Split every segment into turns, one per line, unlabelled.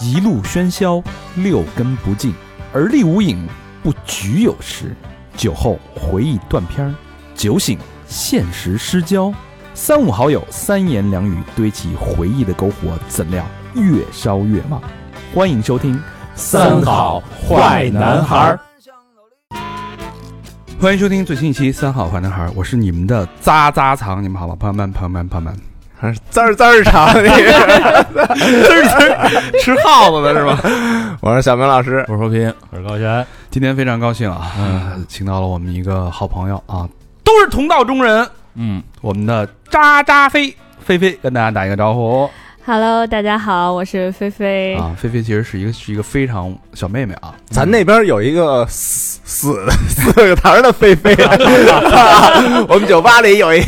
一路喧嚣，六根不净，而立无影，不局有时。酒后回忆断片儿，酒醒现实失焦。三五好友，三言两语堆起回忆的篝火，怎料越烧越旺。欢迎收听《
儿。
欢迎收听最新一期《三好坏男孩》，我是你们的渣渣藏，你们好吗？朋友们，朋友们，朋友 们，
还是滋儿滋儿 长，你
吃耗子的是吧？
我是小明老师，
我说拼，我是高璇，
今天非常高兴啊，呃请到了我们一个好朋友啊，都是同道中人，
嗯，
我们的渣渣飞菲菲跟大家打一个招呼
Hello，大家好，我是菲菲。
啊。菲菲其实是一个是一个非常小妹妹啊，
咱那边有一个死死 的四个堂的菲菲， 我们酒吧里有一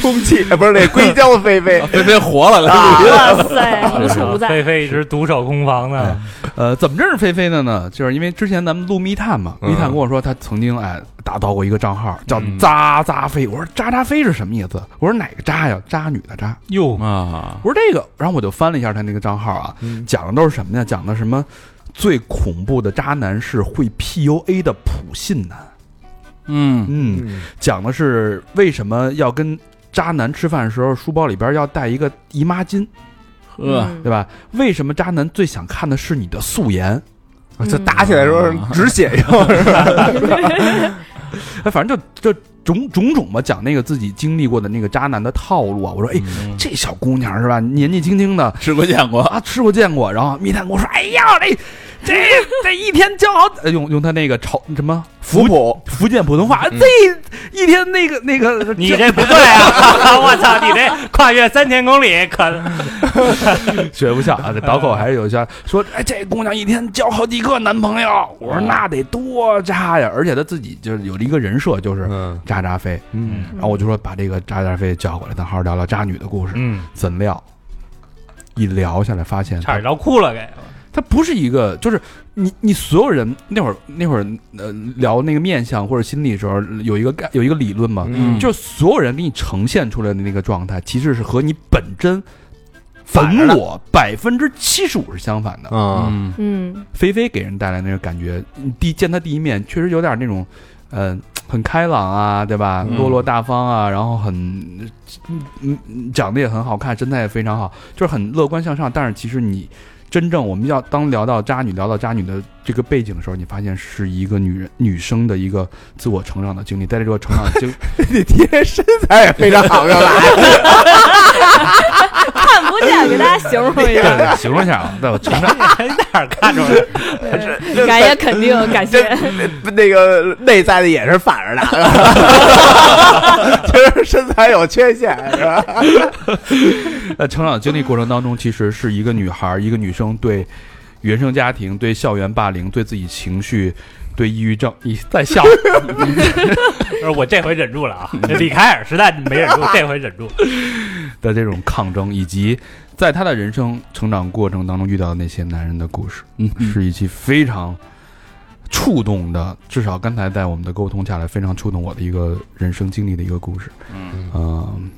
充气，呃不是那硅胶的 菲菲，
菲菲活了
啊
哇塞，哎无处不在。
菲菲一直独守空房呢，
呃，怎么认识菲菲的呢？就是因为之前咱们录密探嘛，
嗯
密探跟我说他曾经哎打造过一个账号叫
嗯
渣渣飞，我说渣渣飞是什么意思？我说哪个渣呀？渣女的渣。
哟，
啊，
我说这个，然后我就翻了一下他那个账号啊，讲的都是什么呀？讲的什么最恐怖的渣男是会 PUA 的普信男，
嗯，
嗯，讲的是为什么要跟渣男吃饭的时候书包里边要带一个姨妈巾，
嗯
对吧？为什么渣男最想看的是你的素颜？
就打起来的时候止血用，是吧
哎，反正就就种种种吧，讲那个自己经历过的那个渣男的套路啊。我说，哎，这小姑娘是吧？年纪轻轻的，
吃过见过，
啊，吃过见过。然后密探跟我说：“哎呀，这这这一天交好，呃用用他那个潮什么
福
福
普
福建普通话，
嗯
这一天那个那个，
你这不对 啊！我操，你这跨越三千公里可
学不像啊，这导口还是有些说，哎，这姑娘一天交好几个男朋友。我说那得多渣呀！而且她自己就是有了一个人设，就是
嗯
渣渣飞。
嗯，
然后我就说把这个渣渣飞叫过来，咱好好聊聊渣女的故事。
嗯，
怎料一聊下来，发现
差点要哭了给。
它不是一个，就是你你所有人那会儿那会儿呃聊那个面相或者心理的时候，有一个概有一个理论嘛，
嗯
就是所有人给你呈现出来的那个状态，其实是和你本真
反着
本
的
我百分之七十五是相反的。
嗯
嗯，
嗯
菲菲给人带来那个感觉，你第见她第一面确实有点那种，嗯、很开朗啊，对吧？
嗯
落落大方啊，然后很，嗯嗯嗯，长得也很好看，身材也非常好，就是很乐观向上。但是其实你真正我们要当聊到渣女，聊到渣女的这个背景的时候，你发现是一个女人女生的一个自我成长的经历，在这个成长的经
你提这身材也非常好，干嘛？
看不见，给大家形容一 下。
对形容一下啊，在我成长
哪儿看出来？
这
感谢肯定，感谢
这。那那个内在的也是反着的，其实身材有缺陷，是吧？。
在成长经历过程当中，其实是一个女孩儿、一个女生对原生家庭、对校园霸凌、对自己情绪、对抑郁症，你在笑
不是我这回忍住了啊！李凯尔实在没 忍住，这回忍住。
的这种抗争，以及在她的人生成长过程当中遇到的那些男人的故事，
嗯
是一期非常触动的，至少刚才在我们的沟通下来，非常触动我的一个人生经历的一个故事。
嗯
嗯、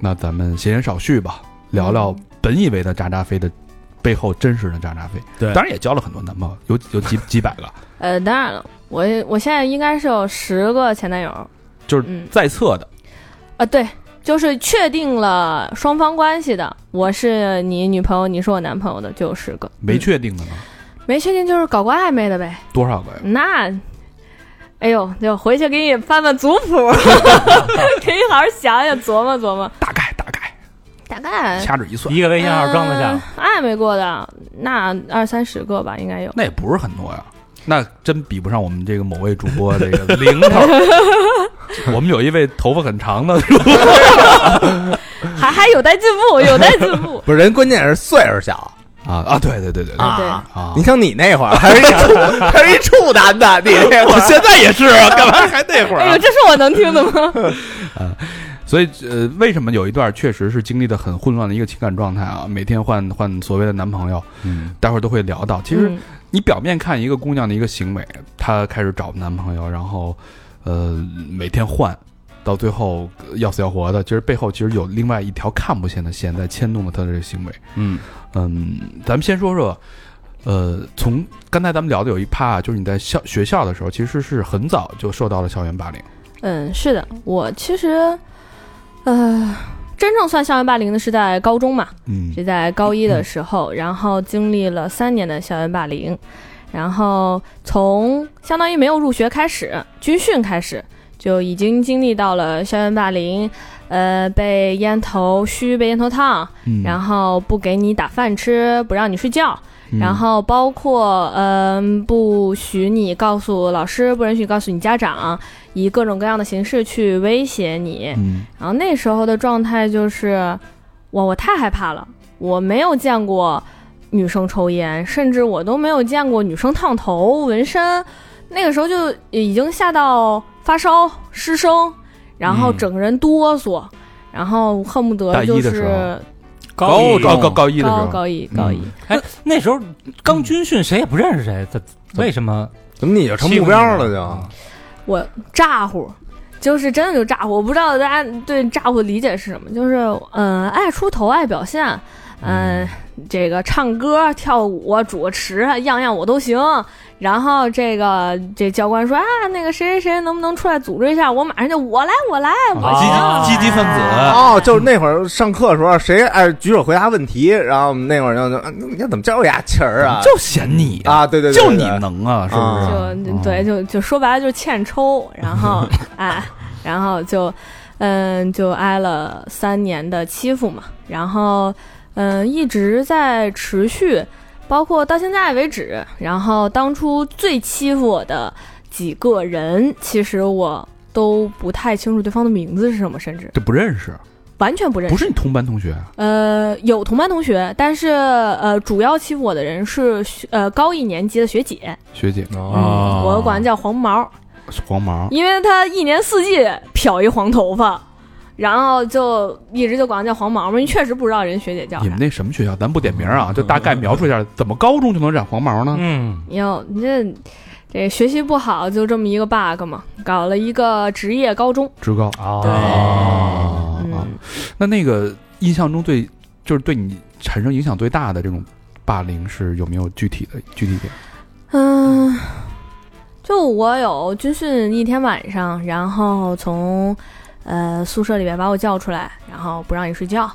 那咱们闲言少叙吧，聊聊本以为的渣渣飞的背后真实的渣渣飞。
对
当然也交了很多男朋友，有有几几百个。
呃，当然了，我我现在应该是有十个前男友。
就是
嗯
在册的，
啊，对，就是确定了双方关系的，我是你女朋友，你是我男朋友的，就有十个。
嗯
嗯
没确定的呢，
没确定就是搞过暧昧的呗。
多少个呀？
那，哎呦，就回去给你翻翻族谱， 给你好好想想琢磨琢磨，
大概大概，
大概
掐指一算，
一个微信号装得下
嗯，暧昧过的那二三十个吧，应 该有。
那也不是很多呀。那真比不上我们这个某位主播这个零头。 我们有一位头发很长的，
还还有待进 步，有待进步
不是，人关键是岁数小
啊啊，对对对对对
啊对
啊
你！像你那会儿还是一处还是一处男 的，你那会儿
现在也是 啊，干嘛还那会
哎呦，？这是我能听的吗？
嗯
所以呃，为什么有一段确实是经历的很混乱的一个情感状态啊？每天换换所谓的男朋友，
嗯
待会儿都会聊到。其实
嗯
你表面看一个姑娘的一个行为，她开始找男朋友，然后呃每天换，到最后呃要死要活的，其实背后其实有另外一条看不见的线在牵动着她的这个行为。
嗯
嗯，咱们先说说呃，从刚才咱们聊的有一趴啊，就是你在校学校的时候，其实是很早就受到了校园霸凌。
嗯，是的，我其实，呃，真正算校园霸凌的是在高中嘛，
嗯
是在高一的时候，
嗯
然后经历了三年的校园霸凌，然后从相当于没有入学开始，军训开始就已经经历到了校园霸凌，呃，被烟头虚，被烟头烫，
嗯
然后不给你打饭吃，不让你睡觉，
嗯
然后包括嗯、不许你告诉老师，不允许告诉你家长，以各种各样的形式去威胁你。
嗯
然后那时候的状态就是，我我太害怕了，我没有见过女生抽烟，甚至我都没有见过女生烫头、纹身。那个时候就已经吓到发烧、失声，然后
嗯
整个人哆嗦，然后恨不得
大一
就
的时
是
高
高高高一的时
高
候，嗯
高一高一。
哎，那时候刚军训，谁也不认识谁，他为什么
怎么你就成目标了
啊
就？
我咋呼，就是真的就咋呼。我不知道大家对咋呼的理解是什么，就是嗯、呃爱出头，爱表现，嗯、这个唱歌、跳舞、主持，样样我都行。然后这个这教官说啊，那个谁谁谁能不能出来组织一下？我马上就我来，我来，
哦
我行。
啊
积极积极分子，
啊
哦，就是那会儿上课的时候，谁爱举手回答问题，然后我们那会儿就就，啊你怎么就俩气儿啊？
就嫌你啊，
啊，对对，对
就你
对
能啊，是
啊
嗯
就
不是？
哦
对，就就说白了就是欠抽，然后哎，然后就嗯就挨了三年的欺负嘛，然后嗯一直在持续，包括到现在为止。然后当初最欺负我的几个人，其实我都不太清楚对方的名字是什么，甚至
这不认识，
完全不认
不
识。
是你同班同学，
呃，有同班同学，但是呃主要欺负我的人是学呃高一年级的学姐，
学姐
哦
嗯
嗯
我管她叫黄毛。
黄毛，
因为他一年四季漂一黄头发，然后就一直就管他叫黄毛毛，因为确实不知道人学姐叫
你
啥
们。那什么学校？咱不点名啊，就大概描述一下，怎么高中就能染黄毛呢？
嗯，
哟，你这这学习不好，就这么一个 bug 嘛，搞了一个职业高中。
职高
对，
哦
啊
嗯，
那那个印象中最就是对你产生影响最大的这种霸凌是有没有具体的具体点？
嗯，就我有军训一天晚上，然后从呃宿舍里边把我叫出来，然后不让你睡觉。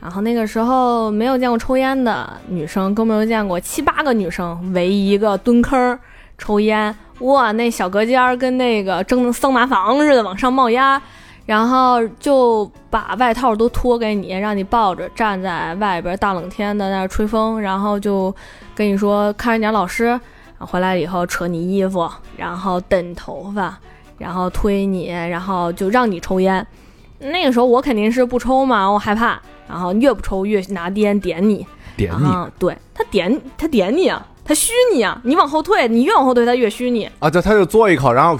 然后那个时候没有见过抽烟的女生，更没有见过七八个女生围一个蹲坑儿抽烟，哇，那小隔间儿跟那个蒸桑麻房似的往上冒烟，然后就把外套都脱给你，让你抱着站在外边大冷天的那儿吹风，然后就跟你说看着点老师，然后回来以后扯你衣服，然后蹬头发，然后推你，然后就让你抽烟。那个时候我肯定是不抽嘛，我害怕，然后越不抽越拿烟点你，
点
然
你
后对他点他点你啊，他虚你啊，你往后退，你越往后退他越虚你。
啊，就他就嘬一口，然后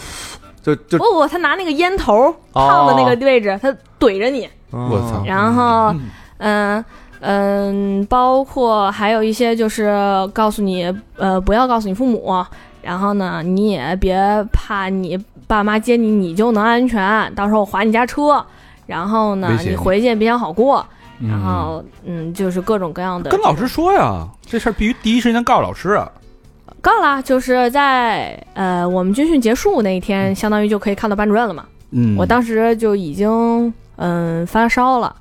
就就哦
不不，他拿那个烟头烫的那个位置，他怼着你，
嗯
我操
然后
嗯
嗯嗯，包括还有一些就是告诉你，呃，不要告诉你父母，然后呢，你也别怕你爸妈接你，你就能安全，到时候我还你家车，然后呢
威，胁你
你回去也别想好过，
嗯
然后嗯，就是各种各样的
跟老师说呀，这事儿必须第一时间告诉老师啊。
告啦，就是在呃我们军训结束那一天，相当于就可以看到班主任了嘛。
嗯
我当时就已经嗯发烧了，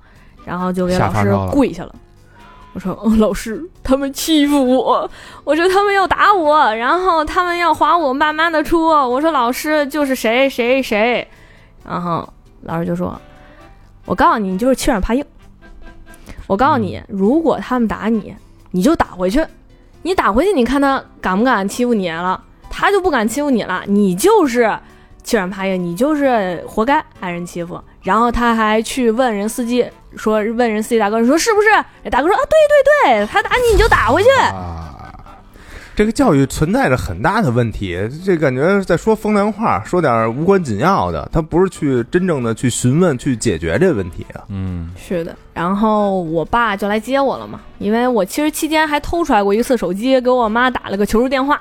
然后就给
吓
老
发
师
烧了
跪下了。我说、 哦老师，他们欺负我，我说他们要打我，然后他们要划我爸妈的车。我说老师就是谁谁谁，然后老师就说，我告诉你，你就是欺软怕硬。我告诉你，
嗯
如果他们打你，你就打回去，你打回去，你看他敢不敢欺负你了？他就不敢欺负你了，你就是欺软怕硬，你就是活该挨人欺负。然后他还去问人司机，说问人司机大哥，你说是不是？大哥说啊，对对对，他打你你就打回去。
啊，
这个教育存在着很大的问题，这感觉在说风凉话，说点无关紧要的，他不是去真正的去询问、去解决这问题啊。
嗯，
是的，然后我爸就来接我了嘛，因为我其实期间还偷出来过一次手机，给我妈打了个求助电话，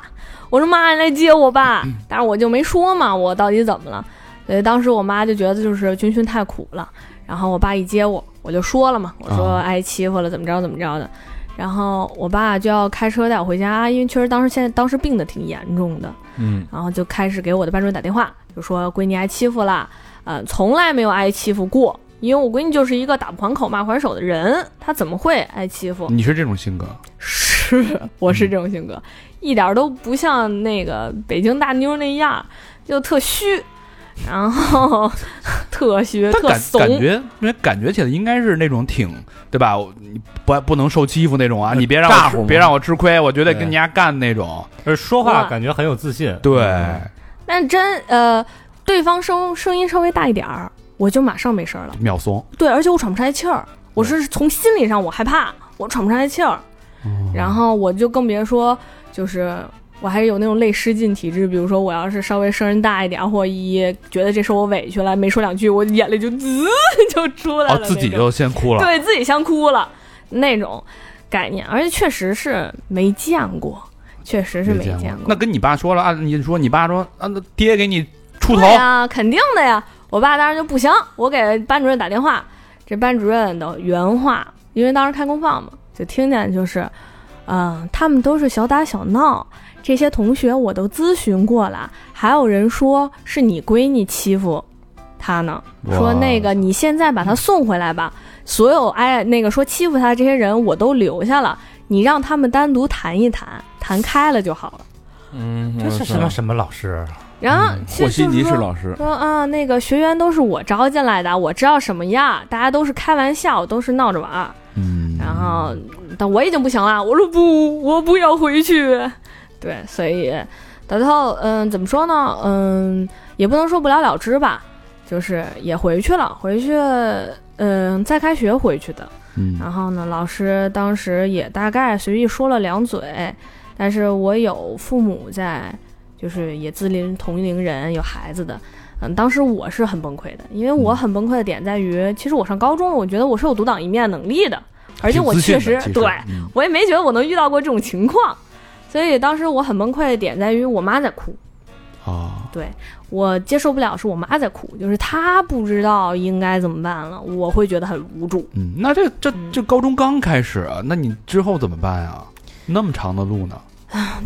我说妈，你来接我吧，但是我就没说嘛，我到底怎么了？所以当时我妈就觉得就是军训太苦了，然后我爸一接我，我就说了嘛，我说
啊
挨欺负了，怎么着怎么着的，然后我爸就要开车带我回家，因为确实当时现在当时病的挺严重的，
嗯，
然后就开始给我的班主任打电话，就说闺女挨欺负了，呃，从来没有挨欺负过，因为我闺女就是一个打不还口骂不还手的人，她怎么会挨欺负？
你是这种性格，
是，我是这种性格，一点儿都不像那个北京大妞那样，就特虚，然后 特虚
但
特
感
怂
感，觉，因为感觉起来应该是那种挺，对吧？我你不不能受欺负那种啊！
嗯
你别让
咋
我
呼
吃
嘛
别让我吃亏，我绝对
对
跟人家干那种。
就是说话
哇
感觉很有自信。
对，
但真呃，对方声声音稍微大一点儿，我就马上没事儿了。
秒怂。
对，而且我喘不上来气儿，我是从心理上我害怕，我喘不上来气儿，
哦
然后我就更别说就是。我还是有那种类失禁体质，比如说我要是稍微声音大一点，或一觉得这受我委屈了，没说两句，我眼泪就滋 就出来了
哦
那，种，
自己就先哭了。
对自己先哭了那种概念，而且确实是没见过，确实是没见过
那。跟你爸说了啊？你说你爸说啊，那爹给你出头
对，呀，肯定的呀。我爸当时就不行，我给班主任打电话，这班主任的原话，因为当时开公放嘛，就听见就是，嗯、他们都是小打小闹，这些同学我都咨询过了，还有人说是你闺女欺负他呢，
哇
说那个你现在把他送回来吧，所有挨那个说欺负他的这些人我都留下了，你让他们单独谈一谈，谈开了就好了。
嗯，
这是什么什么老师？啊
然后
嗯
其
和
实
稀
就是
泥
说
是老师，
说啊，那个学员都是我招进来的，我知道什么样，大家都是开玩笑，都是闹着玩儿。
嗯
然后，但我已经不行了，我说不，我不要回去。对，所以到最后，嗯，怎么说呢？嗯，也不能说不了了之吧，就是也回去了，回去，嗯，再开学回去的。
嗯
然后呢，老师当时也大概随意说了两嘴，但是我有父母在，就是也自邻同龄人有孩子的，嗯，当时我是很崩溃的，因为
嗯
我很崩溃的点在于，其实我上高中了，我觉得我是有独当一面能力的，而且
挺
我
自信
确
的
实
其实
对
嗯
我也没觉得我能遇到过这种情况，所以当时我很崩溃的点在于我妈在哭，
啊，
我接受不了是我妈在哭，就是她不知道应该怎么办了，我会觉得很无助。
嗯，那这这
嗯
这高中刚开始啊，那你之后怎么办呀？那么长的路呢？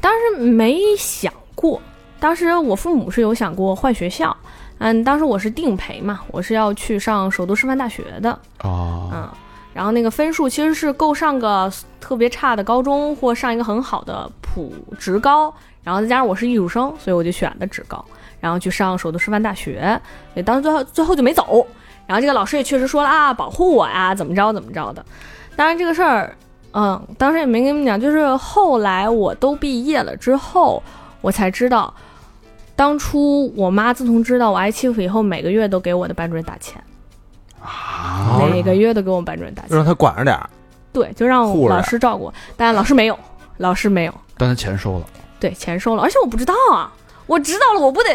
当时没想过，当时我父母是有想过换学校，嗯，当时我是定培嘛，我是要去上首都师范大学的，
啊，
嗯，然后那个分数其实是够上个特别差的高中或上一个很好的普职高，然后再加上我是艺术生，所以我就选了职高，然后去上首都师范大学，也当时最后最后就没走，然后这个老师也确实说了啊，保护我呀，怎么着怎么着的，当然这个事儿。嗯，当时也没跟你们讲，就是后来我都毕业了之后，我才知道，当初我妈自从知道我挨欺负以后，每个月都给我的班主任打钱，嗯
啊
每个月都给我们班主任打钱。
让他管着点儿。
对，就让
护着
老师照顾，但老师没有，老师没有，
但他钱收了。
对，钱收了，而且我不知道啊，我知道了，我不得，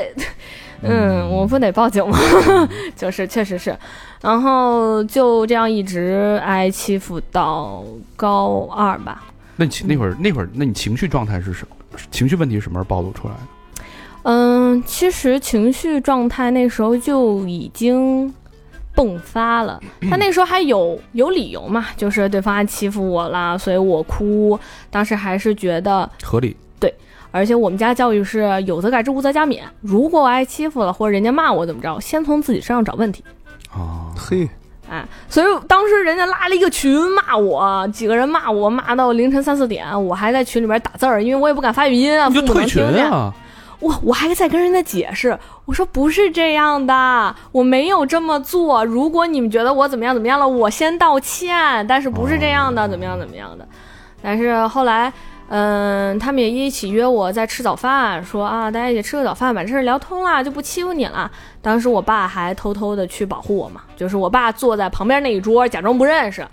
嗯，我不得报警吗？ 就是，确实是，然后就这样一直挨欺负到高二吧。
那你情那会儿那会儿，那你情绪状态是什么？情绪问题是什么时候暴露出来的？
嗯，其实情绪状态那时候就已经迸发了，但那时候还有有理由嘛，就是对方还欺负我啦，所以我哭，当时还是觉得
合理。
而且我们家教育是有则改之，无则加勉。如果我挨欺负了，或者人家骂我怎么着，先从自己身上找问题。
啊，
嘿，
哎，所以当时人家拉了一个群骂我，几个人骂我，骂到凌晨三四点，我还在群里边打字儿，因为我也不敢发语音啊，
你就
父母能
退群
听见。
啊！
我我还在跟人家解释，我说不是这样的，我没有这么做。如果你们觉得我怎么样怎么样了，我先道歉，但是不是这样的，怎么样怎么样的。但是后来，嗯，他们也一起约我在吃早饭，说啊，大家一起吃个早饭，把这事儿聊通了，就不欺负你了。当时我爸还偷偷的去保护我嘛，就是我爸坐在旁边那一桌，假装不认识。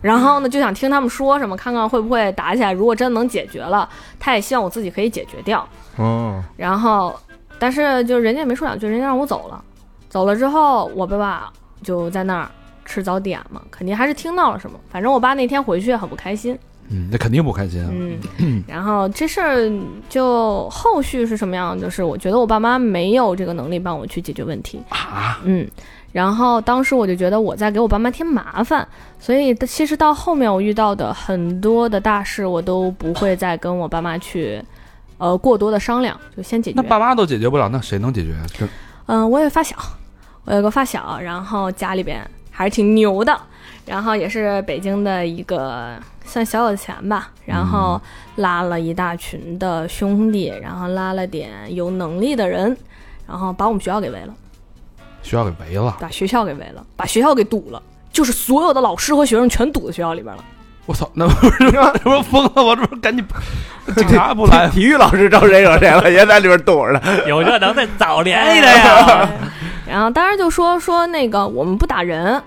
然后呢，就想听他们说什么，看看会不会打起来。如果真能解决了，他也希望我自己可以解决掉。
嗯，？
然后，但是就人家也没说两句，人家让我走了。走了之后，我爸爸就在那儿吃早点嘛，肯定还是听到了什么。反正我爸那天回去也很不开心，
嗯，那肯定不开心啊。
嗯。然后这事儿就后续是什么样？就是我觉得我爸妈没有这个能力帮我去解决问题，
啊，
嗯。然后当时我就觉得我在给我爸妈添麻烦，所以其实到后面我遇到的很多的大事，我都不会再跟我爸妈去，呃，过多的商量，就先解决
那。爸妈都解决不了，那谁能解决？这
嗯、我有发小，我有个发小，然后家里边还是挺牛的，然后也是北京的一个算小有钱吧，然后拉了一大群的兄弟，然后拉了点有能力的人，然后把我们学校给围了，
学校给围了。
把学校给围了，把学校给堵了。就是所有的老师和学生全堵在学校里边了，
我操，那不 是这不是疯了？我这不是 赶紧警察不来
体育老师招谁惹谁 了？也在里边躲着呢。
有这能耐早
啊
联系的哎呀！
然后当时就说说那个我们不打人，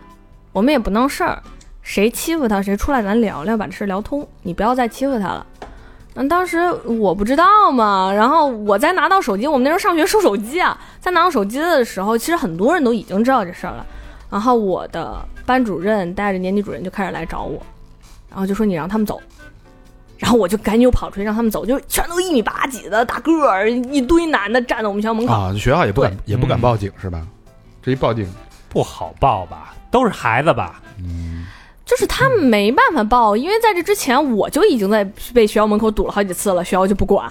我们也不闹事儿，谁欺负他谁出来咱聊聊，把这事儿聊通，你不要再欺负他了。嗯，当时我不知道嘛，然后我在拿到手机，我们那时候上学收手机啊，在拿到手机的时候，其实很多人都已经知道这事儿了。然后我的班主任带着年级主任就开始来找我，然后就说你让他们走，然后我就赶紧又跑出去让他们走，就全都一米八几的大个儿，一堆男的站在我们学校门口，
啊，学校也不敢也不敢
嗯
报警是吧？这一报警，
不好报吧？都是孩子吧？
嗯，
就是他们没办法报，因为在这之前我就已经在被学校门口堵了好几次了，学校就不管。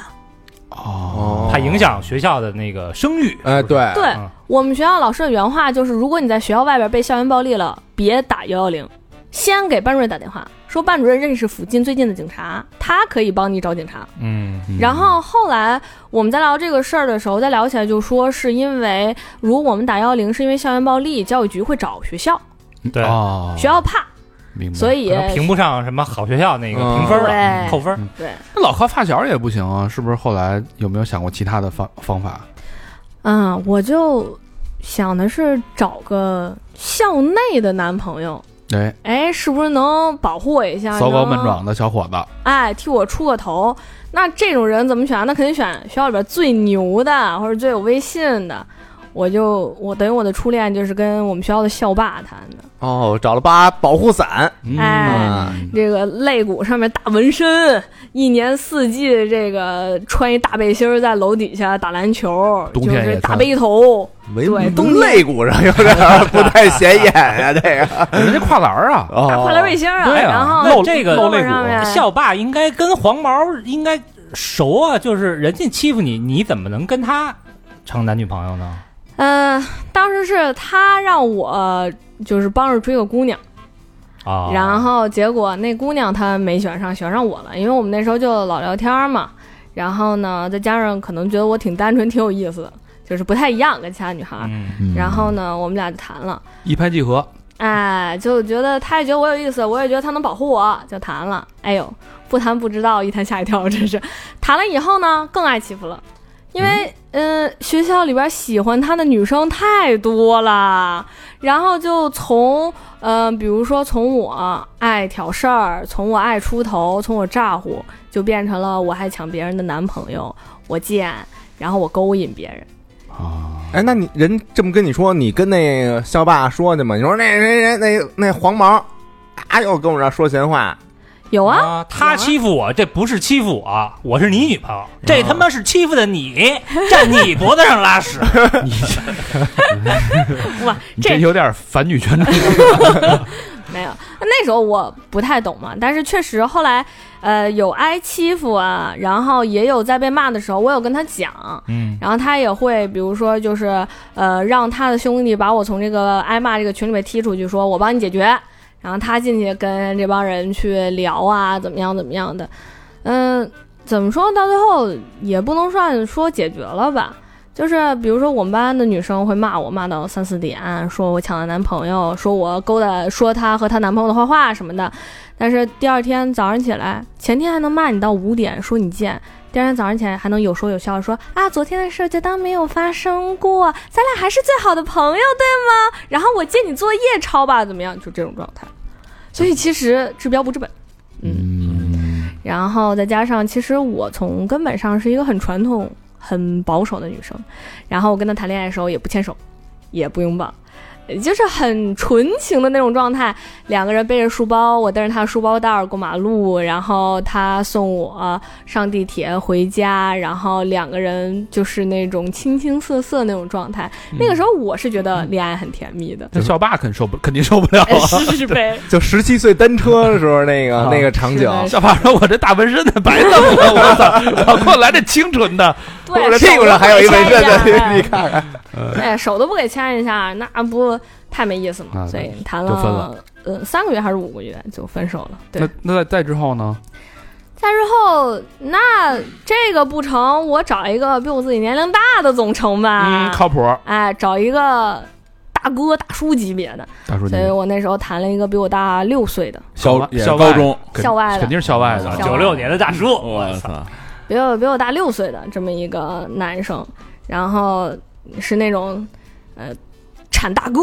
哦，
怕影响学校的那个声誉。
哎，对，
对、
嗯
我们学校老师的原话就是，如果你在学校外边被校园暴力了，别打幺幺零，先给班主任打电话，说班主任认识附近最近的警察，他可以帮你找警察。
嗯，
嗯
然后后来我们在聊这个事儿的时候，再聊起来就说是因为，如果我们打幺幺零是因为校园暴力，教育局会找学校，
对，
哦，
学校怕，
明白。
所
以
以
可能评不上什么好学校那个评分
嗯
了，
对
扣分。
对。
老靠发小也不行啊，是不是？后来有没有想过其他的方方法？
嗯，我就想的是找个校内的男朋友，
哎，
哎，是不是能保护我一下？
骚高
能
闷壮，的小伙子，
哎，替我出个头。那这种人怎么选？那肯定选学校里边最牛的，或者最有威信的。我就我等于我的初恋就是跟我们学校的校霸谈的，
哦，找了把保护伞，啊
哎
嗯，
这个肋骨上面大纹身，一年四季这个穿一大背心儿在楼底下打篮球，
冬
就
天也
是大
穿
背头，
没
对冬
肋骨上 有点儿不太显眼 呀，这个
人家跨栏儿啊，
打
哦
快乐卫星啊，
对啊
然后
哦哎露这个
胳
露
膊
肋
上面
骨，校霸应该跟黄毛应该熟啊，就是人家欺负你，你怎么能跟他成男女朋友呢？
嗯，当时是他让我就是帮着追个姑娘，
啊，
然后结果那姑娘她没喜欢上，喜欢上我了，因为我们那时候就老聊天嘛。然后呢，再加上可能觉得我挺单纯，挺有意思的，就是不太一样跟其他女孩儿。
嗯，
嗯
然后呢，我们俩就谈了，
一拍即合，
哎，就觉得她也觉得我有意思，我也觉得她能保护我，就谈了。哎呦，不谈不知道，一谈吓一跳，真是。谈了以后呢，更爱欺负了。因为，嗯、呃，学校里边喜欢他的女生太多了，然后就从，呃，比如说从我爱挑事儿，从我爱出头，从我咋呼，就变成了我还抢别人的男朋友，我贱，然后我勾引别人。
啊，
哎，那你人这么跟你说，你跟那个校霸说去吗？你说那那那那那黄毛，啊，又跟我这儿说闲话，
有啊，
啊，他欺负我，这不是欺负我，我是你女朋友，嗯这他妈是欺负的你，站你脖子上拉屎。
你
哇，
你
这
这有点反女权主义，
没有，那时候我不太懂嘛，但是确实后来，呃，有挨欺负啊，然后也有在被骂的时候，我有跟他讲，
嗯，
然后他也会，比如说就是，呃，让他的兄弟把我从这个挨骂这个群里面踢出去，说我帮你解决，然后他进去跟这帮人去聊啊，怎么样怎么样的，嗯、怎么说到最后也不能算说解决了吧。就是比如说，我们班的女生会骂我，骂到三四点，说我抢了男朋友，说我勾搭，说她和她男朋友的坏话什么的。但是第二天早上起来，前天还能骂你到五点，说你贱；第二天早上起来还能有说有笑地说，啊，昨天的事就当没有发生过，咱俩还是最好的朋友，对吗？然后我借你作业抄吧，怎么样？就这种状态。所以其实治标不治本，嗯。
嗯，
然后再加上，其实我从根本上是一个很传统、很保守的女生。然后我跟她谈恋爱的时候也不牵手，也不拥抱，呃就是很纯情的那种状态。两个人背着书包，我带着他的书包袋儿过马路，然后他送我上地铁回家，然后两个人就是那种青青涩涩那种状态。那个时候我是觉得恋爱很甜蜜的，
那校霸肯受不，肯定受不了
哎
啊！
是是呗。
就十七岁单车的时候那个
啊
那个场景，
是
校霸说：“我这大纹身的白弄了， 我操！我给我来这清纯的，
对，
我这屁股上还有一纹身呢，你
呢，
看看，
嗯
哎，手都不给牵一下，那不太没意思嘛。
啊
所以谈
就分
了
了
呃三个月还是五个月就分手了。对
那，那再再之后呢？
再之后那这个不成，我找一个比我自己年龄大的总成吧
嗯，。靠谱。
哎，找一个大哥大叔级别的，
大叔，你
所以我那时候谈了一个比我大六岁的
小
校
也是
校
高
外
中，
肯
校外的
肯定是校外的，
校
九
外
六年的大叔，啊
我操，
比我比我大六岁的这么一个男生，然后是那种呃产大哥，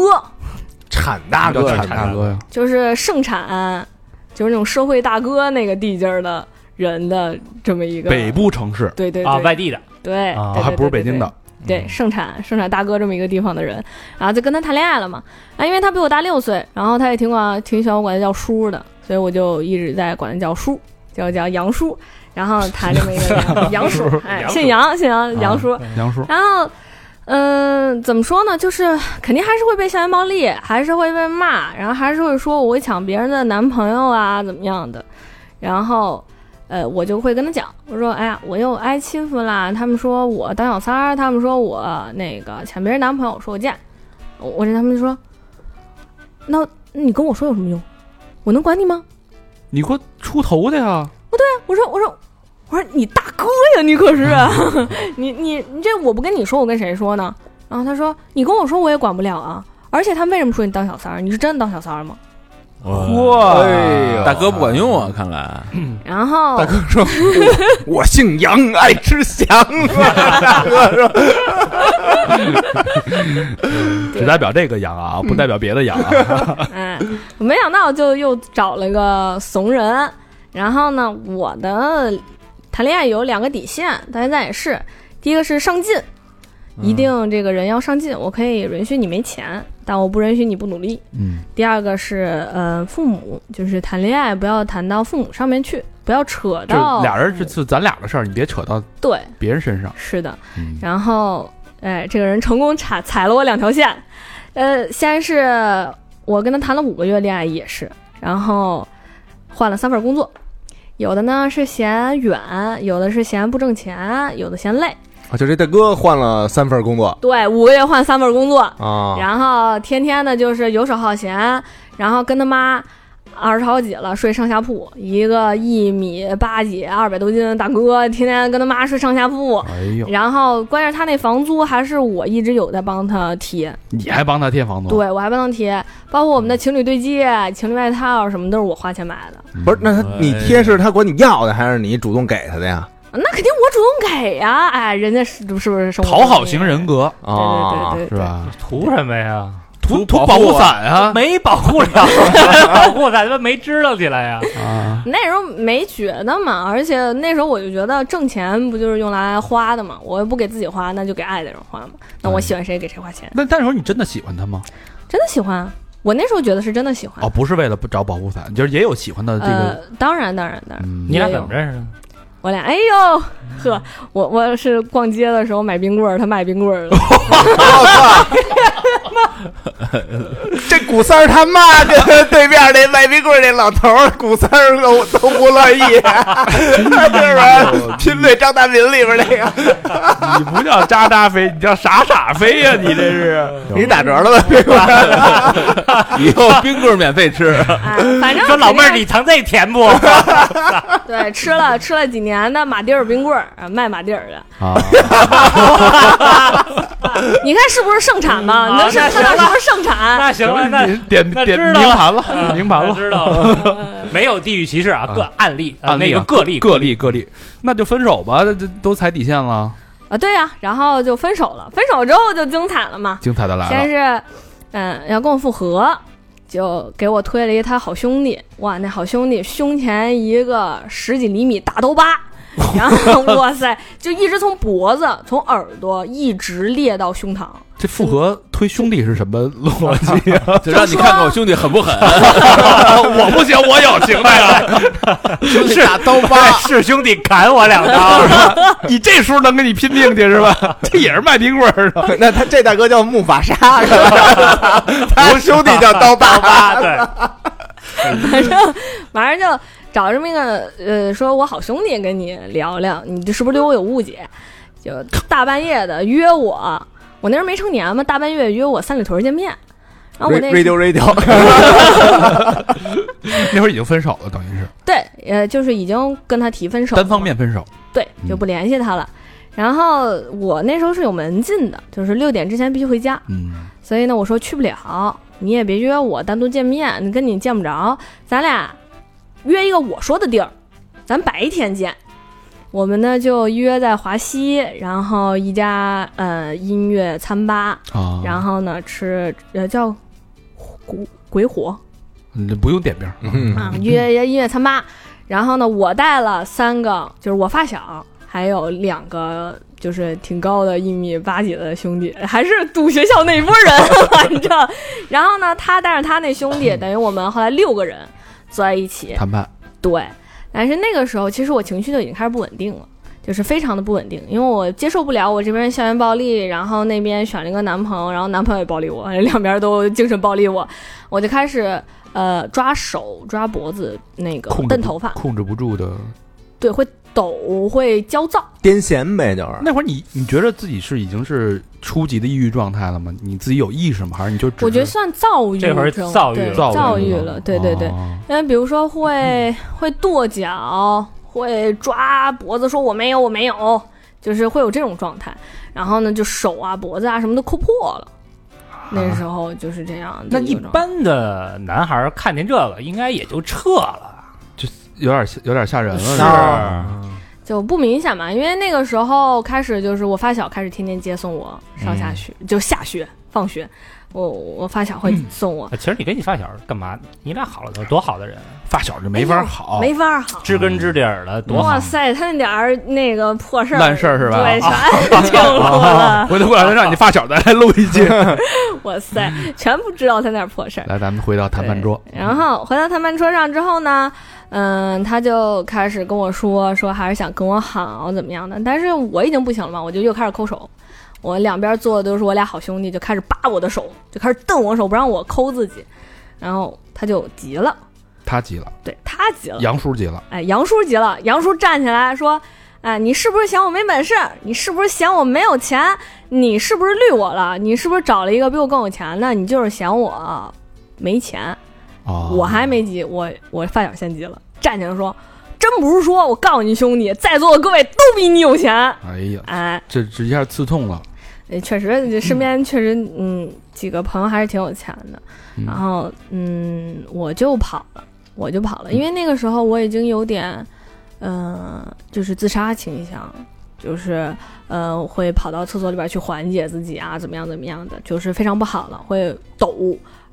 产大哥，
产
大
大
哥，
哥呀，
就是盛产，就是那种社会大哥那个地界儿的人的这么一个
北，部城市
对对对，
啊，外地的，
对，
啊
对
还不是北京的，，嗯
对对对对对，盛产盛产大哥这么一个地方的人，然后就跟他谈恋爱了嘛。啊，因为他比我大六岁，然后他也挺管挺喜欢我管他叫叔的，所以我就一直在管他叫叔，叫叫杨叔。然后谈这么一个杨叔，哎，
杨叔
姓杨，姓杨，
啊
杨叔。
杨叔。
然后，嗯、怎么说呢？就是肯定还是会被校园暴力，还是会被骂，然后还是会说我会抢别人的男朋友啊，怎么样的。然后，呃，我就会跟他讲，我说，哎呀，我又挨欺负啦。他们说我当小三儿，他们说我那个抢别人男朋友，我说我贱。我我这他们就说，那你跟我说有什么用？我能管你吗？
你给我出头的呀！
我说我说我说你大哥呀，你可是啊 你你你这我不跟你说，我跟谁说呢？然后他说你跟我说我也管不了啊，而且他为什么说你当小三儿？你是真的当小三儿吗？
哇
哎呦
大哥不管用啊，看来
然后
嗯大哥说， 我姓杨，爱吃翔。
只代表这个羊啊，
嗯
不代表别的羊 啊。
哎，我没想到就又找了个怂人。然后呢，我的谈恋爱有两个底线，到现在也是，第一个是上进，
嗯
一定这个人要上进，我可以允许你没钱，但我不允许你不努力。
嗯，
第二个是呃父母，就是谈恋爱不要谈到父母上面去，不要扯
就
到
俩人是是咱俩的事儿，你别扯到
对，
别人身上。
是的。
嗯，
然后哎，这个人成功踩踩了我两条线，呃，先是我跟他谈了五个月恋爱也是，然后换了三份工作，有的呢是嫌远，有的是嫌不挣钱，有的嫌累。
啊，就这大哥换了三份工作
对，五个月换三份工作，
啊，
然后天天的就是游手好闲，然后跟他妈二十好几了睡上下铺，一个一米八几、二百多斤的大哥，天天跟他妈睡上下铺。
哎呦，
然后，关键是他那房租还是我一直有在帮他贴，
你还帮他贴房租？
对我还帮他贴，包括我们的情侣对戒、情侣外套什么都是我花钱买的，
嗯，
不是，那他你贴是他管你要的，还是你主动给他的呀？
那肯定我主动给呀、哎，人家是是不是生活
讨好
中
型
也
人？格
对
啊，
对对对
是
对，
吧？
图什么呀？
涂涂保护伞啊
没保护了， 保护咱们没支棱起来呀。
啊！
那时候没觉得嘛，而且那时候我就觉得挣钱不就是用来花的嘛，我又不给自己花，那就给爱的人花嘛。那
嗯
我喜欢谁给谁花钱，
那那时候你真的喜欢他吗？
真的喜欢啊。我那时候觉得是真的喜欢。
哦，不是为了不找保护伞，就是也有喜欢的这个。
呃，当然当然当然，
嗯，
你俩怎么认识的？
我俩哎呦呵，我我是逛街的时候买冰棍儿，他卖冰棍儿的，
这古三儿他妈跟对面那卖冰棍儿那老头儿，古三儿都都不乐 意，是不是？拼对张大民里边那个，
你不叫渣渣飞，你叫傻傻飞 呀、你这是
你打折了吧？冰棍儿
以后冰棍儿免费吃，
哎，反正
说老妹儿，
肯
你
定
藏这甜 不？
对吃了吃了几年的马蒂尔冰棍儿，啊卖马蒂尔的，
啊，
你看是不是盛产
嗯
嘛？那
啊
是
那
他
行
那时候盛产，
那行了，那
点点
那
点
知道
明
了
盘
啊
了，明盘
我
了，
知道了， 没有地域歧视啊，个案例啊，
案例
那
啊
个个例
个例个例，那就分手吧，这这都踩底线了，
啊，对呀、然后就分手了。分手之后就精彩了嘛，
精彩的来
先
了，
是嗯要跟我复合，就给我推了一他好兄弟，哇，那好兄弟胸前一个十几厘米大刀疤，然后哇塞，就一直从脖子从耳朵一直裂到胸膛，
这复合推兄弟是什么逻辑？啊
就让你看看我兄弟狠不狠。啊
我不行，我有行的呀！
兄弟 打刀疤，
是兄弟砍我两刀，
你这时候能跟你拼命去是 吧？这也是卖冰棍儿的。
那他这大哥叫木法沙， 他兄弟叫刀疤，
啊 对，
反正马上就找这么一个呃，说我好兄弟跟你聊聊，你这是不是对我有误解？就大半夜的约我，我那时候没成年嘛，大半夜约我三里屯见面。然后啊我那
radio radio，
那会儿已经分手了，等于是
对，呃，就是已经跟他提分手了
单
嘛，
方面分手。
对，就不联系他了。然后我那时候是有门禁的，就是六点之前必须回家，
嗯，
所以呢，我说去不了，你也别约我单独见面，你跟你见不着，咱俩约一个我说的地儿，咱白天见。我们呢就约在华西，然后一家呃音乐餐吧，
啊，
然后呢吃呃叫鬼鬼火
你嗯不用点名，
嗯
啊，约约音乐餐吧。然后呢，我带了三个，就是我发小，还有两个就是挺高的，一米八几的兄弟，还是赌学校那一波人， 反正。然后呢，他带着他那兄弟，等于我们后来六个人坐在一起。
谈判。
对，但是那个时候其实我情绪就已经开始不稳定了。就是非常的不稳定，因为我接受不了我这边校园暴力，然后那边选了一个男朋友，然后男朋友也暴力我， 两边都精神暴力我，我就开始呃抓手、抓脖子，那个
控制
蹬
不
头发，
控制不住的。
对，会抖，会焦躁，
癫痫呗，就是
那会儿你你觉得自己是已经是初级的抑郁状态了吗？你自己有意识吗？还是你就只是
我觉得算躁郁症，
这会儿躁郁
对
了
躁
躁郁
郁
了，对对对，
哦
因为比如说会会跺脚，会抓脖子说我没有我没有，就是会有这种状态。然后呢，就手啊脖子啊什么都抠破了。那时候就是这样的
那一
种状态。
般的男孩儿看见这个，应该也就撤了。
有点有点吓人了。
是
吧
哦啊
就不明显嘛，因为那个时候开始就是我发小开始天天接送我上下学，就下学放学，我我发小会送我，
其实你跟你发小干嘛？你俩好了都多好的人，
发小就没法好，
哎没法嗯儿好。
知根知底儿的，多好
哇。塞，他那点儿那个破事儿
烂事儿是吧
对，全听说 了。
回头过两天让你发小再来录一 期。
哇塞，全不知道他那儿破事儿。
来，咱们回到谈判桌，嗯
然后回到谈判桌上之后呢，嗯，他就开始跟我说说还是想跟我好怎么样的，但是我已经不行了嘛，我就又开始抠手。我两边坐的都是我俩好兄弟，就开始扒我的手，就开始瞪我手，不让我抠自己。然后他就急了，
他急了，
对他急了，
杨叔急了，
哎，杨叔急了，杨叔站起来说：“哎，你是不是嫌我没本事？你是不是嫌我没有钱？你是不是绿我了？你是不是找了一个比我更有钱的？你就是嫌我没钱。”
哦，
我还没急，我我发小先急了，站起来说：“真不是说我告诉你兄弟，在座的各位都比你有钱。
哎呀”，
哎，
这这一下刺痛了，
呃确实，这身边确实，嗯，几个朋友还是挺有钱的。
嗯
然后，嗯，我就跑了，我就
嗯
跑了，因为那个时候我已经有点，嗯、就是自杀倾向，就是呃，会跑到厕所里边去缓解自己啊，怎么样怎么样的，就是非常不好了，会抖，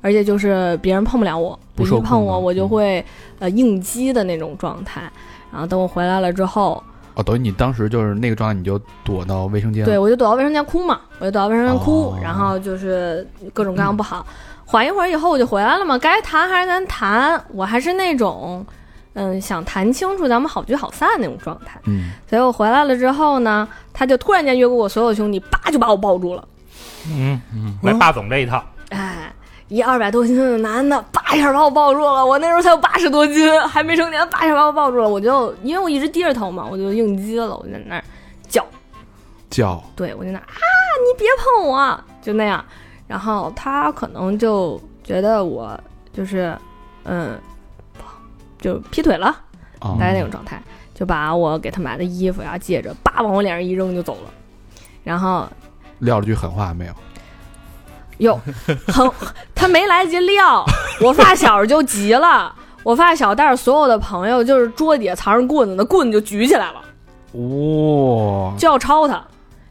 而且就是别人碰不了我，
不
一
受控
碰我
的
我就
嗯
会呃应激的那种状态。然后等我回来了之后，
哦，等于你当时就是那个状态，你就躲到卫生间，
对，，我就躲到卫生间哭嘛，我就躲到卫生间哭，
哦
然后就是各种各样不好。缓一会儿以后我就回来了嘛，该谈还是咱谈，我还是那种，嗯，想谈清楚咱们好聚好散那种状态。
嗯，
所以我回来了之后呢，他就突然间约过我所有兄弟，叭就把我抱住了，
嗯嗯，来霸总这一套，
哎。一二百多斤的男的，叭一下把我抱住了。我那时候才有八十多斤，还没成年，叭一下把我抱住了。我就因为我一直低着头嘛，我就应激了，我就在那儿叫，
叫
对我就那啊，你别碰我，就那样。然后他可能就觉得我就是，嗯，就劈腿了，
啊
大，概那种状态，就把我给他买的衣服呀、戒指，叭往我脸上一扔就走了。然后
撂了句狠话没有？
哟，很 他没来得及撂，我发小就急了。我发小带着所有的朋友，就是桌底下藏着棍子的棍子就举起来了。
哇，
就要抄他，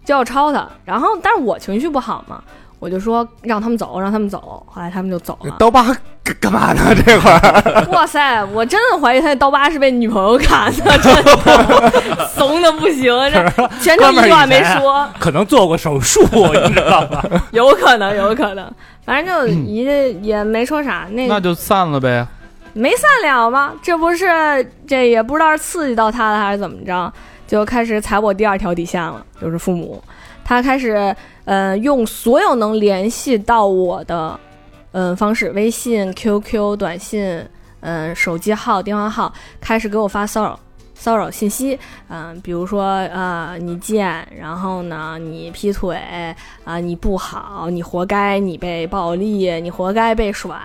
就要抄他。然后，但是我情绪不好嘛，我就说让他们走，让他们走。后来他们就走了。
刀疤干干嘛呢？这会儿
哇塞，我真的怀疑他那刀疤是被女朋友砍 的，真的怂的不行，这 全程一话没说，
可能做过手术，你知道吧？
有可能，有可能。反正就一也没说啥，那
那就散了呗。
没散了吗？这不是这也不知道是刺激到他了还是怎么着，就开始踩我第二条底线了，就是父母。他开始呃用所有能联系到我的嗯、呃方式，微信、QQ、短信、嗯、手机号、电话号，开始给我发骚扰骚扰信息。嗯、比如说呃你贱，然后呢你劈腿啊、你不好，你活该你被暴力，你活该被甩。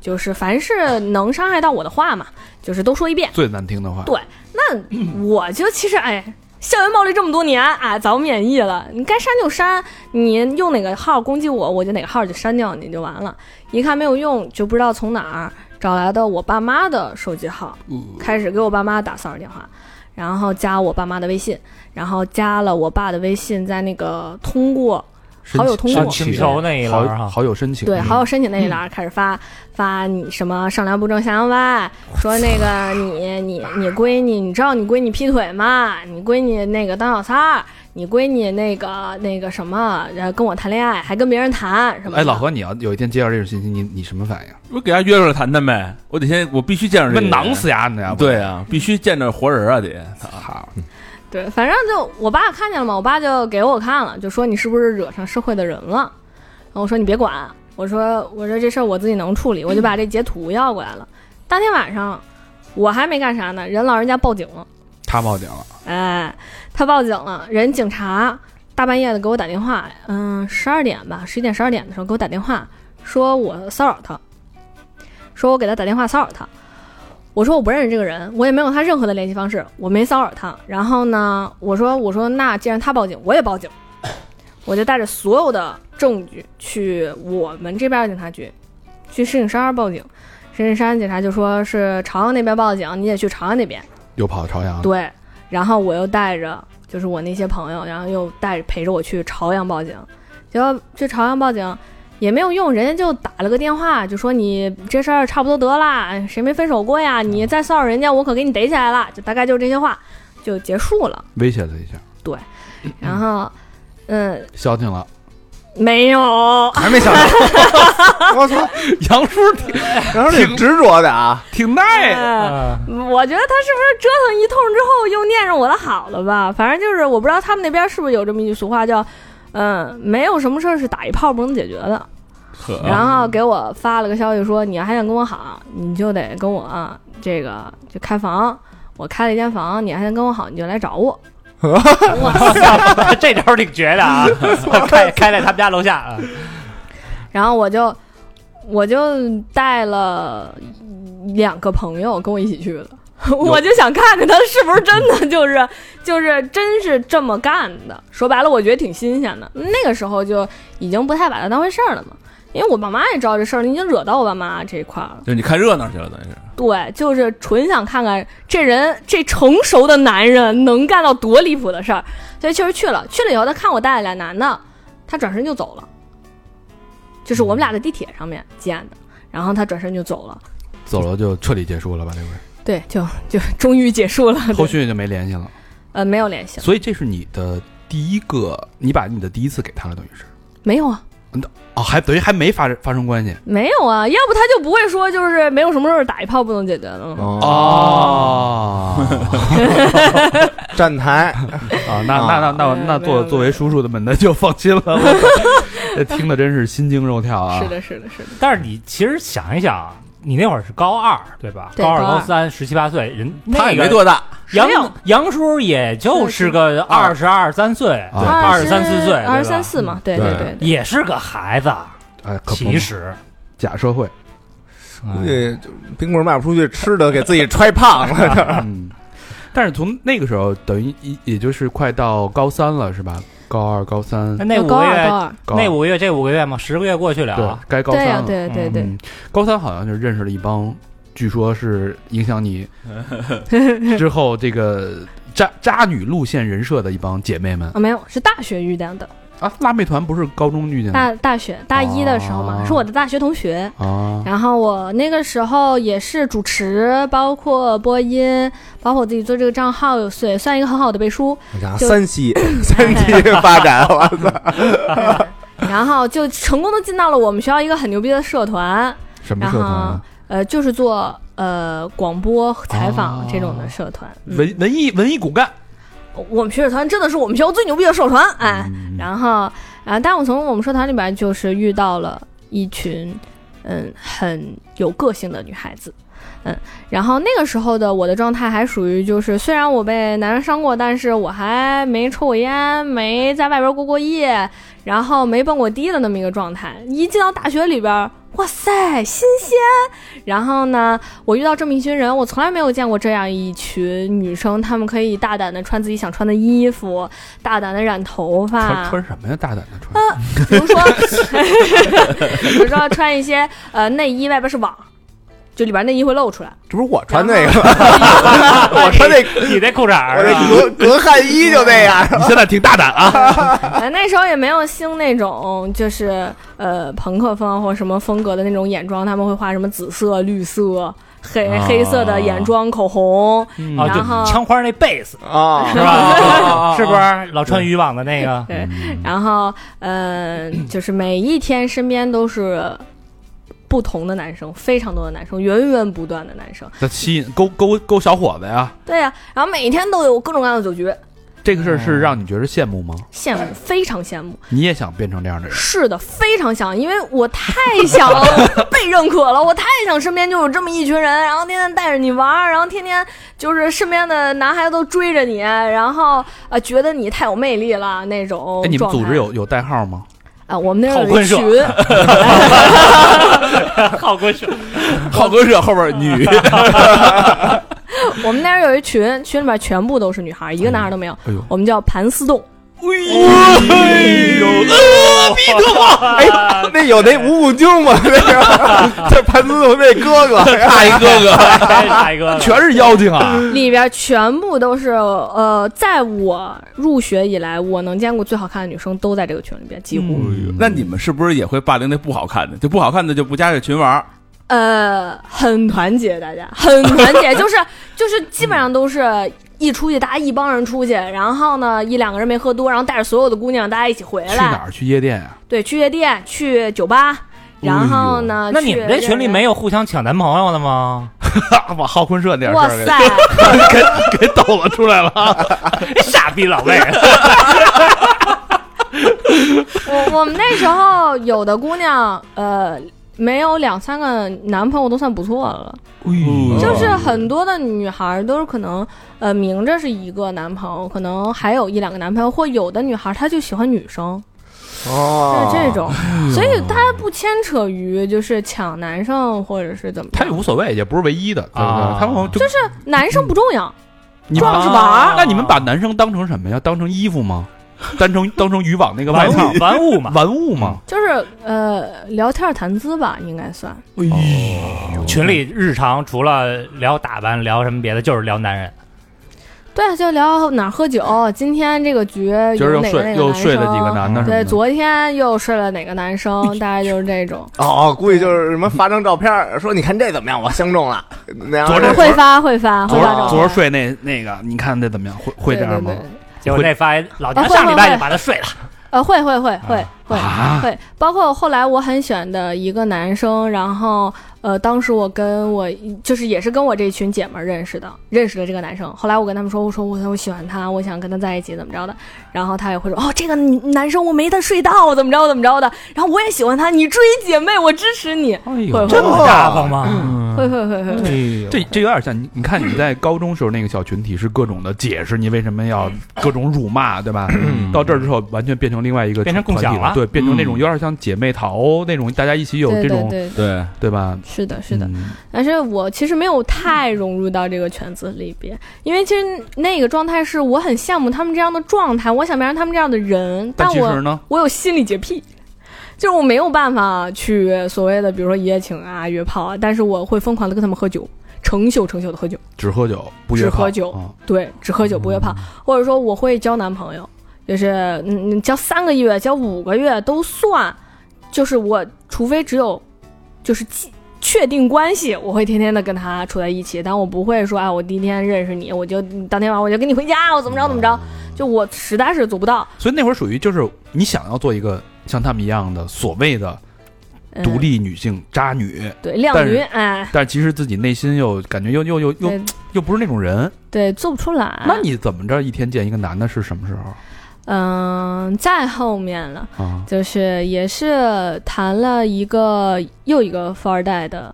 就是凡是能伤害到我的话嘛，就是都说一遍。
最难听的话，
对那我就其实哎，校园暴力这么多年啊，早免疫了。你该删就删，你用哪个号攻击我，我就哪个号就删掉你就完了。一看没有用，就不知道从哪儿找来的我爸妈的手机号，开始给我爸妈打骚扰电话，然后加我爸妈的微信，然后加了我爸的微信，在那个通过
申
好友
请
通过
请求那一栏儿
好
哈
好友申请，
对
嗯
好友申请那一栏儿开始发、发你什么上梁不正下梁歪，说那个你你你闺女，你知道你闺女劈腿吗？你闺女那个当小三儿，你闺女那个那个什么，然后跟我谈恋爱还跟别人谈什么的？
哎，老何，你要有一天接到这种信息，你你什么反应？
我给他约出来谈谈呗，我得先，我必须见着
那
这个人
囊
嗯
死丫的呀！
对啊，必须见着活人啊，得
操，
对，反正就我爸看见了嘛，我爸就给我看了，就说你是不是惹上社会的人了？然后我说你别管，我说我说这事儿我自己能处理，
嗯
我就把这截图要过来了。当天晚上我还没干啥呢，人老人家报警了。
他报警了，
哎，他报警了，人警察大半夜的给我打电话，嗯，十二点吧，十一点十二点的时候给我打电话，说我骚扰他，说我给他打电话骚扰他。我说我不认识这个人，我也没有他任何的联系方式，我没骚扰他。然后呢，我说我说那既然他报警，我也报警，我就带着所有的证据去我们这边的警察局，去石景山报警。石景山警察就说是朝阳那边报警，你得去朝阳那边。
又跑到朝阳，
对，然后我又带着就是我那些朋友，然后又带着陪着我去朝阳报警，结果去朝阳报警也没有用，人家就打了个电话，就说你这事儿差不多得啦，哎谁没分手过呀？你再骚扰人家，我可给你逮起来了，就大概就这些话就结束了。
威胁他一下，
然后，嗯，
消停了。
没有，
还没想到，我操，
杨叔
然后挺执着的啊，
挺耐，
呃
啊
我觉得他是不是折腾一通之后又念着我的好了吧？反正就是我不知道他们那边是不是有这么一句俗话叫，嗯，没有什么事儿是打一炮不能解决的。
呵
啊
然后给我发了个消息说，你要还想跟我好，你就得跟我、这个就开房。我开了一间房，你还想跟我好，你就来找我。哇 塞！
这招挺绝的啊！ 开开在他们家楼下啊，
然后我就我就带了两个朋友跟我一起去的， 我就想看看他是不是真的就是就是真是这么干的。说白了，我觉得挺新鲜的。那个时候就已经不太把他当回事儿了嘛，因为我爸妈也知道这事儿，已经惹到我爸妈这一块儿了。
就你看热闹去了，等于是。
对，就是纯想看看这人这成熟的男人能干到多离谱的事儿，所以确实去了。去了以后，他看我带了俩男的，他转身就走了，就是我们俩在地铁上面见的，然后他转身就走了。
走了就彻底结束了吧？这回
对，就就终于结束了，
后续就没联系了。
呃没有联系了，
所以这是你的第一个，你把你的第一次给他了，等于是
没有啊，
哦，还等于还没发生发生关系
没有啊，要不他就不会说就是没有什么事儿打一炮不能解决的了。
哦
站台
啊，那那那那那
没
作
有没有
作为叔叔的们那就放心了， 我这听的真是心惊肉跳啊！
是的，是的，是的，
但是你其实想一想啊，你那会儿是高二对吧？
对
高二
高二
高三，十七八岁，人
他
那
也
个
没多大，
杨
谁有
杨叔也就是个二十二三岁，
啊
对
二十三四岁，
二十
对吧
三四嘛，对
啊对
对对，
也是个孩子。
哎，可不嘛
其实，哎
假社会，
估计就冰棍卖不出去，吃的给自己揣胖了。
啊
嗯，但是从那个时候，等于一也就是快到高三了，是吧？高二、高三
那那五
高啊
个
二高
月，
二，
高
那五个月，这五个月嘛，十个月过去了
对
啊。
该高
对
三
呀、
了。
对对对，
嗯，高三好像就认识了一帮，据说是影响 你之后这个渣渣女路线人设的一帮姐妹们
嗯啊，没有，是大学遇到的。
啊，辣妹团不是高中遇见的
大大学大一的时候嘛，
嗯哦
是我的大学同学。
啊
然后我那个时候也是主持，包括播音，包括我自己做这个账号，有也算一个很好的 背书。
然后
就
三期三期发展，我操！
然后就成功的进到了我们学校一个很牛逼的社团，
什么
然
社团
后
啊？
呃，就是做呃广播采
哦
访这种的社团。嗯
文文艺文艺骨干，
我们学社团真的是我们学校最牛逼的社团，哎，
嗯
然后，然后，但我从我们社团里边就是遇到了一群，嗯，很有个性的女孩子，嗯，然后那个时候的我的状态还属于就是，虽然我被男人伤过，但是我还没抽过烟，没在外边过过夜，然后没蹦过迪的那么一个状态。一进到大学里边，哇塞，新鲜！然后呢，我遇到这么一群人，我从来没有见过这样一群女生，她们可以大胆的穿自己想穿的衣服，大胆的染头发，
穿穿什么呀？大胆的穿
比如说， 比如说穿一些呃内衣，外边是网，就里边内衣会露出来。
这不是我穿那个吗？我穿那个，
你那裤衩
我
儿啊，
这隔隔汗衣就那样。
你现在挺大胆啊，
呃，那时候也没有兴那种就是呃朋克风或什么风格的那种眼妆，他们会画什么紫色、绿色、黑、
啊
黑色的眼妆、口红。
啊，
然后
就枪花那贝斯
啊
是吧？ 是不是老穿渔网的那个？
对，
嗯
然后呃，就是每一天身边都是不同的男生，非常多的男生，源源不断的男生。
这吸引勾勾勾小伙子呀？
对呀、然后每天都有各种各样的酒局，
这个事儿
嗯
是让你觉得羡慕吗？
羡慕，非常羡慕。
你也想变成这 样的人？
是的，非常想，因为我太想被认可了，我太想身边就有这么一群人，然后天天带着你玩儿，然后天天就是身边的男孩子都追着你，然后呃觉得你太有魅力了那种呃
哎，你们
状态
组织有有代号吗？
啊、嗯我们那
好
儿有
混
一
社
群，
好歌 手，
浩哥社后边女，
我们那儿有一群，群里面全部都是女孩儿，一个男孩儿都没有。
哎呦
我们叫盘丝洞，
哎呦，阿弥陀佛！哎，那有那五谷精吗？那个，这盘丝洞那哥哥，
大一哥哥，
哎大一个
全是妖精啊！
里边全部都是呃，在我入学以来，我能见过最好看的女生都在这个群里边，几乎。
那你们是不是也会霸凌那不好看的？就不好看的就不加这群玩儿，
呃，很团结，大家很团结， 就是就是基本上都是一出去，大家一帮人出去，然后呢，一两个人没喝多，然后带着所有的姑娘，大家一起回
去哪
来，
儿？去夜店呀？
对，去夜店，去酒吧，然后呢，
那你们这群里没
有？
有互相抢男朋友的吗？
哈往浩坤社那点
哇
事儿
塞，
给给抖了出来了。
傻逼老魏，
我我们那时候有的姑娘，呃。没有两三个男朋友都算不错了，
哦
呦
就是很多的女孩都是可能，呃，明着是一个男朋友，可能还有一两个男朋友，或有的女孩她就喜欢女生，
啊
哦
是这种，所以他不牵扯于就是抢男生或者是怎么
他也
样，
无所谓，也不是唯一的，对不
啊
对？他们就是
男生不重要，
你
壮着玩儿
那你们把男生当成什么呀？当成衣服吗？当成当成渔网那个外
玩
套
物玩物嘛，
玩物吗？
就是呃聊天谈资吧，应该算。
群里日常除了聊打扮，聊什么别的，就是聊男人。
对，啊就聊哪儿喝酒，今天这个局
今儿
有
又
哪
睡
个哪个
又
男
睡了几个
生。
男的什哎么的，
对，昨天又睡了哪个男生，大概就是这种。
哦哦，估计就是什么发张照片儿，说你看这怎么样，我相中了。那 样
昨天
会发会发会
昨
发
儿
照
昨儿
片，
睡那那个，你看这怎么样？会会
哦对
这样
对
吗
对？，
结果那发现老娘
啊会
上礼拜
会
就把他睡了，
呃，会会会会会
啊
会，包括后来我很喜欢的一个男生，然后呃，当时我跟我就是也是跟我这群姐们儿认识的，认识的这个男生。后来我跟他们说，我说我我喜欢他，我想跟他在一起，怎么着的。然后他也会说，哦，这个男生我没他睡到，怎么着怎么着的。然后我也喜欢他，你追姐妹，我支持你。
哎
会
呦，
会嗯
这么大
哦
方吗？哎
会会会
嗯
会会，
这这有点像你，你看你在高中时候那个小群体是各种的解释，你为什么要各种辱 骂，对吧？
嗯
到这儿之后，完全变成另外一个
变成共
团体
享了
对，变成那种
嗯
有点像姐妹淘那种，大家一起有
对
这
对
种，
对，
对，
对吧？
是的，是的。
嗯
但是我其实没有太融入到这个圈子里边，因为其实那个状态是我很羡慕他们这样的状态，我想变成他们这样的人，但
但其实
我
呢，
我有心理洁癖，就是我没有办法去所谓的比如说一夜情啊、约炮啊，但是我会疯狂的跟他们喝酒，成宿成宿的喝酒，
只喝酒不约
只
炮
喝酒
啊嗯
对，只喝酒不约炮，或者说我会交男朋友。就是嗯，你交三个月、交五个月都算，就是我除非只有就是既确定关系，我会天天的跟他处在一起，但我不会说啊，我第一天认识你，我就当天晚上我就跟你回家，我怎么着怎么着，就我实在是做不到。
嗯所以那会儿属于就是你想要做一个像他们一样的所谓的
嗯、
独立女性渣女，
对亮
但是
云，哎，
但其实自己内心又感觉又又又又
对
又不是那种人，
对，做不出来。
那你怎么着一天见一个男的是什么时候
嗯、再后面了。
啊？
就是也是谈了一个又一个富二代的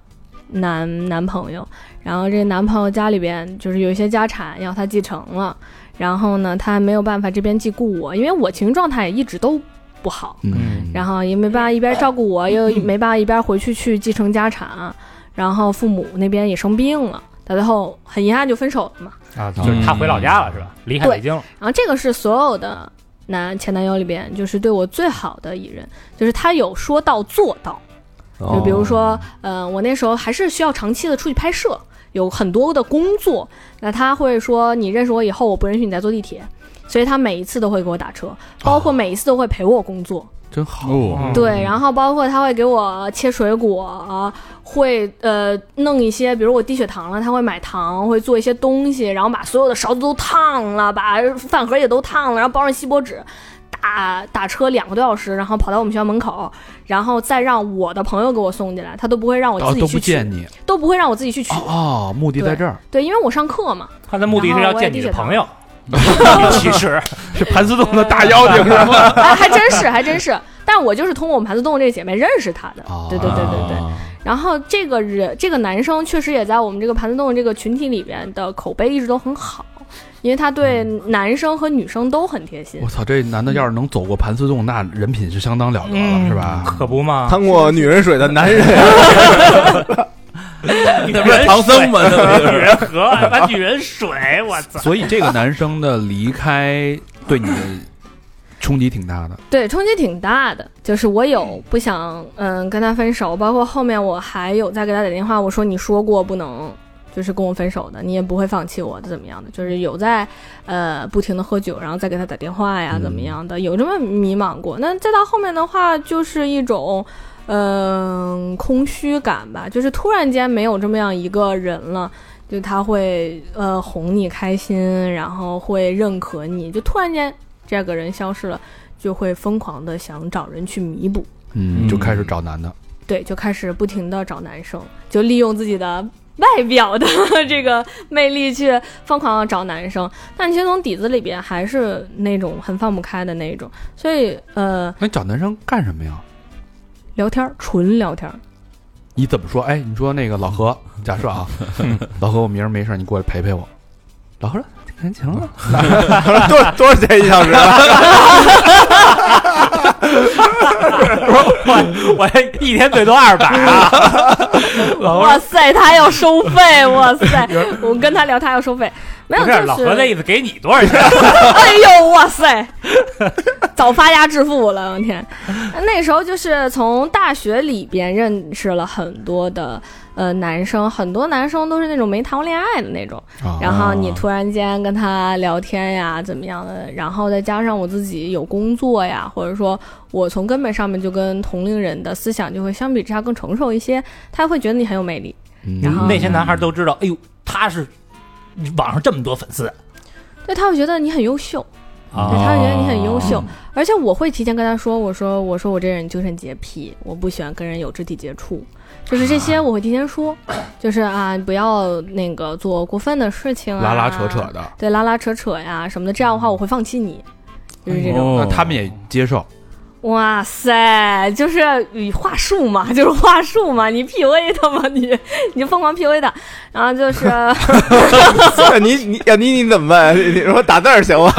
男男朋友，然后这男朋友家里边就是有一些家产要他继承了，然后呢，他没有办法这边既顾我，因为我情绪状态也一直都不好，
嗯，
然后也没办法一边照顾我，又没办法一边回去去继承家产，然后父母那边也生病了，到最后很遗憾就分手了嘛。
啊，就是他回老家了是吧？离开北京了，
然后这个是所有的男前男友里边，就是对我最好的一人，就是他有说到做到。
哦
就比如说，呃，我那时候还是需要长期的出去拍摄，有很多的工作。那他会说，你认识我以后，我不允许你再坐地铁，所以他每一次都会给我打车，包括每一次都会陪我工作。
真好，
哦
对，然后包括他会给我切水果，啊会呃弄一些，比如我低血糖了，他会买糖，会做一些东西，然后把所有的勺子都烫了，把饭盒也都烫了，然后包上锡箔纸，打打车两个多小时，然后跑到我们学校门口，然后再让我的朋友给我送进来，他都不会让我
哦
自己
都
去
不
取，
见你
都不会让我自己去取，
哦，目的在这儿，
对，因为我上课嘛，
他的目的是要见你的朋友。其实
是盘丝洞的大妖精是吧？
哎，还真是，还真是，但是我就是通过我们盘丝洞这个姐妹认识她的，
哦
对对对对对。然后这个人，这个男生确实也在我们这个盘丝洞这个群体里边的口碑一直都很好，因为他对男生和女生都很贴心
我。操，这男的要是能走过盘丝洞，那人品是相当了得
嗯
哦了，是吧？
嗯可不嘛，
趟过女人水的男人，
那
不是唐僧吗？那不
女
是
人河，还把女人水，我操！
所以这个男生的离开对你的冲击挺大的，
对，冲击挺大的。就是我有不想嗯跟他分手，包括后面我还有再给他打电话，我说你说过不能就是跟我分手的，你也不会放弃我的怎么样的，就是有在呃不停的喝酒，然后再给他打电话呀
嗯
怎么样的，有这么迷茫过。那再到后面的话，就是一种。嗯，空虚感吧，就是突然间没有这么样一个人了，就他会呃哄你开心，然后会认可你，就突然间这个人消失了，就会疯狂的想找人去弥补，
嗯，
嗯
就开始找男的，
对，就开始不停的找男生，就利用自己的外表的 这个魅力去疯狂的找男生，但其实从底子里边还是那种很放不开的那种，所以呃，
那哎找男生干什么呀？
聊天儿纯聊天儿，
你怎么说？哎，你说那个老 何，假设啊，老何，我明儿没事儿，你过来陪陪我。老何说，行行了，
多多少钱一小时？
我我一天最多二百啊！老
哇塞，他要收费，哇 塞，我跟他聊他要收费，没有
不
就是是
老何的意思，给你多少钱？
哎呦，哇塞，早发家致富了，我天！那时候就是从大学里边认识了很多的呃男生，很多男生都是那种没谈过恋爱的那种，
啊
然后你突然间跟他聊天呀，怎么样的？然后再加上我自己有工作呀，或者说我从根本上面就跟同龄人的思想就会相比之下更成熟一些，他会觉得你很有魅力。
嗯
然后
那些男孩都知道，哎呦，他是网上这么多粉丝，
对，他会觉得你很优秀，
啊
对，他会觉得你很优秀，而且我会提前跟他说，我说我说我这人精神洁癖，我不喜欢跟人有肢体接触，就是这
啊
些我会提前说，就是啊，不要那个做过分的事情、啊，
拉拉扯扯，的，
对，拉拉扯扯呀什么的，这样的话我会放弃你，就是这种。
哦
那他们也接受。
哇塞，就是嗯话术嘛，就是话术嘛，你 PUA 他嘛，你你就疯狂 PUA 他，然后就是
你你要你你怎么办？你说打字儿行吗？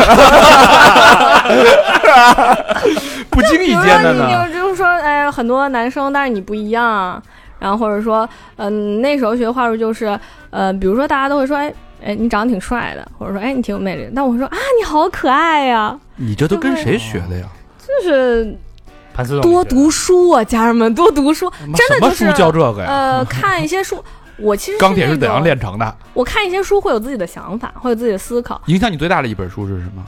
不 经
比如说你就就是说，哎，很多男生，但是你不一样啊，然后或者说，嗯、那时候学话术就是，呃，比如说大家都会说，哎。哎，你长得挺帅的，或者说，哎，你挺有魅力的。但我说啊，你好可爱啊呀、
你这都跟谁学的呀？
就是
盘丝洞
多读书啊，家人们多读书。
妈
真
什
的
么
就是
书教这个呀？
呃，看一些书，我其实
钢铁
是
是
那
怎样
种
炼成的？
我看一些书会有自己的想法，会有自己的思考。
影响你最大的一本书是什么？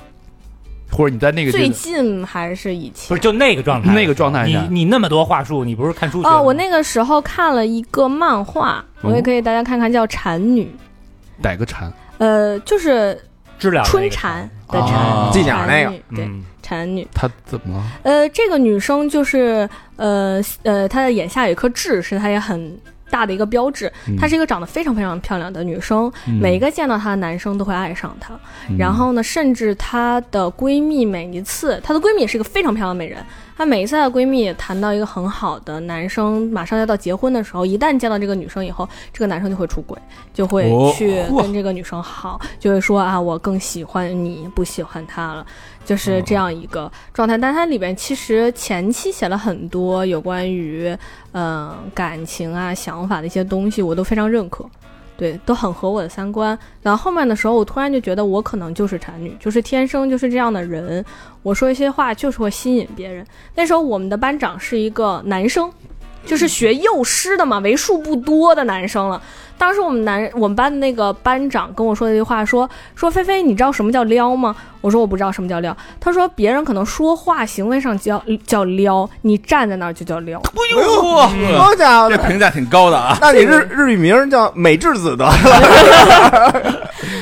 或者你在那个
最
阶
近还是以
不
前
是？就那个状态的时候，
那个状态
你
下
你那么多话术，你不是看书学的吗
哦，我那个时候看了一个漫画，我也可以大家看看，叫《蝉女
哪个蝉？》，
呃，就是
知了的那个啊
春蝉的蝉，
哦
记鸟那个
蝉女，对，
嗯
蝉女。
他怎么了？
呃，这个女生就是呃呃，她的眼下有一颗痣，是她也很大的一个标志。
嗯
她是一个长得非常非常漂亮的女生，每一个见到她的男生都会爱上她。
嗯
然后呢，甚至她的闺蜜每一次，她的闺蜜也是个非常漂亮的美人，她每一次她的闺蜜谈到一个很好的男生，马上要到结婚的时候，一旦见到这个女生以后，这个男生就会出轨，就会
哦
去
嚯
跟这个女生好，就会说啊，我更喜欢你，不喜欢她了。就是这样一个状态，但它里边其实前期写了很多有关于嗯、呃感情啊、想法的一些东西，我都非常认可，对，都很合我的三观。然后后面的时候，我突然就觉得我可能就是产女，就是天生就是这样的人。我说一些话就是会吸引别人。那时候我们的班长是一个男生，就是学幼师的嘛，为数不多的男生了。当时我们男我们班的那个班长跟我说了一句话，说说菲菲，你知道什么叫撩吗？我说我不知道什么叫撩。他说别人可能说话行为上叫叫撩，你站在那儿就叫 撩。
哎
嗯
嗯
呦，
好家
这
伙，
评价挺高的啊！
那你日日语名叫美智子的，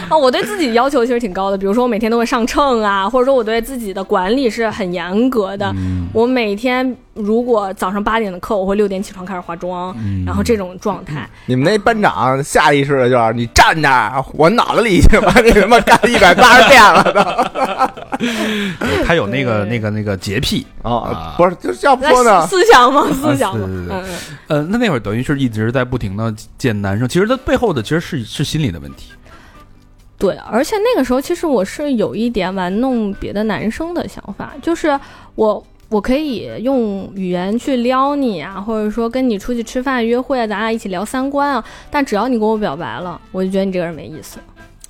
啊，我对自己要求其实挺高的，比如说我每天都会上秤啊，或者说我对自己的管理是很严格
嗯
的。我每天如果早上八点的课，我会六点起床开始化妆，
嗯
然后这种状态。
你们那班长啊下意识的就是你站那儿，我脑子里已经把你他妈干一百八十遍了都。
他有那个
对
那个那个洁癖。
啊，不是，就是要不说
那
呢，
思想吗？思想
啊对对
吗？
对
嗯嗯，
呃，那那会儿等于是一直在不停的见男生，其实他背后的其实是是心理的问题。
对。而且那个时候，其实我是有一点玩弄别的男生的想法，就是我。我可以用语言去撩你啊，或者说跟你出去吃饭、约会啊，咱俩一起聊三观啊。但只要你跟我表白了，我就觉得你这个人没意思。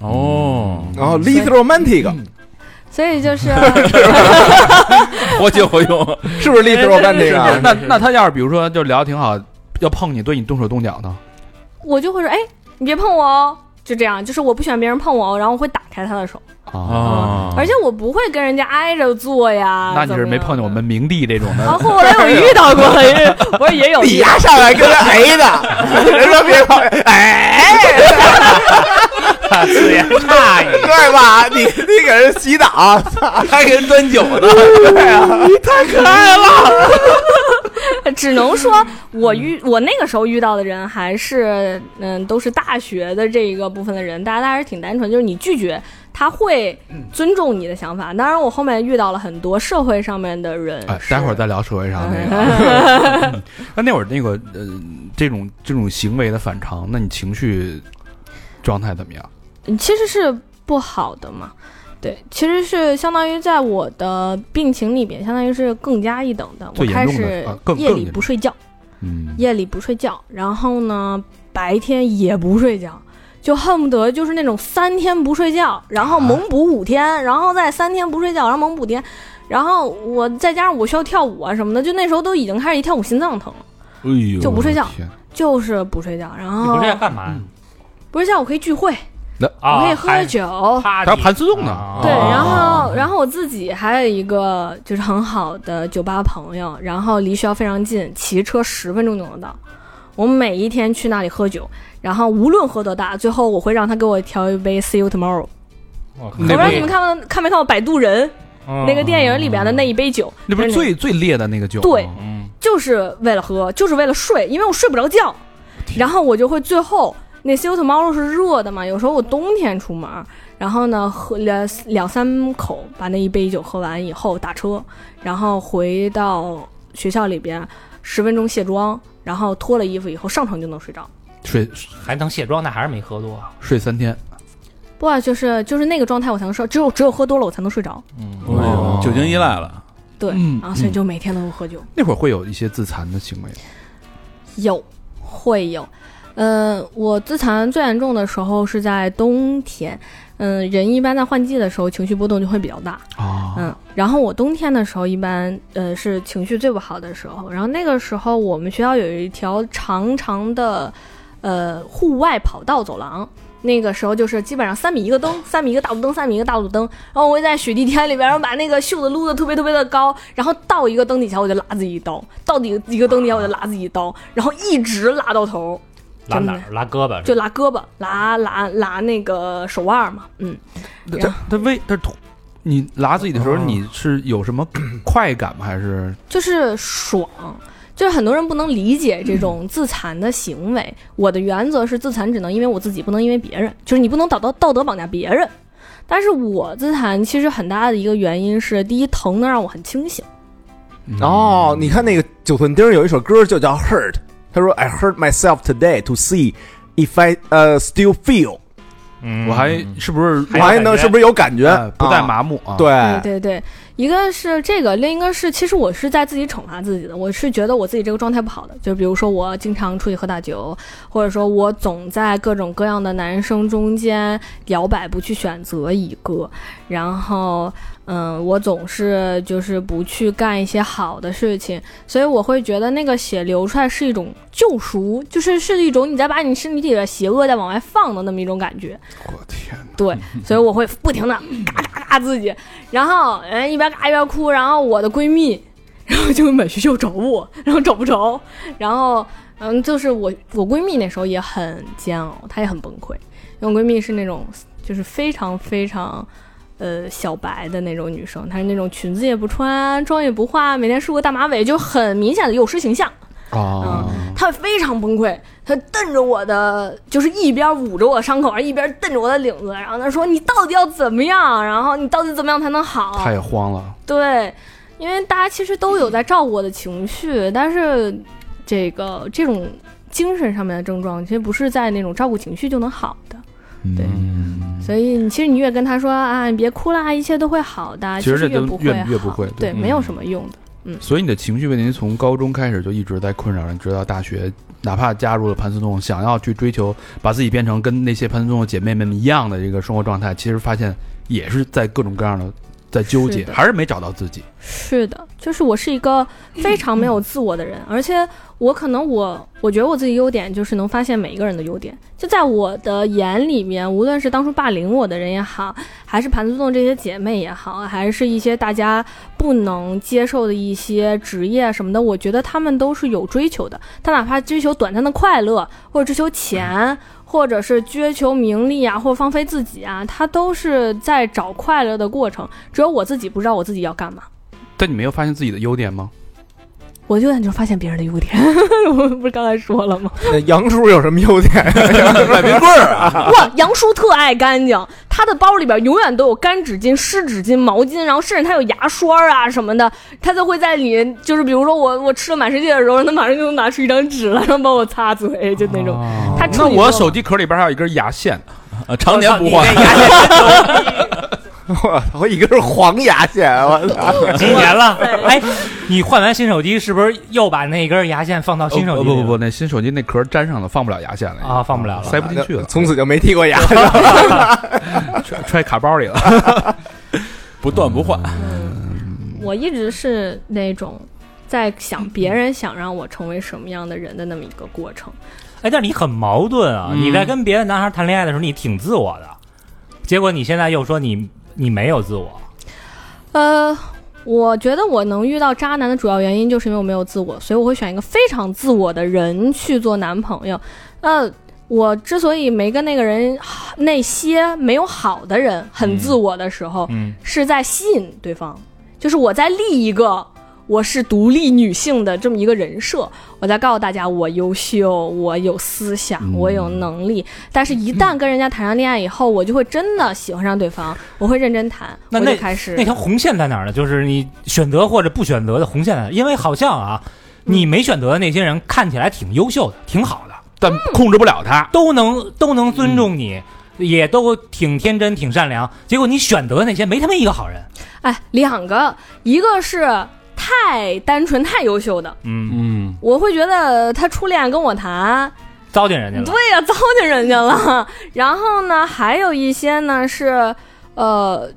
哦，
嗯
然后 lead romantic
所以就是，
活结活用，
是不是 lead romantic 啊？
那那他要是比如说就聊得挺好，要碰你，对你动手动脚呢？
我就会说，哎，你别碰我哦，就这样，就是我不喜欢别人碰我哦，然后我会打开他的手，
啊，
哦
而且我不会跟人家挨着坐呀。
那你是没碰见我们明帝这种的
怎么样的。啊，后来我遇到过， 也我 也有
你
遇到
丫上来跟他 A 的，人说别跑，哎，
字 眼差异。
对吧？你你给人洗脑，操
还给人端酒呢，
只能说
嗯
我遇我那个时候遇到的人还是嗯，都是大学的这一个部分的人，大家都还是挺单纯，就是你拒绝他会
嗯
尊重你的想法。当然，我后面遇到了很多社会上面的人
哎，，
是
待会儿再聊社会上那个。嗯那那会儿那个呃，这种这种行为的反常，那你情绪状态怎么样？
其实是不好的嘛。对，其实是相当于在我的病情里边，相当于是更加一等的。我
最严
开
重的
始
啊更
夜
更
里
严
不睡觉，
嗯，
夜里不睡觉，然后呢白天也不睡觉，就恨不得就是那种三天不睡觉，然后猛补五天，然后再三天不睡觉，然后猛补天，然后我再加上我需要跳舞啊什么的，就那时候都已经开始一跳舞心脏疼了，
哎呦
就不睡觉
我的天
就是不睡觉，然
你
后
不是要干嘛呀？
不睡觉我可以聚会，
啊，
嗯我可以喝酒，
还
还有盘丝洞呢
啊
对，
哦
然后然后我自己还有一个就是很好的酒吧朋友，然后离学校非常近，骑车十分钟就能到。我每一天去那里喝酒，然后无论喝多大，最后我会让他给我调一杯 See You Tomorrow。
我靠
我不知道你们看没看没看过《摆渡人》
嗯
那个电影里边的那一杯酒，
哦那不是
就是
最最烈的那个酒吗？
对
嗯，
就是为了喝，就是为了睡，因为我睡不着觉，然后我就会最后那 See You Tomorrow 是热的嘛，有时候我冬天出门，然后呢喝两两三口把那一杯酒喝完以后打车，然后回到学校里边十分钟卸妆，然后脱了衣服以后上床就能睡着。
睡
还能卸妆，那还是没喝多。
睡三天，
不啊，就是就是那个状态，我才能睡。只有只有喝多了，我才能睡着。
嗯
哦
酒精依赖了，
对，啊
嗯
然后所以就每天都会喝酒。
那会儿会有一些自残的行为，
有，会有。嗯，我自残最严重的时候是在冬天。嗯，人一般在换季的时候情绪波动就会比较大。
啊
嗯，然后我冬天的时候一般呃是情绪最不好的时候。然后那个时候我们学校有一条长长的呃户外跑道走廊，那个时候就是基本上三米一个灯，三米一个大路灯，三米一个大路灯。然后我会在雪地天里边，然后把那个袖子撸的特别特别的高，然后到一个灯底下我就拉自己一刀，到底一个灯底下我就拉自己一刀，然后一直拉到头，
拉哪儿？拉胳膊？
就拉胳膊，拉拉拉那个手腕嘛，嗯，
他他为他捅你拉自己的时候，你是有什么快感吗？还是
就是爽。就是很多人不能理解这种自残的行为。我的原则是自残只能因为我自己，不能因为别人。就是你不能道德道德绑架别人。但是我自残其实很大的一个原因是，第一疼能让我很清醒。
嗯
哦，你看那个九寸钉儿有一首歌就叫《Hurt》，他说 I hurt myself today to see if I 呃 still feel，
嗯
我还是不是
我
有
还
感
能
觉
是不是有感觉
哎？不带
啊
麻木啊？，
对，
对对，一个是这个，另一个是其实我是在自己惩罚自己的，我是觉得我自己这个状态不好的，就比如说我经常出去喝大酒，或者说我总在各种各样的男生中间摇摆，不去选择一个，然后嗯，我总是就是不去干一些好的事情，所以我会觉得那个血流出来是一种救赎，就是是一种你在把你身体里的邪恶在往外放的那么一种感觉。
我天哪！
对，所以我会不停的嘎嘎嘎自己，然后人一边嘎一边哭，然后我的闺蜜，然后就买学校找我，然后找不着，然后嗯，就是我我闺蜜那时候也很煎熬，她也很崩溃，因为我闺蜜是那种就是非常非常。呃，小白的那种女生，她是那种裙子也不穿，妆也不化，每天梳个大马尾，就很明显的有失形象。
哦，
他非常崩溃，他瞪着我的，就是一边捂着我的伤口，一边瞪着我的领子，然后他说：“你到底要怎么样？然后你到底怎么样才能好
太慌了。？”
对，因为大家其实都有在照顾我的情绪，但是这个这种精神上面的症状，其实不是在那种照顾情绪就能好的。对
嗯
所以你其实你越跟他说啊，你别哭啦，一切都会好的，
其实这
越
都
不会
越越不
好
会嗯
对，
对
没有什么用的。
所以你的情绪问题从高中开始就一直在困扰你，直到大学，哪怕加入了盘丝洞，想要去追求把自己变成跟那些盘丝洞的姐妹们一样的这个生活状态，其实发现也是在各种各样的在纠结
是，的
还是没找到自己。
是的，就是我是一个非常没有自我的人，而且我可能我我觉得我自己优点就是能发现每一个人的优点，就在我的眼里面，无论是当初霸凌我的人也好，还是盘丝洞这些姐妹也好，还是一些大家不能接受的一些职业什么的，我觉得他们都是有追求的，他哪怕追求短暂的快乐，或者追求钱。或者是追求名利啊，或者放飞自己啊，他都是在找快乐的过程。只有我自己不知道我自己要干嘛。
但你没有发现自己的优点吗？
我优点就是发现别人的优点， 我不是刚才说了吗？
那杨叔有什么优点？
买冰棍儿啊，
哇，杨叔特爱干净，他的包里边永远都有干纸巾、湿纸巾、毛巾，然后甚至他有牙刷啊什么的，他都会在里，就是比如说我我吃了满世界的时候，他马上就拿出一张纸来，然后帮我擦嘴，就那种。他处
那
理
我
过
手机壳里边还有一根牙线，
啊常年不换，
我我一根黄牙线，我操！
几年 了？哎，你换完新手机是不是又把那根牙线放到新手机
哦
里
不
了？
不不，那新手机那壳粘上了，放不了牙线了
啊放不了了
塞不进去了，
从此就没剃过牙了。
揣揣卡包里了。
不断不换，
我一直是那种在想别人想让我成为什么样的人的那么一个过程。
哎，但是你很矛盾啊！
嗯
你在跟别的男孩谈恋爱的时候，你挺自我的，结果你现在又说你你没有自我，
呃，我觉得我能遇到渣男的主要原因就是因为我没有自我，所以我会选一个非常自我的人去做男朋友。那、我之所以没跟那个人，那些没有好的人很自我的时候，
嗯，
是在吸引对方，就是我在立一个我是独立女性的这么一个人设，我在告诉大家我优秀，我有思想，我有能力。
嗯
但是，一旦跟人家谈上恋爱以后，我就会真的喜欢上对方，我会认真谈，
那
我
那
就开始
那条红线在哪儿呢？就是你选择或者不选择的红线在哪儿？因为好像啊，
嗯
你没选择的那些人看起来挺优秀的，挺好的，
但控制不了它。
都能都能尊重你，也都挺天真、挺善良。结果你选择的那些没他妈一个好人，
哎，两个，一个是太单纯、太优秀的，
嗯，
嗯，
我会觉得他初恋跟我谈，
糟践人家了。
对呀、糟践人家了。 然后呢，还有一些呢是，呃，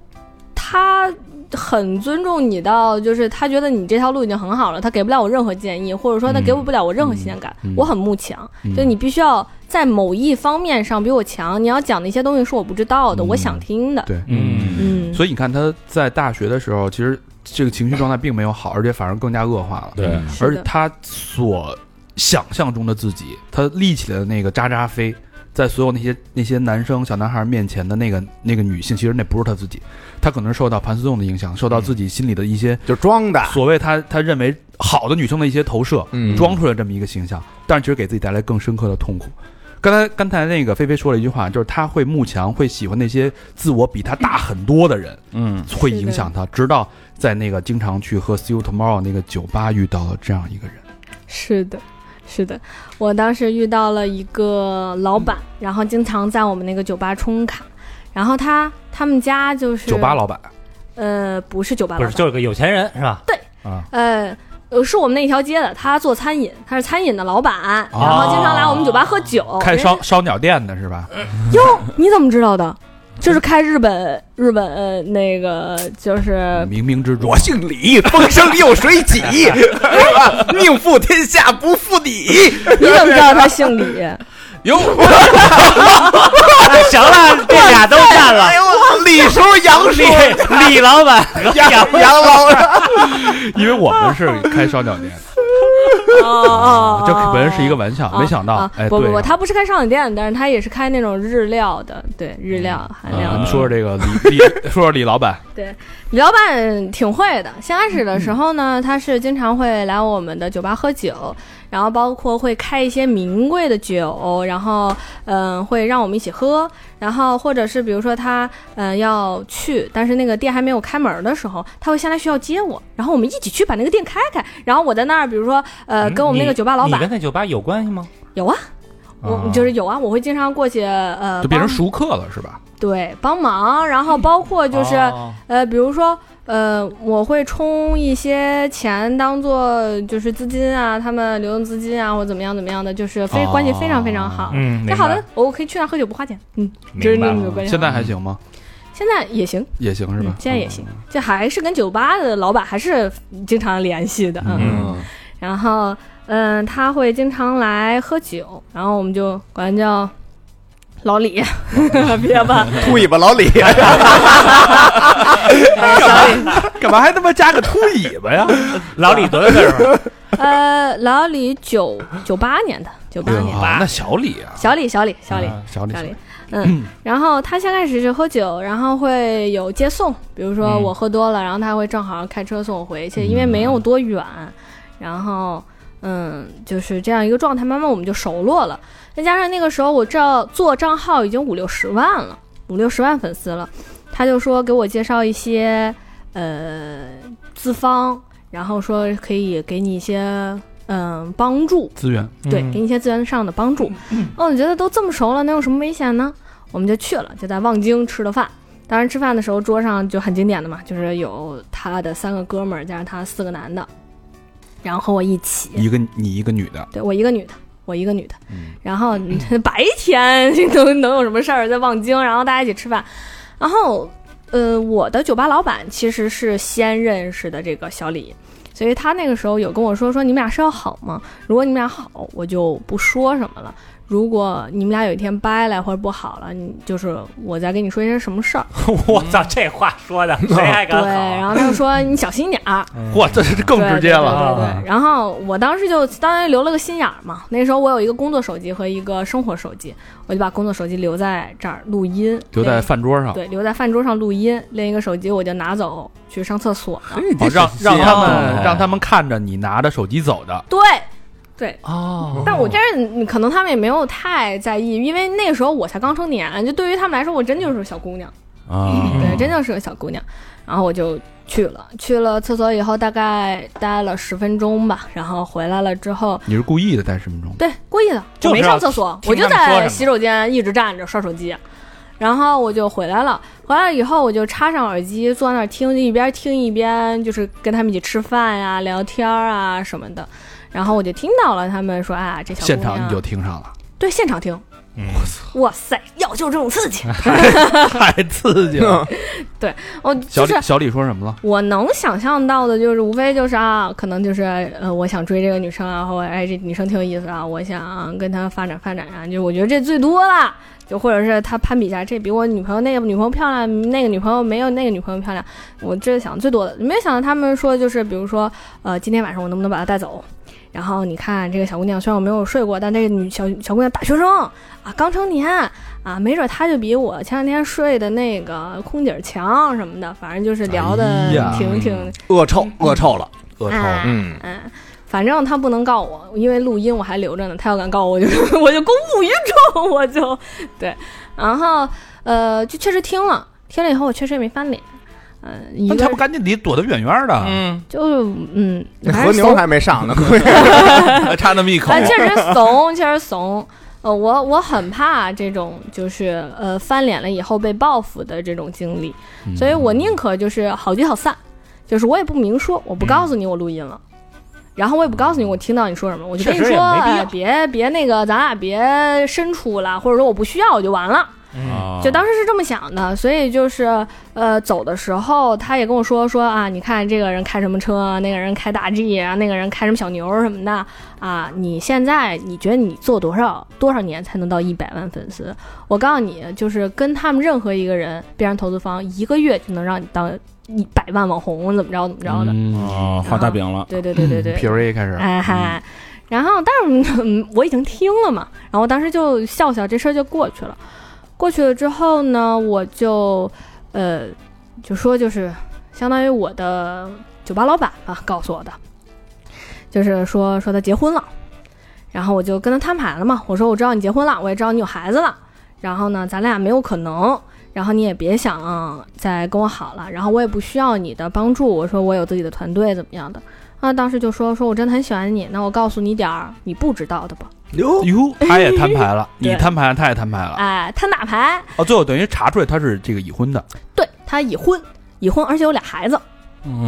他很尊重你到，就是他觉得你这条路已经很好了，他给不了我任何建议，或者说他给我不了我任何新鲜感，
嗯嗯
我很慕强。
嗯
就你必须要在某一方面上比我强，你要讲的一些东西是我不知道的，
嗯
我想听的。
对，
嗯，
嗯，
所以你看他在大学的时候，其实这个情绪状态并没有好，而且反而更加恶化了。
对，
是
而
的
他所想象中的自己，他立起来的那个渣渣飞，在所有那些那些男生小男孩面前的那个那个女性，其实那不是他自己，他可能是受到盘丝洞的影响，受到自己心里的一些
就装的，
所谓他他认为好的女生的一些投射，
啊嗯
装出来这么一个形象，但是其实给自己带来更深刻的痛苦。刚才刚才那个菲菲说了一句话，就是他会慕强，会喜欢那些自我比他大很多的人，
嗯，
会影响他，直到在那个经常去喝 See You Tomorrow 那个酒吧遇到了这样一个人。
是的，是的，我当时遇到了一个老板，然后经常在我们那个酒吧充卡，然后他他们家就是
酒吧老板，
呃不是酒吧老
不是
板，
就是个有钱人是吧？
呃。呃，是我们那一条街的，他做餐饮，他是餐饮的老板，然后经常来我们酒吧喝酒。
哦开
人
烧烧鸟店的是吧？
你怎么知道的？这是开日本日本、呃、那个就是
冥冥之中，
我姓李，风生又水起，是吧？命负天下不负你，
你怎么知道他姓李？ 哦
哟，
啊行了，这俩都占了
哎。呦，李叔、杨叔、
李李老板和
杨
杨
杨老师，
因为我们是开烧鸟店的，
哦哦，
这本来是一个玩笑，
啊
没想到
啊，
哎，
不不不，
对。
他不是开烧烤店，但是他也是开那种日料的，对日料韩
我
料
们嗯
的。
啊说说这个李李，说说李老 板，
李老板挺会的，先开始的时候
嗯
呢，他是经常会来我们的酒吧喝酒，然后包括会开一些名贵的酒，然后嗯会让我们一起喝，然后或者是比如说他嗯要去，但是那个店还没有开门的时候，他会下来学校接我，然后我们一起去把那个店开开，然后我在那儿比如说呃
嗯
跟我们那个酒吧老
嗯你
板
跟那酒吧有关系吗？
有啊，
啊
我就是有啊，我会经常过去呃
就变成
帮
熟客了是吧？
对帮忙，然后包括就是、
哦
嗯呃，比如说呃，我会充一些钱当做就是资金啊，他们流动资金啊，或怎么样怎么样的，就是非、关系非常非常好。
嗯，
那
明
好
白
的，，我可以去那儿喝酒不花钱，嗯，就是那种关系。
现在还行吗？
现在也行，
也行是吧
嗯？现在也行，这还是跟酒吧的老板还是经常联系的，嗯。
嗯，
然后，嗯，他会经常来喝酒，然后我们就管他叫老李， 别吧，
秃尾巴老李，
嗯 干嘛还他妈加个秃尾巴呀？
啊老 李多大岁数？
呃，老李九九八年的，九 八年，
啊，那小李啊，
小李，小李，小李，
啊小李
小，李，嗯，然后他先开始是喝酒，然后会有接送，比如说
嗯
我喝多了，然后他会正好开车送我回去，因为没有多远，然后嗯，就是这样一个状态，慢慢我们就熟络了。再加上那个时候我这做账号已经五六十万了，五六十万粉丝了，他就说给我介绍一些呃资方，然后说可以给你一些嗯帮助，
资源，
对，给你一些资源上的帮助。哦，我觉得都这么熟了，能有什么危险呢？我们就去了，就在望京吃了饭。当然，吃饭的时候桌上就很经典的嘛，就是有他的三个哥们儿加上他四个男的，然后和我一起，
一个你一个女的，
对我一个女的，我一个女的。 然后白天能 能有什么事儿？在望京，然后大家一起吃饭。然后，呃，我的酒吧老板其实是先认识的这个小李，所以他那个时候有跟我说说你们俩是要好吗？如果你们俩好，我就不说什么了。如果你们俩有一天掰了或者不好了，你就是我再跟你说一些什么事儿。
我操，这话说的谁还
对，
敢嗯
然
好？啊
后他就说你小心点儿。
哇，这是更直接了。啊
对对对对对然后我当时就当然留了个心眼儿嘛，那时候我有一个工作手机和一个生活手机，我就把工作手机留在这儿录音，
留在饭桌上，
对留在饭桌上录音，另一个手机我就拿走去上厕所了。
好哦让让他们
哦
哎
让他们看着你拿着手机走的。
对。对，
哦，
但我但是你可能他们也没有太在意，因为那个时候我才刚成年，就对于他们来说，我真就是个小姑娘。
哦嗯
啊，
嗯对，真的是个小姑娘。然后我就去了，去了厕所以后大概待了十分钟吧，然后回来了之后，
你是故意的待十分钟，
对，故意的，
就是
我没上厕所，
听
我就
他们说什
在
么
洗手间一直站着刷手机，然后我就回来了。回来以后我就插上耳机坐在那儿听，一边听一边就是跟他们一起吃饭呀、聊天啊什么的。然后我就听到了他们说啊，这小姑
现
娘
场你就听上了。
对现场听，
嗯
哇塞，要就这种刺
哎
激，
太刺激了。
我
小
嗯就
李
是
小李说什么了？
我能想象到的，就是无非就是啊，可能就是呃，我想追这个女生啊，或者哎这女生挺有意思啊，我想跟她发展发展啊，就我觉得这最多了，就或者是他攀比一下，这比我女朋友那个女朋友漂亮，那个女朋友没有那个女朋友漂亮，我这是想最多的，没有想到他们说就是比如说呃，今天晚上我能不能把她带走？然后你看这个小姑娘，虽然我没有睡过，但这个女小小姑娘大学生啊，刚成年啊，没准她就比我前两天睡的那个空姐儿强什么的，反正就是聊的
哎呀
挺挺
恶臭，恶臭了，
恶臭
哎
嗯，
嗯，反正他不能告我，因为录音我还留着呢。他要敢告我，我就 我就公布于众，我就对。然后呃，就确实听了，听了以后我确实也没翻脸。嗯、一
那
个
还不赶紧离躲得远远的？
嗯，
就是嗯，还
和
是
牛
怂，
还没上 呢，
还差那么一口
啊，，确 实怂，确实怂。呃，我我很怕这种就是呃翻脸了以后被报复的这种经历，
嗯
嗯
所以我宁可就是好聚好散，就是我也不明说，我不告诉你我录音了，然后我也不告诉你我听到你说什么，我就跟你
确实
说，
也没必要
哎别别那个，咱俩别深处了，或者说我不需要，我就完了。
哦
啊
就当时是这么想的，所以就是呃，走的时候他也跟我说说啊，你看这个人开什么车啊，那个人开大 G 啊，那个人开什么小牛什么的啊，你现在你觉得你做多少多少年才能到一百万粉丝？我告诉你，就是跟他们任何一个人，别人投资方一个月就能让你当一百万网红，怎么着怎么
嗯
着的。嗯
哦，画大饼了，
对对对对对，
皮瑞开始，
哎嗨，然后但是、嗯我已经听了嘛，然后我当时就笑笑，这事儿就过去了。过去了之后呢，我就呃就说就是相当于我的酒吧老板吧告诉我的，就是说说他结婚了，然后我就跟他摊牌了嘛，我说我知道你结婚了，我也知道你有孩子了，然后呢，咱俩没有可能。然后你也别想再跟我好了，然后我也不需要你的帮助。我说我有自己的团队，怎么样的？啊，当时就说说我真的很喜欢你，那我告诉你点儿你不知道的吧。
哟，
哟，他也摊牌了，
对
你摊牌了，他也摊牌
啊
了。
哎，他打牌，
哦，最后等于查出来他是这个已婚的，
对他已婚，已婚，而且有俩孩子，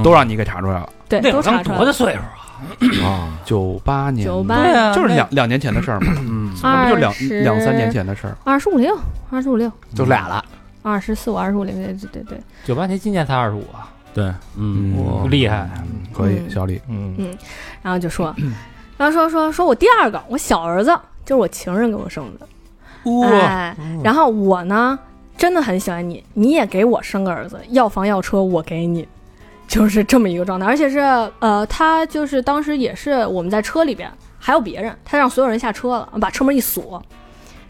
都让你给查出来了。
对，
那会
都
儿
查
刚
出来
多大
了。
岁数啊？
啊，
九八年，
九
对
八
啊
就是
那
两两年前的事儿嘛，
嗯，
那不就两
20
两三年前的事儿？
二十五六，二十五六，
就俩了，
二十四五，二十五六，对对对对，
九八年今年才二十五啊，
对，嗯，
嗯
厉害。
可以，
嗯
小李，
嗯
然后就说，然后说说说我第二个，我小儿子就是我情人给我生的，哎，然后我呢真的很喜欢你，你也给我生个儿子，要房要车我给你。就是这么一个状态，而且是呃，他就是当时也是我们在车里边，还有别人，他让所有人下车了，把车门一锁，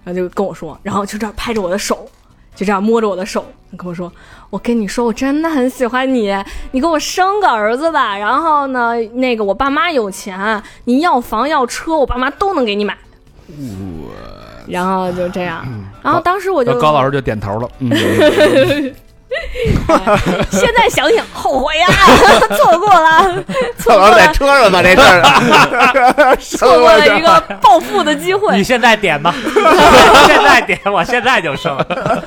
然后就跟我说，然后就这样拍着我的手，就这样摸着我的手，跟我说：“我跟你说，我真的很喜欢你，你给我生个儿子吧。然后呢，那个我爸妈有钱，你要房要车，我爸妈都能给你买。”然后就这样，然后当时我就
那高老师就点头了， 嗯，
现在想想后悔呀， 错过了，错
怎
过
么在
了，
车上呢？这事儿，
错过了一个暴富的机会
你。现在点 吧，现在点，我现在就生。
啊，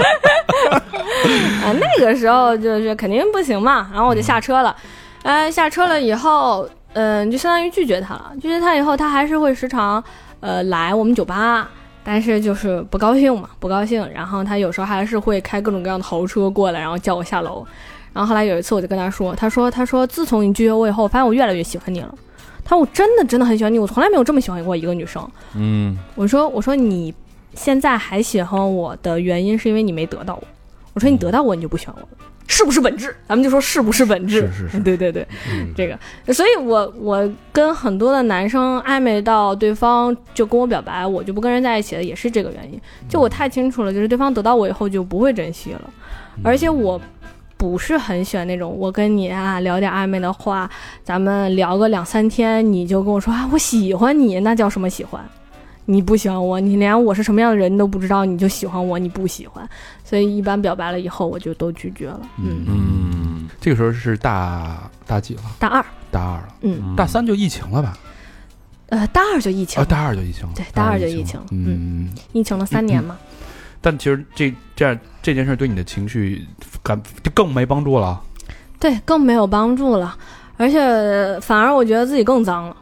那个时候就是肯定不行嘛，然后我就下车了，呃，下车了以后，嗯、就相当于拒绝他了，拒绝他以后，他还是会时常呃来我们酒吧，但是就是不高兴嘛，不高兴，然后他有时候还是会开各种各样的豪车过来，然后叫我下楼，然后后来有一次我就跟他说，他说他说自从你拒绝我以后，我发现我越来越喜欢你了，他说我真的真的很喜欢你，我从来没有这么喜欢过一个女生，
嗯，
我说我说你现在还喜欢我的原因是因为你没得到我。我说你得到我你就不喜欢我了，是不是本质？咱们就说是不是本质？
是是是，
对对对，
嗯
这个，所以我我跟很多的男生暧昧到对方就跟我表白，我就不跟人在一起了，也是这个原因。就我太清楚了，就是对方得到我以后就不会珍惜了，而且我。不是很喜欢那种我跟你啊聊点暧昧的话，咱们聊个两三天，你就跟我说啊我喜欢你，那叫什么喜欢？你不喜欢我，你连我是什么样的人都不知道，你就喜欢我，你不喜欢，所以一般表白了以后我就都拒绝了。嗯，
嗯，
这个时候是大大几了？
大二，
大二了，
嗯，
大三就疫情了吧？
呃，大二就疫情
啊，，大二就疫情了，
对大二就疫
疫
情
情
嗯了
了，嗯。
疫情了三年嘛，
但其实这这样这件事对你的情绪感就更没帮助了。
对，更没有帮助了，而且反而我觉得自己更脏了。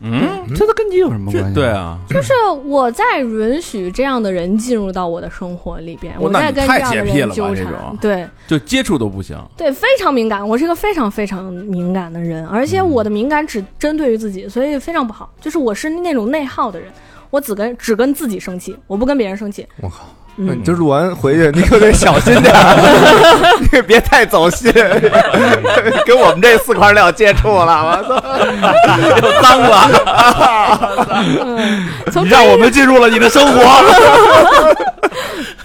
嗯，
这都跟你有什么关
这
系？
对，啊，
就是我在允许这样的人进入到我的生活里边，
哦
我
那
在
你
跟
太
这样的
洁癖
人
了吧
纠
这
缠
种。
对
就接触都不行。
对，非常敏感，我是一个非常非常敏感的人，而
嗯
且我的敏感只针对于自己，所以非常不好。就是我是那种内耗的人，我只跟只跟自己生气，我不跟别人 生气。
我靠！那
嗯
你，就录完回去，你可得小心点儿， 你可别太走心，跟我们这四块料接触了，我操，又脏了。
嗯从中
让
医
我们进入了你的生活。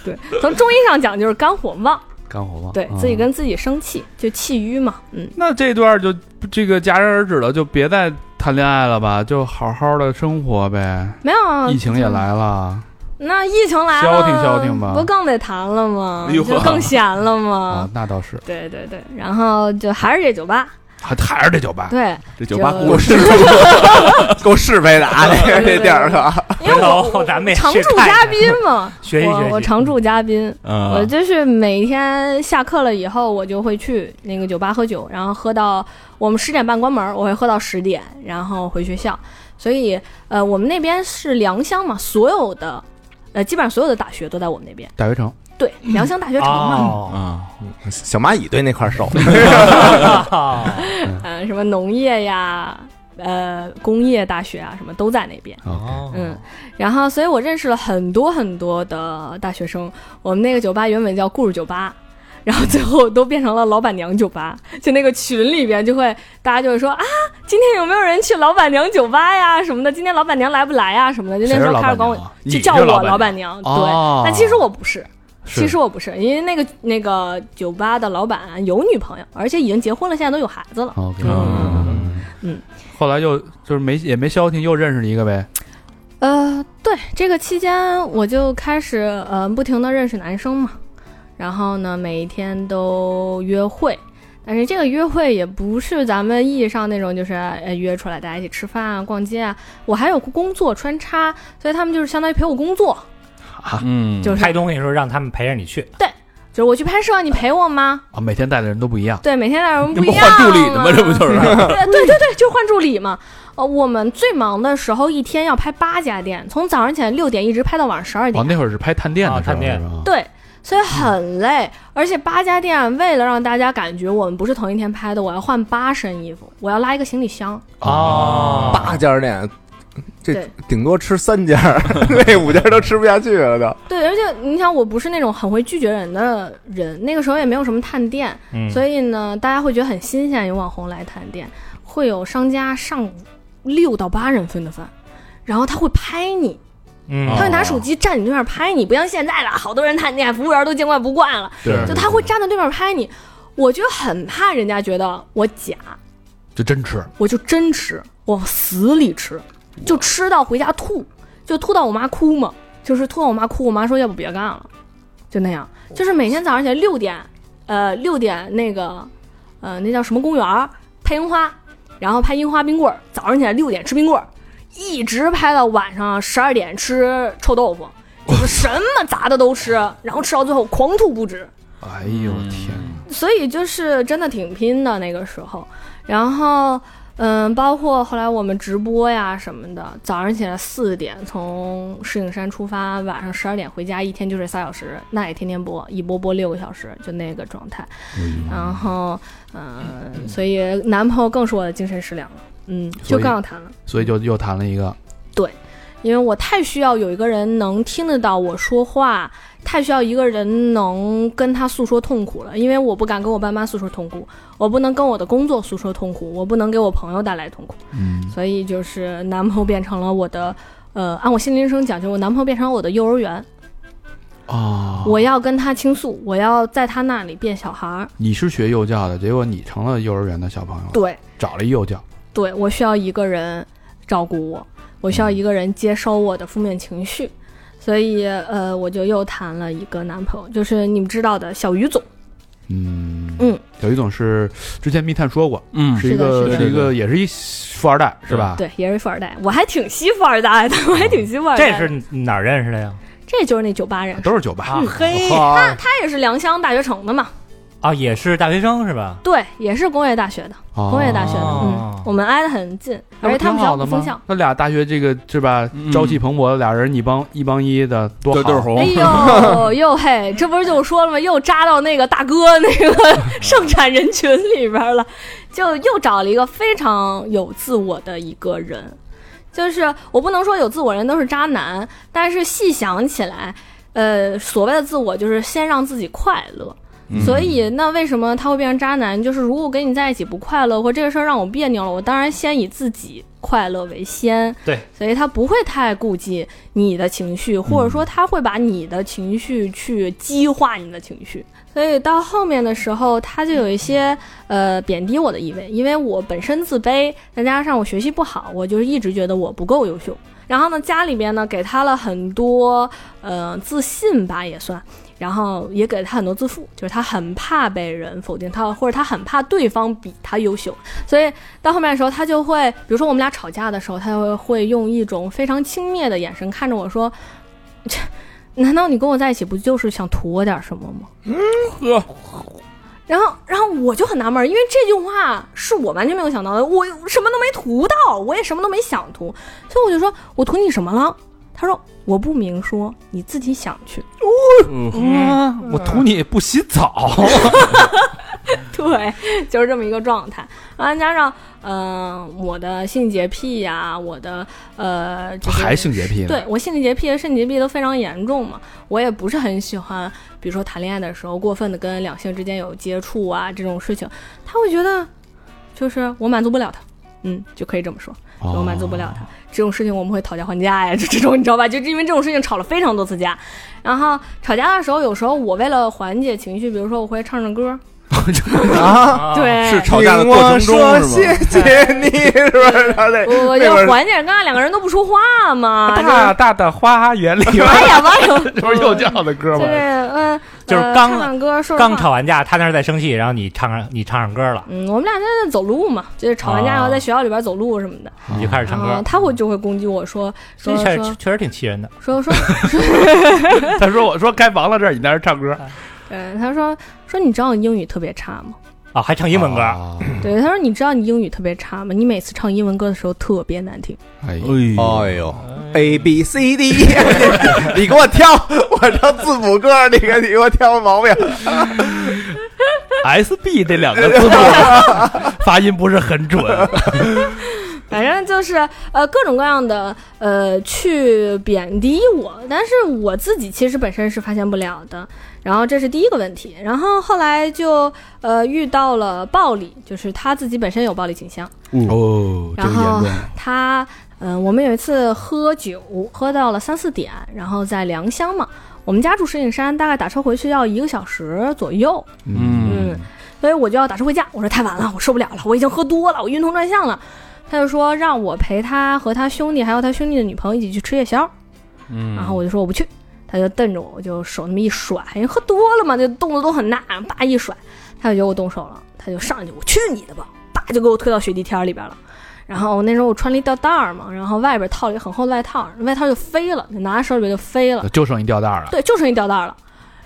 对从中医上讲就是肝火旺，
干活吧，
对
嗯
自己跟自己生气就气淤嘛。嗯，
那这段就这个戛然而止了，就别再谈恋爱了吧，就好好的生活呗。
没有啊
疫情也，来了
那疫情来
消
了，
停消停吧
不更得谈了吗？
哎呦
就
呵
更闲了
啊
吗？，
那倒是，
对对对，然后就还是这酒吧，
还还是这酒吧，
对，
这酒吧
就
故事，
够是非的啊，这这地儿是啊吧？
因为我
回头 咱们也
常
去
驻
看
嘉
看
宾嘛，
学习学
我
习
我常驻嘉宾，我
嗯，
就是每天下课了以后，我就会去那个酒吧喝酒，然后喝到我们十点半关门，我会喝到十点，然后回学校。所以，呃，我们那边是良乡嘛，所有的，呃，基本上所有的大学都在我们那边。
大学城，
对，良乡大学城嘛，
哦，
啊，
小蚂蚁对那块儿熟，
呃，什么农业呀，呃，工业大学啊，什么都在那边。
哦
嗯，然后，所以我认识了很多很多的大学生。我们那个酒吧原本叫故事酒吧， 然后最后都变成了老板娘酒吧。就那个群里边就会大家就会说啊，今天有没有人去老板娘酒吧呀什么的？今天老板娘来不来呀什么的？就那
谁
时
是
候
老
开始
板
管
娘
我，
啊？
就
你
叫
是
我
老
板娘。对，
哦
但其实我不是，
是
其实我不是，因为那个那个酒吧的老板啊有女朋友，而且已经结婚了，现在都有孩子了。
，OK，
嗯
嗯，
后来又就是没也没消停，又认识了一个呗，
呃，对，这个期间我就开始呃不停的认识男生嘛，然后呢每一天都约会，但是这个约会也不是咱们意义上那种就是呃约出来大家一起吃饭啊、逛街啊，我还有工作穿插，所以他们就是相当于陪我工作，
啊
嗯，
就是
拍东西的时候让他们陪着你去，
就是我去拍摄，你陪我吗？
啊，每天带的人都不一样，
对，每天俩人
这
不
不
一样
换助理的吗？
嘛
这不就 是？
对对对对，就是换助理嘛。呃，我们最忙的时候一天要拍八家店，从早上起来六点一直拍到晚上十 二
哦
点，。
那会儿是拍探店的
啊
时候，
探店
是吧
对，所以很累。而且八家店啊为了让大家感觉我们不是同一天拍的，我要换八身衣服，我要拉一个行李箱。
哦
八家店，这
对
顶多吃三家，那五家都吃不下去了都。
对，而且你想，我不是那种很会拒绝人的人，那个时候也没有什么探店，
嗯，
所以呢，大家会觉得很新鲜，有网红来探店，会有商家上六到八人份的饭。然后他会拍你，
嗯
他会拿手机站你对面拍你，不像现在了，好多人探店，服务员都见怪不怪了。
对
就他会站在对面拍你，我就很怕人家觉得我假，
就真吃，
我就真吃，我死里吃，就吃到回家吐，就吐到我妈哭嘛，就是吐到我妈哭，我妈说要不别干了，就那样，就是每天早上起来六点，呃六点那个，呃那叫什么公园儿拍樱花，然后拍樱花冰棍儿，早上起来六点吃冰棍儿，一直拍到晚上十二点吃臭豆腐。就是什么杂的都吃，然后吃到最后狂吐不止，
哎呦天，
所以就是真的挺拼的那个时候。然后，嗯，包括后来我们直播呀什么的，早上起来四点从石景山出发，晚上十二点回家，一天就睡仨小时，那也天天播，一播播六个小时，就那个状态。然后，嗯，所以男朋友更是我的精神食粮了，嗯，
所
就
以
更要谈了。
所以就又谈了一个，
因为我太需要有一个人能听得到我说话，太需要一个人能跟他诉说痛苦了。因为我不敢跟我爸妈诉说痛苦，我不能跟我的工作诉说痛苦，我不能给我朋友带来痛苦，
嗯，
所以就是男朋友变成了我的，呃，按我心理医生讲，就是我男朋友变成了我的幼儿园，
哦，
我要跟他倾诉，我要在他那里变小孩儿。
你是学幼教的，结果你成了幼儿园的小朋友，
对，
找了一幼教，
对我需要一个人照顾我，我需要一个人接收我的负面情绪，所以呃，我就又谈了一个男朋友，就是你们知道的小于总。
嗯
嗯，
小于总是之前密探说过，
嗯，
是一个
是的
是的
一个也是一富二代是吧？
对，也是富二代，我还挺吸富二代的，我还挺吸富二代
这
的。
是 哪儿认识的呀？
这就是那酒吧人，
嗯
都是酒吧，
哎
啊，嘿，
他也是良乡大学城的嘛。
啊，也是大学生是吧？
对，也是工业大学的，工业大学的，
哦
嗯，我们挨得很近，
那
而
不
且他
挺
们学
好
校
的
不
吗
封校。？
那俩大学这个是吧
嗯，
朝气蓬勃，俩人一帮一帮一的，多
对
好。
对
哦
红
哎，呦呦嘿，这不是就说了吗？又扎到那个大哥那个盛产人群里边了，就又找了一个非常有自我的一个人。就是我不能说有自我人都是渣男，但是细想起来，呃，所谓的自我就是先让自己快乐。
嗯
嗯
所以，那为什么他会变成渣男？就是如果我跟你在一起不快乐，或这个事儿让我别扭了，我当然先以自己快乐为先。
对，
所以他不会太顾忌你的情绪，或者说他会把你的情绪去激化你的情绪。所以到后面的时候，他就有一些呃贬低我的意味，因为我本身自卑，再加上我学习不好，我就是一直觉得我不够优秀。然后呢，家里边呢给他了很多呃自信吧，也算。然后也给他很多自负，就是他很怕被人否定他，或者他很怕对方比他优秀，所以到后面的时候，他就会，比如说我们俩吵架的时候，他会会用一种非常轻蔑的眼神看着我说：“切难道你跟我在一起不就是想图我点什么吗？”
呵
然后，然后我就很纳闷，因为这句话是我完全没有想到的，我什么都没图到，我也什么都没想图，所以我就说：“我图你什么了？”他说：“我不明说，你自己想去。”
我图你不洗澡，
对， 就是这么一个状态。然后加上，呃，我的性洁癖呀、我的呃，这个
还性洁癖呢？
对我性洁癖、肾洁癖都非常严重嘛，我也不是很喜欢，比如说谈恋爱的时候过分的跟两性之间有接触啊这种事情，他会觉得就是我满足不了他，嗯，就可以这么说，
哦
就我满足不了他、这种事情，我们会讨价还价呀，这 这种你知道吧？就是因为这种事情吵了非常多次架，然后吵架的时候，有时候我为了缓解情绪，比如说我会唱唱歌，
啊，
啊，
对，
是吵架的过程
听我说
中是
谢
吗？
谢你，是不是？然后那
我我
那
就
会儿
缓解尴尬，两个人都不说话嘛。
大大的花园里，
就哎呀妈呀，
这不是又这样的歌
就
吗
是？嗯，
就是
呃
刚
唱唱歌，说说
刚
话。
吵完架，他那儿在生气，然后你唱唱你唱唱歌了，
嗯，我们俩在那走路嘛，就是吵完架
啊
然后在学校里边走路什么的，
你就开始
然
唱
后
歌，
啊他会就会攻击我说
这
说
确
说
实确实挺气人的。
说说，
他说我说开房了这儿，你在这儿唱歌，
对，他说说你知道你英语特别差吗？
啊，还唱英文歌，
啊
对，他说你知道你英语特别差吗？你每次唱英文歌的时候特别难听。
哎呦，
哎
哎呦，A B C D，你 E， 给我挑，我唱字母歌，你给你给我挑毛病。
S B 这两个字母发音不是很准，
反正就是呃各种各样的呃去贬低我，但是我自己其实本身是发现不了的。然后这是第一个问题，然后后来就呃遇到了暴力，就是他自己本身有暴力倾向，
哦，这
然
个
后
严重，
他嗯、呃我们有一次喝酒喝到了三四点，然后在良乡嘛，我们家住石景山，大概打车回去要一个小时左右，嗯，所以我就要打车回家。我说太晚了，我受不了了，我已经喝多了，我晕头转向了。他就说让我陪他和他兄弟还有他兄弟的女朋友一起去吃夜宵，
嗯
然后我就说我不去，他就瞪着我，我就手那么一甩，因为喝多了嘛，就动作都很大，叭一甩，他就觉得我动手了，他就上去，我去你的吧，叭就给我推到雪地天儿里边了。然后那时候我穿了一吊带儿嘛，然后外边套了一个很厚的外套，外套就飞了，就拿在手里边就飞了。
就剩一吊带了。
对，就剩一吊带儿了。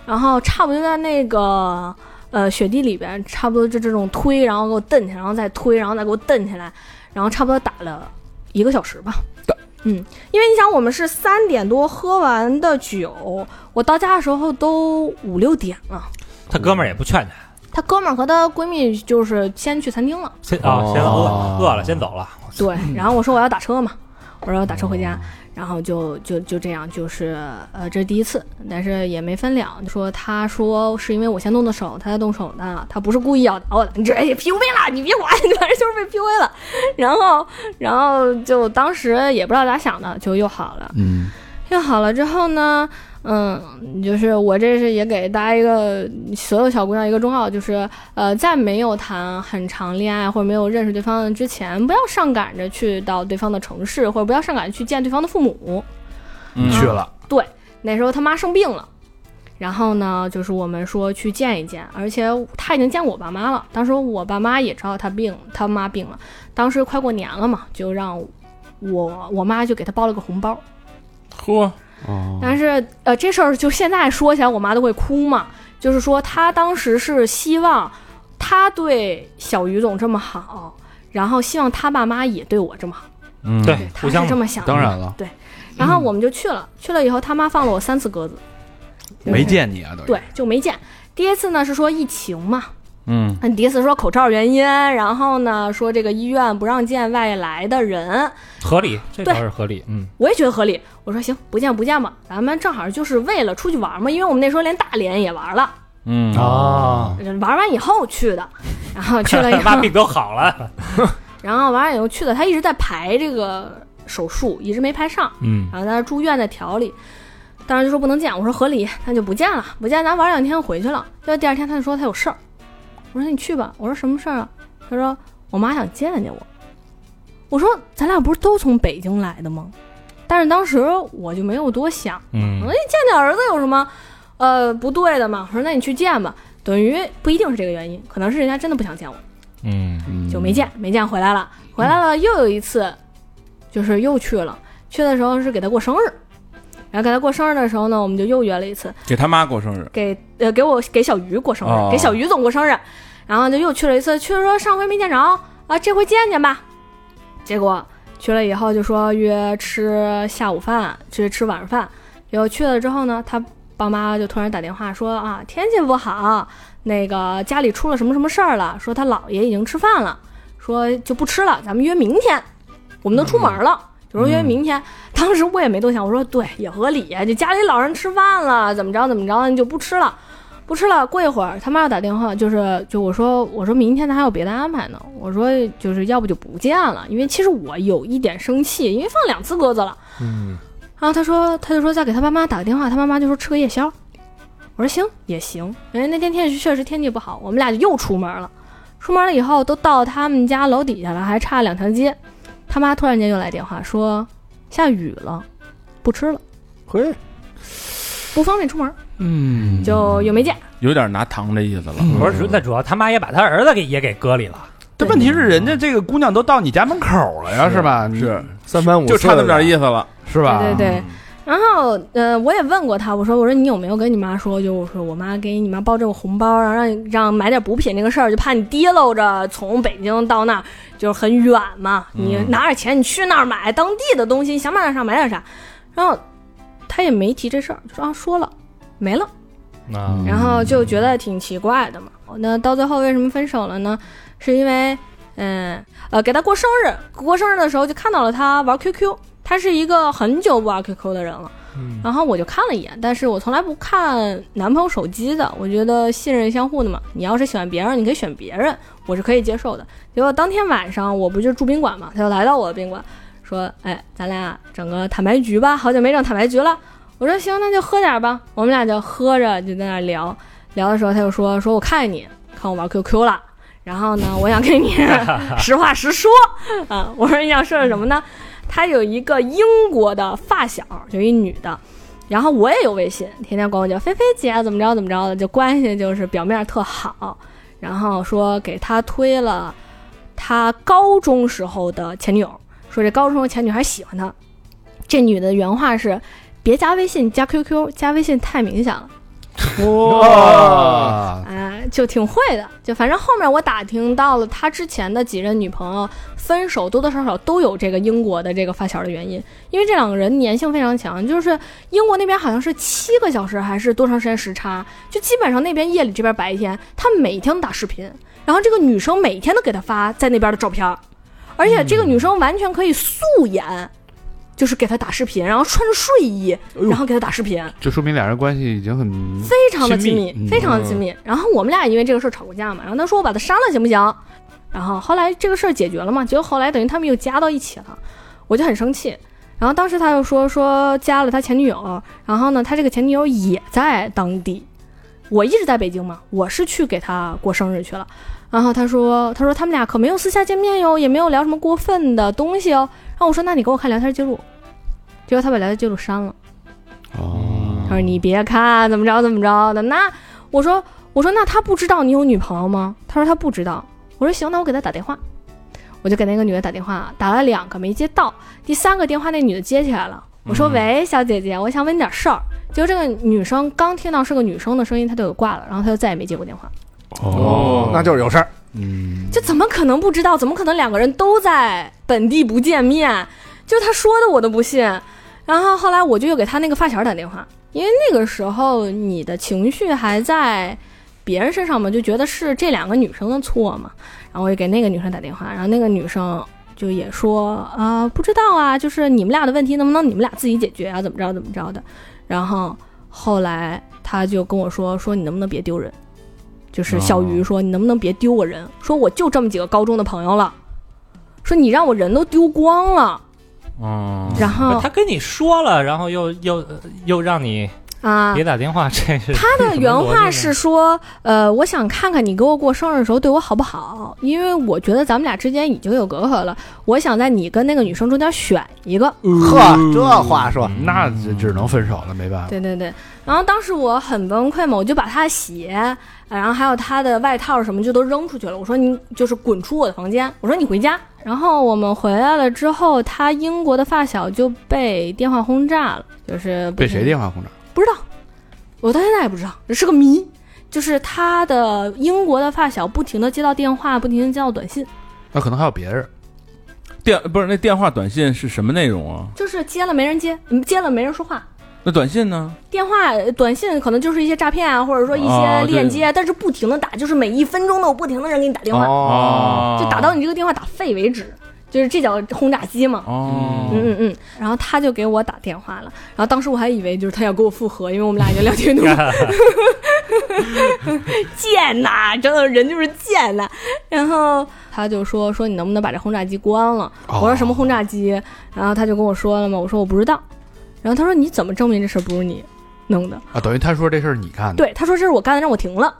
然后差不多就在那个呃雪地里边，差不多就这种推，然后给我蹬起来，然后再推，然后再给我蹬起来，然后差不多打了一个小时吧。嗯，因为你想，我们是三点多喝完的酒，我到家的时候都五六点了。
他哥们儿也不劝他，
她哥们儿和她闺蜜就是先去餐厅了，
先啊
哦
先饿饿了先走了，
对，然后我说我要打车嘛，我说要打车回家，然后就就就这样，就是呃，这是第一次，但是也没分了。说他说是因为我先动的手，他才动手的，他不是故意要打我的，你这哎 PUA 了，你别管， 你反正就是被 PUA 了。然后然后就当时也不知道咋想的，就又好了。
嗯，
又好了之后呢，嗯，就是我这是也给大家一个所有小姑娘一个忠告，就是呃，在没有谈很长恋爱或者没有认识对方之前，不要上赶着去到对方的城市，或者不要上赶着去见对方的父母。
嗯
去了，
那时候他妈生病了。然后呢，就是我们说去见一见，而且他已经见我爸妈了。当时我爸妈也知道他病，他妈病了。当时快过年了嘛，就让我我妈就给他包了个红包，
嚯，
哦，
哦
嗯
但是呃，这事儿就现在说起来，我妈都会哭嘛。就是说他当时是希望他对小于总这么好，然后希望他爸妈也对我这么好，
嗯，
哎
对，
他
互
是
相
这么想的。
当嗯然了，
然后我们就去了，去了以后他妈放了我三次鸽子，
没见你啊，都
对，就没见。第一次呢是说疫情嘛，
嗯，
嗯，第一次说口罩原因，然后呢说这个医院不让见外来的人，
合理，这
对
倒是合理。嗯，
我也觉得合理。我说行，不见不见吧，咱们正好就是为了出去玩嘛，因为我们那时候连大连也玩了，
嗯，
啊
哦，
玩完以后去的，然后 去了以后
妈，病都好了。
然后完了以后去的，他一直在排这个手术，一直没排上，
嗯，
然后在那住院在调理，当时就说不能见，我说合理，那就不见了，不见咱玩两天回去了。就第二天他就说他有事儿，我说你去吧，我说什么事儿啊？他说我妈想见见我，我说咱俩不是都从北京来的吗？但是当时我就没有多想，
嗯
我说你见见儿子有什么，呃不对的嘛？我说那你去见吧，等于不一定是这个原因，可能是人家真的不想见我。
嗯，
就没见，没见回来了。回来了又有一次，就是又去了。去的时候是给他过生日，然后给他过生日的时候呢，我们就又约了一次，
给他妈过生日，
给呃给我给小鱼过生日，
哦
给小鱼总过生日，然后就又去了一次。去了说上回没见着啊，这回见见吧。结果去了以后就说约吃下午饭，去吃晚饭。结果去了之后呢，他爸妈就突然打电话说啊，天气不好，那个家里出了什么什么事儿了，说他姥爷已经吃饭了，说就不吃了，咱们约明天。我们都出门了，就说约明天。当时我也没多想，我说对，也合理呀，就家里老人吃饭了，怎么着怎么着，你就不吃了。不吃了，过一会儿他妈要打电话，就是就我说我说明天他还有别的安排呢，我说就是要不就不见了，因为其实我有一点生气，因为放两次鸽子了。
嗯，
然后他说，他就说再给他爸妈打个电话，他妈妈就说吃个夜宵。我说行也行，因为那天天气确实天气不好，我们俩就又出门了。出门了以后都到他们家楼底下了，还差两条街，他妈突然间又来电话说下雨了，不吃了，
嘿，
不方便出门，
嗯，
就又没见。
有点拿糖的意思了。
不是，那主要他妈也把他儿子给也给割里了。
这问题是人家这个姑娘都到你家门口了呀，
是
是吧？你
是，
三番五
就差那么点意
思，
思了。
是吧？嗯
对对对。然后，呃，我也问过他，我说，我说你有没有跟你妈说，就我说我妈给你妈包这个红包，然后让你让买点补品这个事儿，就怕你提溜着从北京到那儿就是很远嘛，
嗯
你拿点钱，你去那儿买当地的东西，你想买点啥买点啥。然后他也没提这事儿，就说啊说了，没了。
啊
然后就觉得挺奇怪的嘛。那到最后为什么分手了呢？是因为，嗯，呃，给他过生日，过生日的时候就看到了他玩 QQ，他是一个很久不玩 QQ 的人了。
嗯
然后我就看了一眼，但是我从来不看男朋友手机的，我觉得信任相互的嘛。你要是喜欢别人，你可以选别人，我是可以接受的。结果当天晚上我不就住宾馆嘛，他就来到我的宾馆，说：“哎，咱俩整个坦白局吧，好久没整坦白局了。”我说：“行，那就喝点吧。”我们俩就喝着就在那聊，聊的时候他就说：“说我看见你，看我玩 QQ 了。”然后呢，我想跟你 实话实说啊。我说你想说什么呢？他有一个英国的发小，就一女的，然后我也有微信，天天管我叫菲菲姐，怎么着怎么着的，就关系就是表面特好，然后说给他推了他高中时候的前女友，说这高中时候前女孩喜欢他，这女的原话是别加微信，加 QQ，加微信太明显了。
哇，
哎，就挺会的。就反正后面我打听到了，他之前的几任女朋友分手多多少少都有这个英国的这个发小的原因，因为这两个人粘性非常强，就是英国那边好像是七个小时还是多长时间时差，就基本上那边夜里这边白天，他们每天都打视频，然后这个女生每天都给他发在那边的照片儿，而且这个女生完全可以素颜。就是给他打视频，然后穿着睡衣，然后给他打视频，
就说明俩人关系已经很
非常的亲
亲密嗯
密，非常的亲密。然后我们俩因为这个事儿吵过架嘛，然后他说我把他删了行不行？然后后来这个事儿解决了嘛，结果后来等于他们又加到一起了，我就很生气。然后当时他又说说加了他前女友，然后呢，他这个前女友也在当地，我一直在北京嘛，我是去给他过生日去了。然后他说他说他们俩可没有私下见面哟，也没有聊什么过分的东西哦。然后我说那你给我看聊天记录，结果他把聊天记录删了。
哦
他说你别看怎么着怎么着的。那我说我说那他不知道你有女朋友吗？他说他不知道。我说行，那我给他打电话。我就给那个女的打电话，打了两个没接到，第三个电话那女的接起来了，我说：“喂，小姐姐，我想问你点事儿。”结果这个女生刚听到是个女生的声音，她就给挂了，然后她就再也没接过电话。
哦，那就是有事儿。
嗯，
就怎么可能不知道？怎么可能两个人都在本地不见面？就他说的我都不信。然后后来我就又给他那个发小打电话，因为那个时候你的情绪还在别人身上嘛，就觉得是这两个女生的错嘛。然后我就给那个女生打电话，然后那个女生就也说啊、不知道啊，就是你们俩的问题能不能你们俩自己解决啊？怎么着怎么着的。然后后来他就跟我说说你能不能别丢人。就是小鱼说：“你能不能别丢我人？说我就这么几个高中的朋友了，说你让我人都丢光了。
哦，
然后
他跟你说了，然后又又又让你
啊
别，打电话，这是他
他的原话是说：呃，我想看看你给我过生日的时候对我好不好，因为我觉得咱们俩之间已经有隔阂了，我想在你跟那个女生中间选一
啊
个。
呵，这话说，
嗯那只只能分手了，没办法。
对对对，然后当时我很崩溃嘛，我就把他的鞋，啊然后还有他的外套什么就都扔出去了。我说你就是滚出我的房间，我说你回家。然后我们回来了之后，他英国的发小就被电话轰炸了，就是
被谁
的？
电话轰炸？
不知道，我到现在也不知道，这是个谜。就是他的英国的发小不停的接到电话，不停的接到短信，
那可能还有别人。
电不是那电话短信是什么内容啊？
就是接了没人接，嗯接了没人说话。
那短信呢？
电话、呃短信可能就是一些诈骗啊，或者说一
哦
些
对
链接，但是不停的打，就是每一分钟都有不停的人给你打电话，
哦，
就打到你这个电话打废为止，就是这叫轰炸机嘛。
哦，
嗯嗯嗯，然后他就给我打电话了，然后当时我还以为就是他要跟我复合，因为我们俩已经聊天多了贱呐、真的人就是贱呐、然后他就说说你能不能把这轰炸机关了？
哦
我说什么轰炸机？然后他就跟我说了嘛，我说我不知道。然后他说你怎么证明这事儿不是你弄的？
啊？等于他说这事儿你干的，。
对，他说这是我干的，让我停了。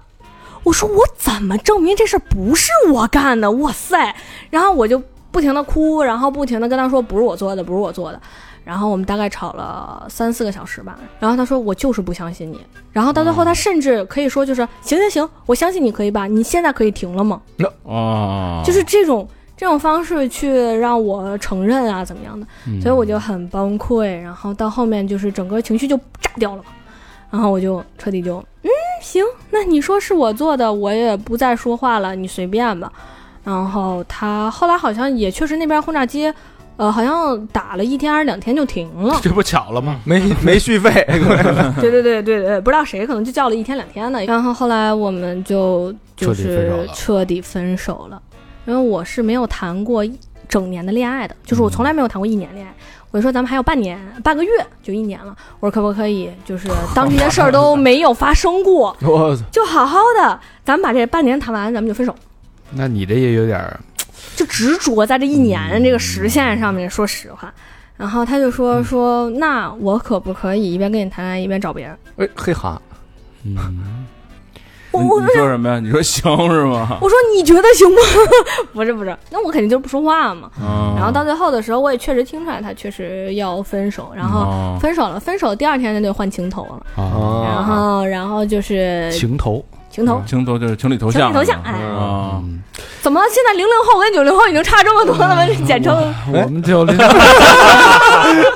我说我怎么证明这事儿不是我干的？哇塞！然后我就不停的哭，然后不停的跟他说不是我做的，不是我做的。然后我们大概吵了三四个小时吧。然后他说我就是不相信你。然后到最后，他甚至可以说就是行行行，我相信你可以吧？你现在可以停了吗？
哦，
就是这种这种方式去让我承认啊，怎么样的？
嗯
所以我就很崩溃，然后到后面就是整个情绪就炸掉了嘛，然后我就彻底就，嗯，行，那你说是我做的，我也不再说话了，你随便吧。然后他后来好像也确实那边轰炸机，呃，好像打了一天还是两天就停了
这不巧了吗？
没没续费，
对对对对呃对，不知道谁可能就叫了一天两天的。然后后来我们就就
彻底分手
是
了
彻底分手了，因为我是没有谈过一整年的恋爱的，
嗯
就是我从来没有谈过一年恋爱。我就说咱们还有半年、半个月就一年了，我说可不可以就是当这件事儿都没有发生过，
我
就好好的，咱们把这半年谈完，咱们就分手，
那你这也有点儿
就执着在这一年这个时限上面。说实话。然后他就说
嗯
说，那我可不可以一边跟你谈恋爱一边找别人？
哎嘿哈，
嗯
我
你
我
你说什么呀？你说行是吗？
我说你觉得行吗？ 啊不是不是，那我肯定就是不说话嘛。
嗯，
然后到最后的时候，我也确实听出来他确实要分手，然后
哦
分手了。分手第二天他就换情头了，
啊，
哦
然后然后就是
情头。
情头。
情头就是情侣头
情
像
侣头
是吗，
像，哎，
啊，
嗯，
怎么现在零零后跟九零后已经差这么多了吗？这简称
我们就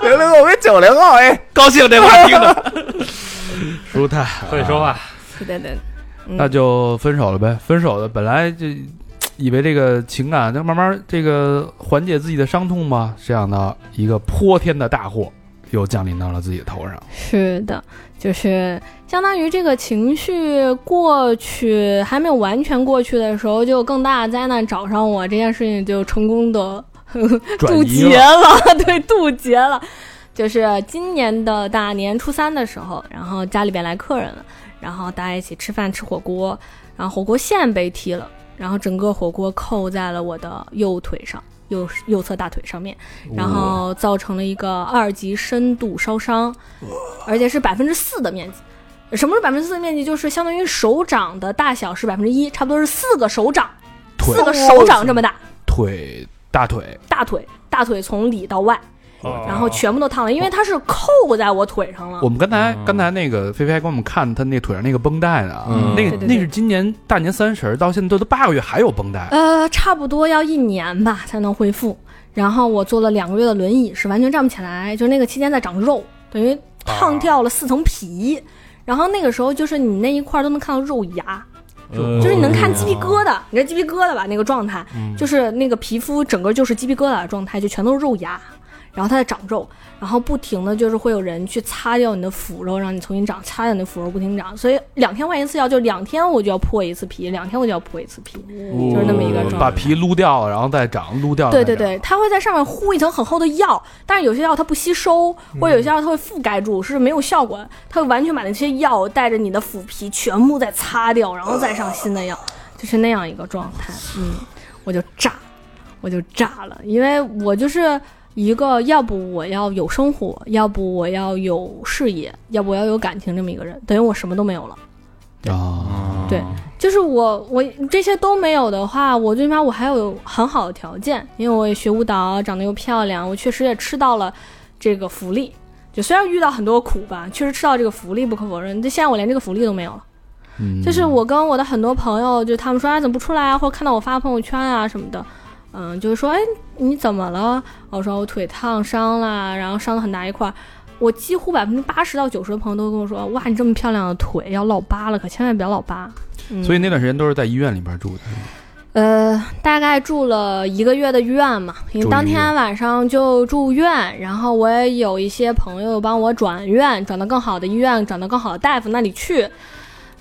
零零后跟九零后，哎，
高兴这话听的，
舒坦，
会说话，
对对对，嗯
那就呃分手了呗。分手了，本来就以为这个情感，就慢慢这个缓解自己的伤痛嘛。谁想到一个泼天的大祸又降临到了自己的头 上。
是的，就是相当于这个情绪过去还没有完全过去的时候，就更大的灾难找上我，这件事情就成功的
转
渡
移
劫
了
了， 对，渡劫了。就是今年的大年初三的时候，然后家里边来客人了，然后大家一起吃饭吃火锅，然后火锅线被踢了，然后整个火锅扣在了我的右腿上，右右侧大腿上面，然后造成了一个二级深度烧伤，而且是百分之四的面积。什么是百分之四的面积？就是相当于手掌的大小是百分之一，差不多是四个手掌，
腿
四个手掌这么大。
腿大腿
大腿，大腿从里到外，
哦
然后全部都烫了，因为它是扣在我腿上了
我。们刚才
嗯
刚才那个菲菲还给我们看她那腿上那个绷带呢，
嗯
那个
对对对
那是今年大年三十儿到现在都都八个月还有绷带，
呃，差不多要一年吧才能恢复。然后我坐了两个月的轮椅，是完全站不起来，就是那个期间在长肉，等于烫掉了四层皮。然后那个时候就是你那一块儿都能看到肉芽，就是你能看鸡皮疙瘩，你知道鸡皮疙瘩吧？那个状态，就是那个皮肤整个就是鸡皮疙瘩的状态，就全都是肉芽，然后它在长肉，然后不停的就是会有人去擦掉你的腐肉，让你重新长，擦掉你的腐肉不停地长，所以两天换一次药，就两天我就要破一次皮，两天我就要破一次皮，嗯就是那么一个状态。
把皮撸掉了，然后再长，撸掉了
对
再
对
长
对，它会在上面糊一层很厚的药，但是有些药它不吸收，或者有些药它会覆盖住，是没有效果的。它会完全把那些药带着你的腐皮全部再擦掉，然后再上新的药，就是那样一个状态。嗯，我就炸，我就炸了，因为我就是一个要不我要有生活，要不我要有事业，要不我要有感情这么一个人，等于我什么都没有了。
啊，
对就是我我这些都没有的话，我最起码我还有很好的条件，因为我也学舞蹈，长得又漂亮，我确实也吃到了这个福利。就虽然遇到很多苦吧，确实吃到这个福利不可否认。但现在我连这个福利都没有了。
嗯
就是我跟我的很多朋友，就他们说啊怎么不出来啊，或者看到我发朋友圈啊什么的，嗯，就是说哎你怎么了？我说我腿烫伤啦，然后伤了很大一块儿。我几乎百分之八十到九十的朋友都跟我说，哇你这么漂亮的腿要落疤了，可千万别落疤。嗯、
所以那段时间都是在医院里边住的，
呃，大概住了一个月的院嘛，因
住一
为当
个
天晚上就住院，然后我也有一些朋友帮我转院，转到更好的医院，转到更好的大夫那里去。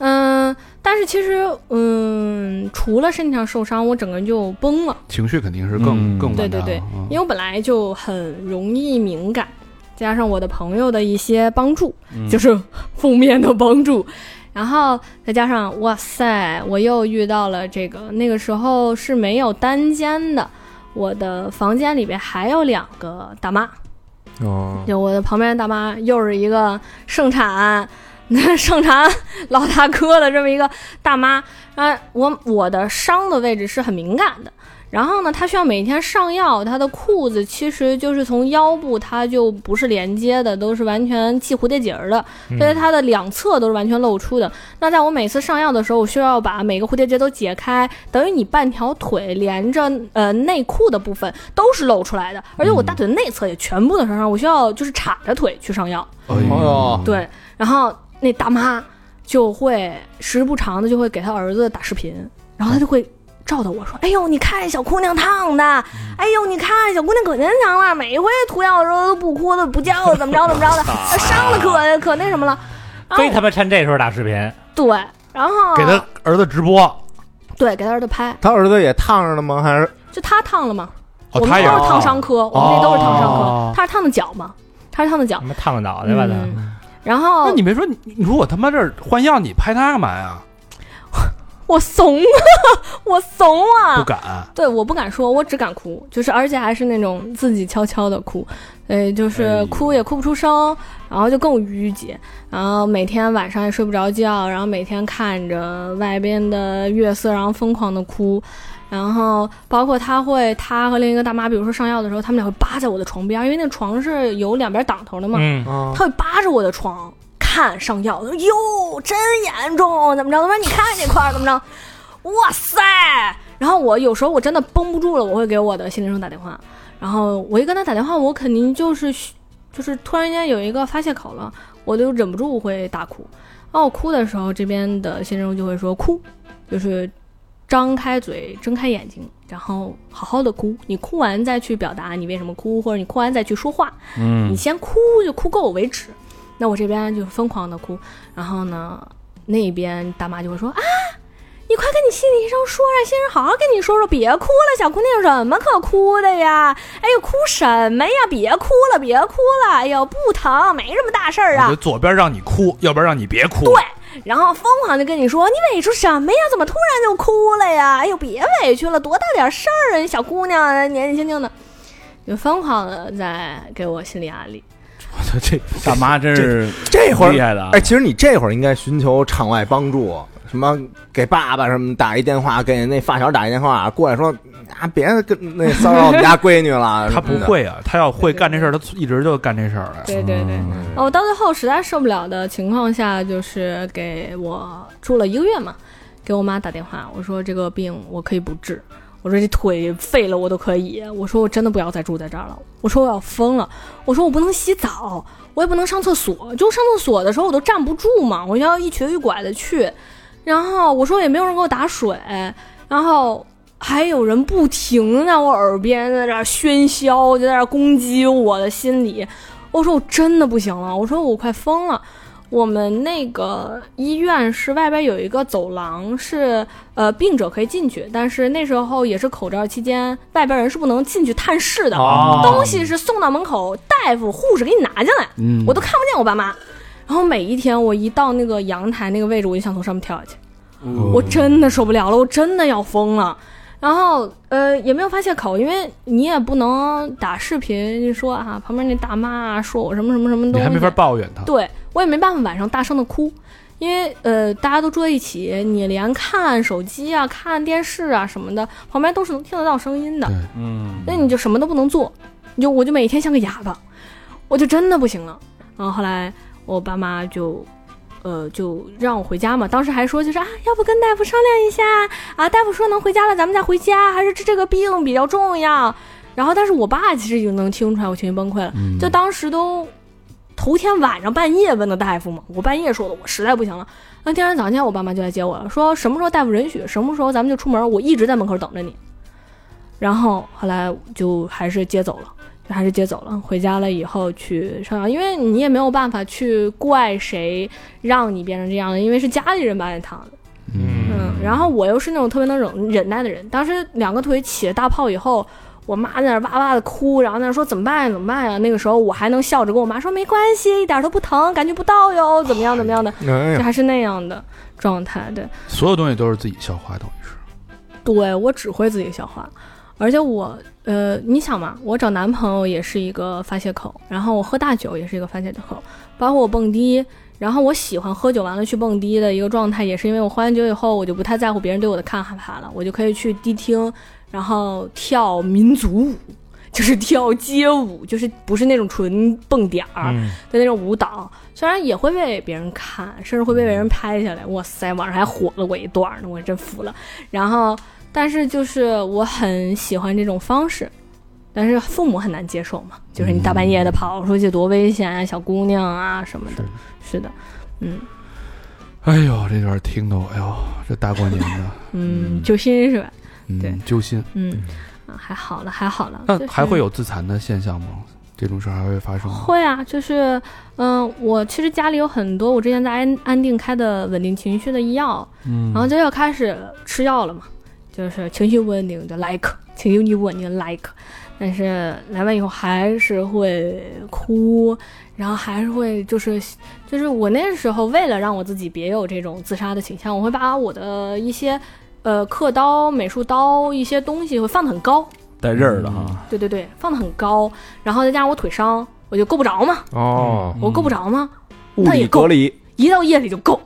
嗯，但是其实，嗯，除了身体上受伤，我整个人就崩了，
情绪肯定是更、
嗯
更完蛋了
对对对
嗯
因为我本来就很容易敏感，加上我的朋友的一些帮助，就是负面的帮助， 然后再加上哇塞，我又遇到了这个，那个时候是没有单间的，我的房间里边还有两个大妈，
哦，
就我的旁边的大妈又是一个盛产。 盛产老大哥的这么一个大妈，啊，我我的伤的位置是很敏感的，然后呢，她需要每天上药，她的裤子其实就是从腰部，它就不是连接的，都是完全系蝴蝶结儿的，所以它的两侧都是完全露出的。那在我每次上药的时候，我需要把每个蝴蝶结都解开，等于你半条腿连着呃内裤的部分都是露出来的，而且我大腿的内侧也全部都是上药，我需要就是叉着腿去上药。
哎嗯
哦
对，然后那大妈就会时不常的就会给她儿子打视频，然后她就会照到我说：“哎呦，你看小姑娘烫的，
嗯
哎呦，你看小姑娘可坚强了，每一回涂药的时候都不哭的不叫，怎么着怎么着 的，呃伤了
哎
可可那什么了。然后
嗯非他妈趁这时候打视频，
对，然后
给他儿子直播，
对给他儿子拍，
他儿子也烫着了吗？还是
就他烫了嘛，
哦，
我们
他
都
也
是烫伤科，我们那都是烫伤科，
哦
他是烫的脚嘛，他是烫的脚
他，妈烫个脑袋吧他。
嗯然后
那你没说，你你说我他妈这儿换药，你拍他干嘛呀？
我怂啊， 我怂啊，
不敢，
对，我不敢说，我只敢哭，就是而且还是那种自己悄悄的哭，呃，就
哎
是
呦
哭也哭不出声，然后就更郁结，然后每天晚上也睡不着觉，然后每天看着外边的月色，然后疯狂的哭，然后包括他会，他和另一个大妈，比如说上药的时候，他们俩会扒在我的床边，因为那个床是有两边挡头的嘛，
嗯，
啊
他会扒着我的床看上药，哟，真严重，怎么着？他说你看这块儿怎么着？哇塞！然后我有时候我真的绷不住了，我会给我的心理医生打电话，然后我一跟他打电话，我肯定就是就是突然间有一个发泄口了，我就忍不住会大哭。然后我哭的时候，这边的先生就会说哭，就是张开嘴、睁开眼睛，然后好好的哭。你哭完再去表达你为什么哭，或者你哭完再去说话。
嗯
你先哭就哭够为止。那我这边就疯狂的哭，然后呢，那边大妈就会说啊，你快跟你心理医生说让先生好好跟你说说，别哭了，小姑娘有什么可哭的呀？哎呦，哭什么呀？别哭了，别哭了，哎呦，不疼，没什么大事儿
我
啊
得。左边让你哭，右边让你别哭。
对然后疯狂的跟你说：“你委屈什么呀？怎么突然就哭了呀？哎呦，别委屈了，多大点事儿啊！你小姑娘年纪轻轻的，就疯狂的在给我心理压力。
我操，这大妈真是
这会
厉
儿？
害的啊
哎，！其实你这会儿应该寻求场外帮助，什么给爸爸什么打一电话，给那发小打一电话，过来说，啊别跟那骚扰我们家闺女 了。
他不会啊，他要会干这事儿，他一直就干这事儿啊。
对对对。哦，我到最后实在受不了的情况下，就是给我住了一个月嘛，给我妈打电话，我说这个病我可以不治，我说这腿废了我都可以，我说我真的不要再住在这儿了，我说我要疯了，我说我不能洗澡，我也不能上厕所，就上厕所的时候我都站不住嘛，我要一瘸一拐的去，然后我说也没有人给我打水，然后。还有人不停地在我耳边在这儿喧嚣，就在这儿攻击我的心理，我说我真的不行了，我说我快疯了。我们那个医院是外边有一个走廊，是呃病者可以进去，但是那时候也是口罩期间，外边人是不能进去探视的。
哦
东西是送到门口，大夫、护士给你拿进来，
嗯，
我都看不见我爸妈。然后每一天我一到那个阳台那个位置，我就想从上面跳下去。我真的受不了了，我真的要疯了。然后呃也没有发泄口，因为你也不能打视频说啊旁边那大妈啊说我什么什么什么东
你
西，
还没法抱怨他。
对我也没办法晚上大声的哭，因为呃大家都住在一起，你连看手机啊、看电视啊什么的，旁边都是能听得到声音的
对，
嗯，
那你就什么都不能做，你就我就每天像个哑巴，我就真的不行了。然后后来我爸妈就。呃，就让我回家嘛。当时还说，就是啊，要不跟大夫商量一下啊。大夫说能回家了，咱们再回家，还是治这个病比较重要。然后，但是我爸其实已经能听出来我情绪崩溃了，
嗯
就当时都头天晚上半夜问的大夫嘛，我半夜说的，我实在不行了。那第二天早上起来，我爸妈就来接我了，说什么时候大夫允许，什么时候咱们就出门，我一直在门口等着你。然后后来就还是接走了，就还是接走了。回家了以后去上药，因为你也没有办法去怪谁让你变成这样的，因为是家里人把你烫的。嗯，然后我又是那种特别能忍忍耐的人，当时两个腿起了大泡以后。我妈在那儿哇哇的哭，然后在那儿说怎么办呀，怎么办呀？那个时候我还能笑着跟我妈说没关系，一点都不疼，感觉不到哟，怎么样怎么样的，
哎
就
呀，
还是那样的状态。对，
所有东西都是自己消化，等于是。
对我只会自己消化，而且我呃，你想嘛，我找男朋友也是一个发泄口，然后我喝大酒也是一个发泄口，包括我蹦迪，然后我喜欢喝酒完了去蹦迪的一个状态，也是因为我喝完酒以后，我就不太在乎别人对我的看法了，我就可以去迪厅，然后跳民族舞。就是跳街舞，就是不是那种纯蹦点儿的那种舞蹈，虽然也会被别人看，甚至会被别人拍下来。哇塞，网上还火了我一段儿呢，我真服了。然后但是就是我很喜欢这种方式，但是父母很难接受嘛，就是你大半夜的跑出去多危险啊，小姑娘啊什么的，是的，嗯
哎呦，这段听的我，哎呦，这大过年 的，
嗯，揪心是吧？
嗯
对，
揪心。
嗯，啊还好了，还好了。
那
就是
还会有自残的现象吗？这种事儿还会发生吗？
会啊，就是嗯、我其实家里有很多我之前在安安定开的稳定情绪的药，
嗯
然后这就开始吃药了嘛，就是情绪不稳定就来一颗，情绪不稳定来一颗，但是来完以后还是会哭，然后还是会就是就是我那时候为了让我自己别有这种自杀的倾向，我会把我的一些呃刻刀、美术刀一些东西会放得很高，
带刃儿的哈，
对对对，放得很高，然后再加上我腿伤，我就够不着嘛，
哦，
我够不着嘛，
嗯
物
那也
理
够
隔离，
一到夜里就够，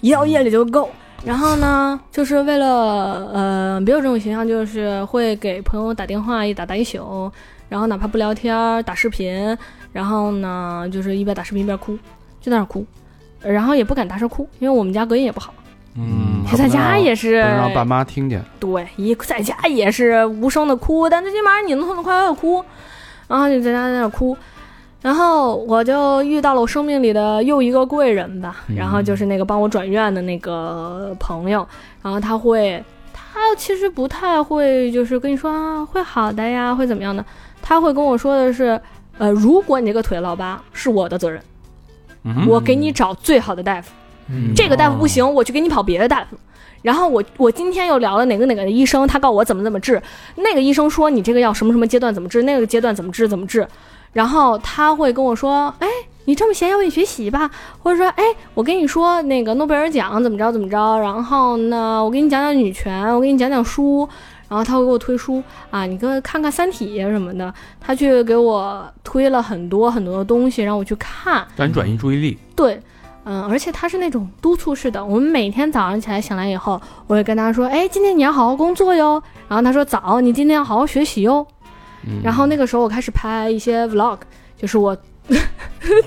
一到夜里就够。然后呢，就是为了呃，别有这种形象，就是会给朋友打电话一打打一宿，然后哪怕不聊天儿打视频，然后呢，就是一边打视频一边哭，就在那儿哭，然后也不敢大声哭，因为我们家隔音也不好，
嗯
在家也是
不能让爸妈听见。
对，一在家也是无声的哭，但最起码你能痛痛快快的哭，然后就在家在那哭，然后我就遇到了我生命里的又一个贵人吧，然后就是那个帮我转院的那个朋友，然后他会，他其实不太会，就是跟你说啊会好的呀，会怎么样的，他会跟我说的是，呃，如果你这个腿老疤是我的责任，
嗯
我给你找最好的大夫。
嗯
嗯
这个大夫不行，我去给你跑别的大夫。然后我我今天又聊了哪个哪个医生，他告我怎么怎么治，那个医生说你这个药什么什么阶段怎么治，那个阶段怎么治怎么治，然后他会跟我说，哎，你这么闲，要不你学习吧，或者说，哎，我跟你说那个诺贝尔奖怎么着怎么着，然后呢，我给你讲讲女权，我给你讲讲书，然后他会给我推书啊，你跟看看《三体》什么的，他去给我推了很多很多的东西让我去看，
让你转移注意力，
对，嗯，而且他是那种督促式的。我们每天早上起来醒来以后，我会跟他说：“哎，今天你要好好工作哟。”然后他说：“早，你今天要好好学习哟。”
嗯
然后那个时候我开始拍一些 vlog，就是我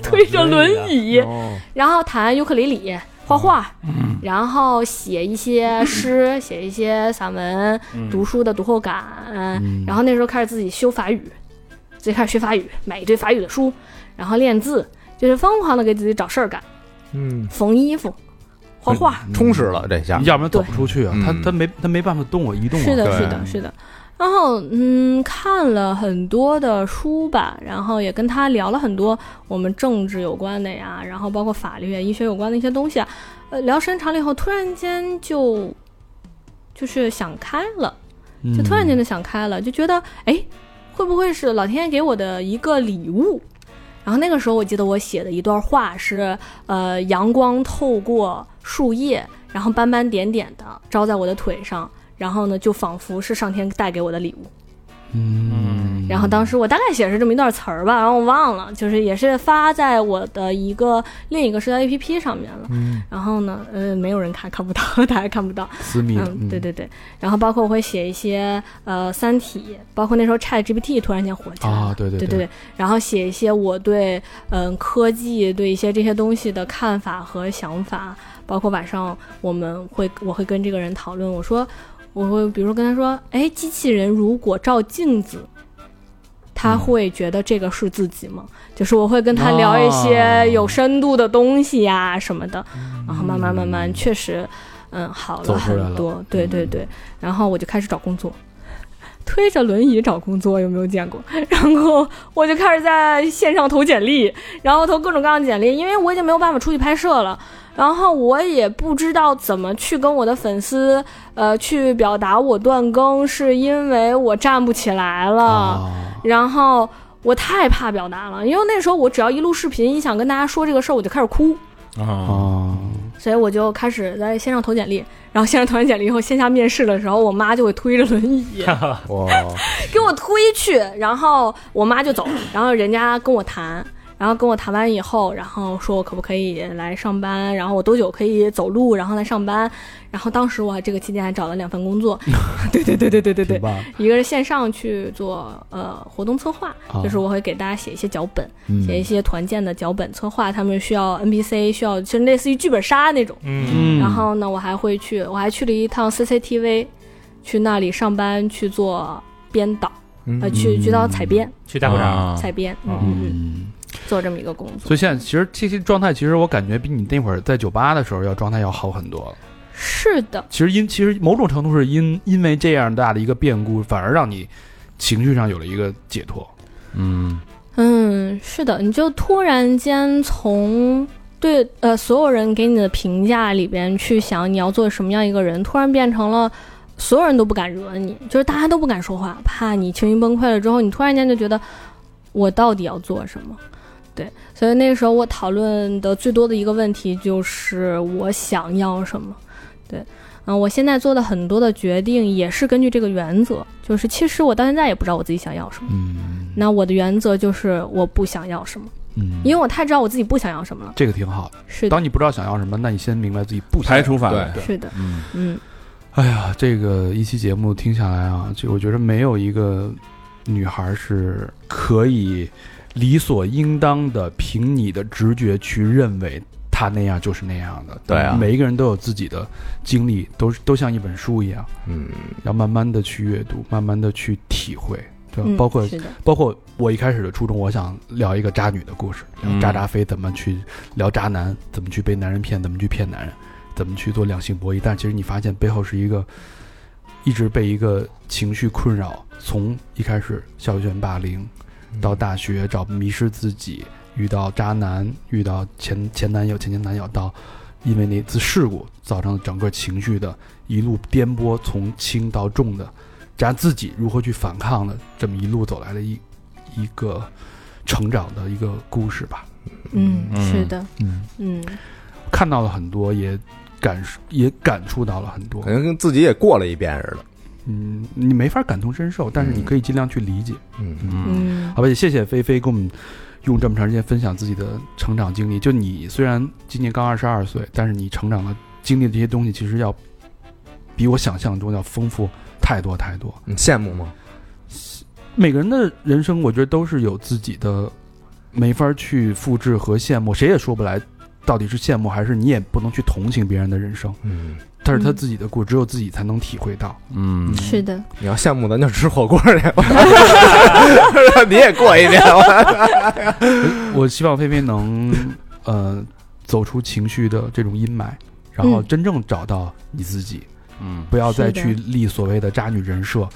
推
啊
着轮
嗯
椅，
哦
然后弹尤克里里、画画，嗯然后写一些诗、写一些散文、读书的读后感，
嗯
然后那时候开始自己修法语，自己开始学法语，买一堆法语的书，然后练字，就是疯狂的给自己找事儿干，
嗯，
缝衣服、画画，
啊
充实了这下
嗯要不然走不出去啊。
对
他
嗯
他没他没办法动我移动啊。
是的，
对
是的，是的。然后，嗯，看了很多的书吧，然后也跟他聊了很多我们政治有关的呀，然后包括法律啊、医学有关的一些东西啊。呃，聊深长了以后，突然间就就是想开了，
嗯
就突然间就想开了，就觉得哎，会不会是老天爷给我的一个礼物？然后那个时候，我记得我写的一段话是：呃，阳光透过树叶，然后斑斑点点的照在我的腿上，然后呢，就仿佛是上天带给我的礼物。
嗯，
然后当时我大概写是这么一段词儿吧，然后我忘了，就是也是发在我的一个另一个社交 APP 上面了。
嗯
然后呢，呃，没有人看，看不到， 大家看不到。
私密的，
嗯，对对对。然后包括我会写一些呃《三体》，包括那时候 Chat GPT 突然间火起来了
啊，对对
对对对，然后写一些我对嗯科技对一些这些东西的看法和想法，包括晚上我们会我会跟这个人讨论，我说我会比如说跟他说，哎，机器人如果照镜子。他会觉得这个是自己吗？就是我会跟他聊一些有深度的东西呀、什么的，然后慢慢慢慢，确实，嗯，好
走
了
出来嗯
很多。对对对，然后我就开始找工作，推着轮椅找工作，有没有见过？ 然后我就开始在线上投简历，然后投各种各样的简历，因为我已经没有办法出去拍摄了，然后我也不知道怎么去跟我的粉丝，呃，去表达我断更，是因为我站不起来了，
啊，
然后我太怕表达了，因为那时候我只要一录视频，一想跟大家说这个事儿，我就开始哭。
啊，
啊，
所以我就开始在线上投简历，然后线上投完简历以后，线下面试的时候，我妈就会推着轮 椅
哇，
给我推去，然后我妈就走了，然后人家跟我谈，然后跟我谈完以后，然后说我可不可以来上班，然后我多久可以走路，然后来上班，然后当时我还这个期间还找了两份 工作，对对对对对对对
挺，棒
一个是线上去做呃活动策划，
啊
就是我会给大家写一些脚本，
嗯
写一些团建的脚本策划，他们需要 NPC，需要就类似于剧本杀那种。
嗯，
嗯，
然后呢，我还会去，我还去了一趟 CCTV，去那里上班去做编导，呃，去去当采编，
去大会场，
啊
采编，嗯嗯嗯，
嗯。
做这么一个工作。
所以现在其实这些状态，其实我感觉比你那会儿在酒吧的时候要状态要好很多。
是的，
其实因其实某种程度是因因为这样大的一个变故，反而让你情绪上有了一个解脱。
嗯，
嗯，是的，你就突然间从对呃所有人给你的评价里边去想你要做什么样一个人，突然变成了。所有人都不敢惹你，就是大家都不敢说话，怕你情绪崩溃了之后，你突然间就觉得我到底要做什么？对，所以那个时候我讨论的最多的一个问题就是我想要什么。对，嗯、我现在做的很多的决定也是根据这个原则，就是其实我到现在也不知道我自己想要什么。
嗯
那我的原则就是我不想要什么，
嗯
因为我太知道我自己不想要什么了。
这个挺好的。
是的，
当你不知道想要什么，那你先明白自己不想
排
要
除法
对
律，
是的，
嗯，
嗯，
哎呀，这个一期节目听下来啊，就我觉得没有一个女孩是可以理所应当的凭你的直觉去认为她那样就是那样的。
对啊
每一个人都有自己的经历，都是都像一本书一样，
嗯
要慢慢的去阅读，慢慢的去体会。对吧，
嗯
包括
是的，
包括我一开始的初衷，我想聊一个渣女的故事，聊
嗯
渣渣飞怎么去聊渣男，怎么去被男人骗，怎么去骗男人，怎么去做两性博弈。但其实你发现背后是一个一直被一个情绪困扰，从一开始校园霸凌到大学找迷失自己，遇到渣男，遇到前前男友、前前男友，到因为那次事故造成整个情绪的一路颠簸，从轻到重的，咱自己如何去反抗的，这么一路走来的一一个成长的一个故事吧。
嗯，
嗯
是的，
嗯，
嗯，
看到了很多，也感也感触到了很多。
感觉跟自己也过了一遍似的。
嗯，你没法感同身受，但是你可以尽量去理解。
嗯，
嗯，
嗯，
好吧，也谢谢菲菲跟我们用这么长时间分享自己的成长经历。就你虽然今年刚二十二岁，但是你成长的经历的这些东西，其实要比我想象中要丰富太多太多。
你嗯羡慕吗？
每个人的人生，我觉得都是有自己的没法去复制和羡慕，谁也说不来到底是羡慕还是你也不能去同情别人的人生，
嗯，
但是他
嗯
自己的故，只有自己才能体会到。
嗯，
是的，
你要羡慕咱就吃火锅去 吧，让你也过一 遍吧。
我希望菲菲能呃走出情绪的这种阴霾，然后
嗯
真正找到你自己，
嗯，
不要再
是的
去立所谓的渣女人设，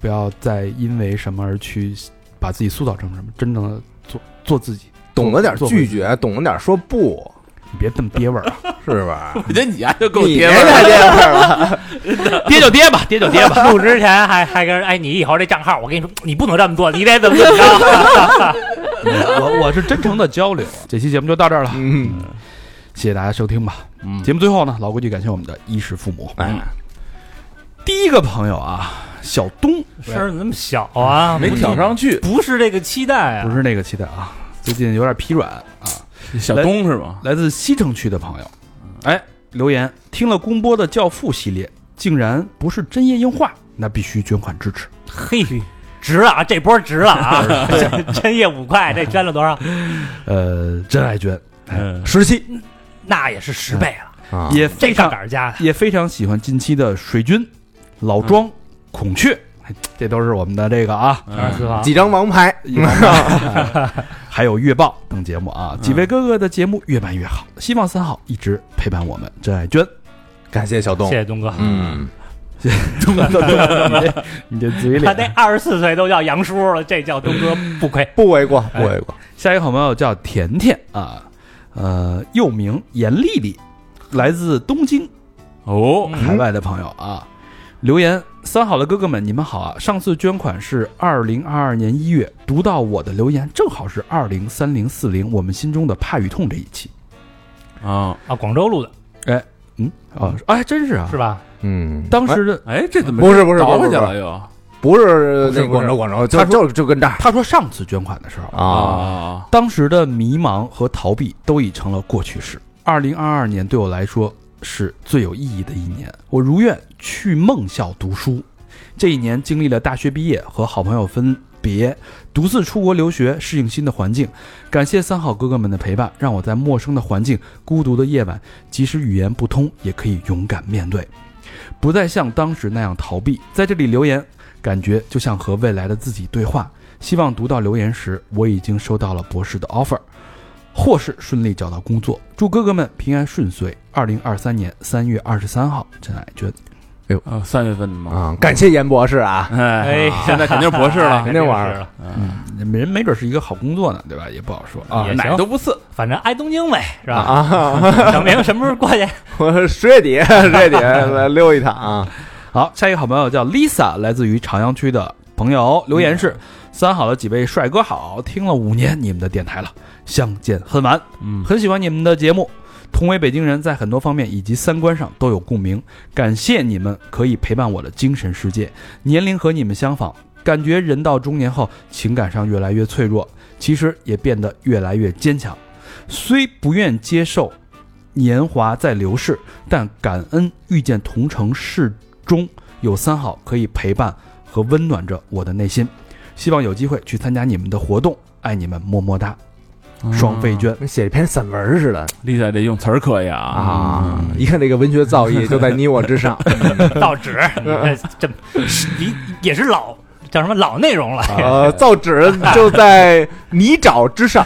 不要再因为什么而去把自己塑造成什么，真正的做做自己，
懂得点
做
拒，绝，懂得点说不，
你别这么憋味儿啊！
是 吧？
我觉得你丫就够
你
爹
别
味儿
太
了，
这样了，
跌就跌吧，跌就跌吧。录之前还还跟人哎，你以后这账号，我跟你说，你不能这么做，你得怎么怎么着。
哎我我是真诚的交流，这期节目就到这儿了，
嗯，
谢谢大家收听吧。
嗯
节目最后呢，老规矩，感谢我们的衣食父母。
哎，
第一个朋友啊，小东，
声儿怎么小 啊？
没挑上去，
不是这个期待
不
啊。
是那个期待啊，最近有点疲软啊。
小东是吗？
来自西城区的朋友，哎，留言听了公播的《教父》系列，竟然不是真叶硬化，那必须捐款支持。
嘿，值了啊，这波值了啊！ 这真叶五块，这捐了多少？
呃，真爱捐，
嗯，
十七
那也是十倍了，
啊，
也
这
非
上
常
哪儿加的？
也非常喜欢近期的水军、老庄、孔雀，哎这都是我们的这个啊，
二十四号
几张王牌，
嗯 还有月报等节目啊，几位哥哥的节目越办越好，希望三好一直陪伴我们。真爱捐，
感谢小
谢
东。
谢东哥。
嗯，
东哥，东哥你这你这嘴啊
他那
脸。
二十四岁都叫杨叔了，这叫东哥不亏。
不为过，不为过。
下一个好朋友叫甜甜啊，呃，又名严丽丽，来自东京
哦，
海外的朋友啊，留言三好的哥哥们，你们好啊！上次捐款是二零二二年一月，读到我的留言正好是二零三零四零，我们心中的怕与痛这一期。
啊，
啊，广州录的
嗯，哦，哎，真是啊，
是吧？
嗯，
当时的
哎，这怎么
不是不是
倒
不
回
是啊
去了又
不是那
不是不是
广州广州，
他
就就就跟这儿
他说上次捐款的时候，
啊，
啊？
当时的迷茫和逃避都已成了过去式。二零二二年对我来说是最有意义的一年，我如愿去梦校读书。这一年经历了大学毕业和好朋友分别，独自出国留学，适应新的环境。感谢三好哥哥们的陪伴，让我在陌生的环境、孤独的夜晚，即使语言不通，也可以勇敢面对，不再像当时那样逃避。在这里留言，感觉就像和未来的自己对话，希望读到留言时，我已经收到了博士的 offer，或是顺利找到工作。祝哥哥们平安顺遂。二零二三年三月二十三号，陈爱娟，
啊，三月份的吗？
啊，感谢严博士啊，
哎，现在肯定是博士了，
肯定玩
是
儿
了，
嗯，人没准是一个好工作呢，对吧？也不好说
啊也行
哪个都不次，
反正挨东京呗，是吧？
啊！
小明什么时候过去？
我十月底十月底来溜一趟啊，
好，下一个好朋友叫 Lisa，来自于朝阳区的朋友，留言是：
嗯
三好的几位帅哥好，听了五年你们的电台了，相见恨晚。
嗯，
很喜欢你们的节目。同为北京人，在很多方面以及三观上都有共鸣，感谢你们可以陪伴我的精神世界。年龄和你们相仿，感觉人到中年后，情感上越来越脆弱，其实也变得越来越坚强。虽不愿接受年华在流逝，但感恩遇见同城市中有三好可以陪伴和温暖着我的内心。希望有机会去参加你们的活动，爱你们，么么哒！双飞娟。
跟写一篇散文似的
丽仔这用词儿可以啊
啊
嗯！
一看这个文学造诣就在你我之上，
造纸， 这你也是老叫什么老内容了。
呃，造纸就在泥沼之上。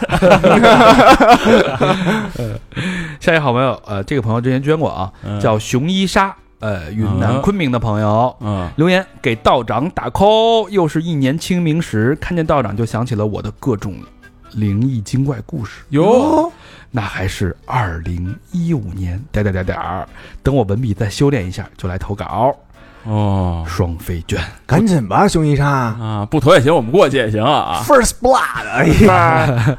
下一个好朋友，呃，这个朋友之前捐过啊，
嗯
叫熊一沙，呃，云南
嗯
昆明的朋友。
嗯
留言给道长打 call，又是一年清明时，看见道长就想起了我的各种灵异精怪故事。
哟，
那还是二零一五年，点点点点儿。等我文笔再修炼一下，就来投稿。
哦
双飞卷，
赶紧吧，熊一莎
啊，不投也行，我们过去也行啊。
，First Blood，哎呀，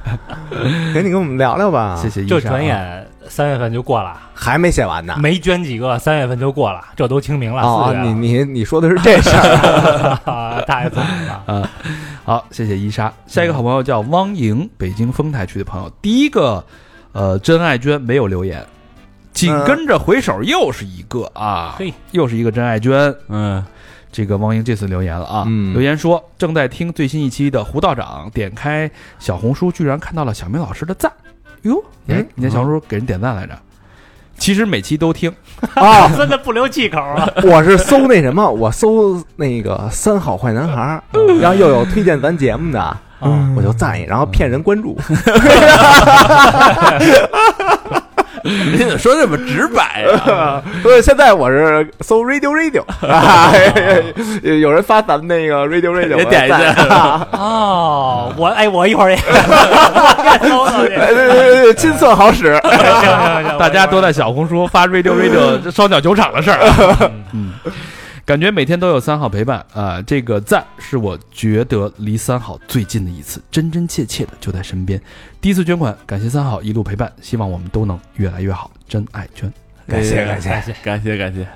赶紧跟我们聊聊吧。
谢谢一沙啊。
就转眼三月份就过了，
还没写完呢。
没捐几个，三月份就过了，这都清明了，
啊哦
四，月啊
你
了，
你你说的是这 事儿，
太惨了。
好，谢谢伊
嗯
莎。下一个好朋友叫汪莹，北京丰台区的朋友。第一个，呃，真爱娟没有留言，紧跟着回首又是一个啊，
嘿
又是一个真爱娟。
嗯，
这个汪莹这次留言了啊，
嗯
留言说正在听最新一期的胡道长，点开小红书居然看到了小明老师的赞，哟，哎
嗯，
你在小红书给人点赞来着？其实每期都听，
啊，
真的不留气口 啊！
我是搜那什么，我搜那个三好坏男孩儿，然后又有推荐咱节目的，
嗯
我就赞一，然后骗人关注。
人家说这么直白 啊，
所以现在我是搜 radio radio，啊有人发咱们那个 radio radio，
也点一下
我 赞啊
哦，我哎，我一会儿也，我该搜搜去。
对对对对，亲测好使。
行行 行，
大家都在小红书发 radio radio 这烧鸟酒厂的事儿、啊，嗯，感觉每天都有三好陪伴啊、这个赞是我觉得离三好最近的一次，真真切切的就在身边。第一次捐款，感谢三好一路陪伴，希望我们都能越来越好，真爱捐，
感谢感谢
感谢
哎感谢感谢，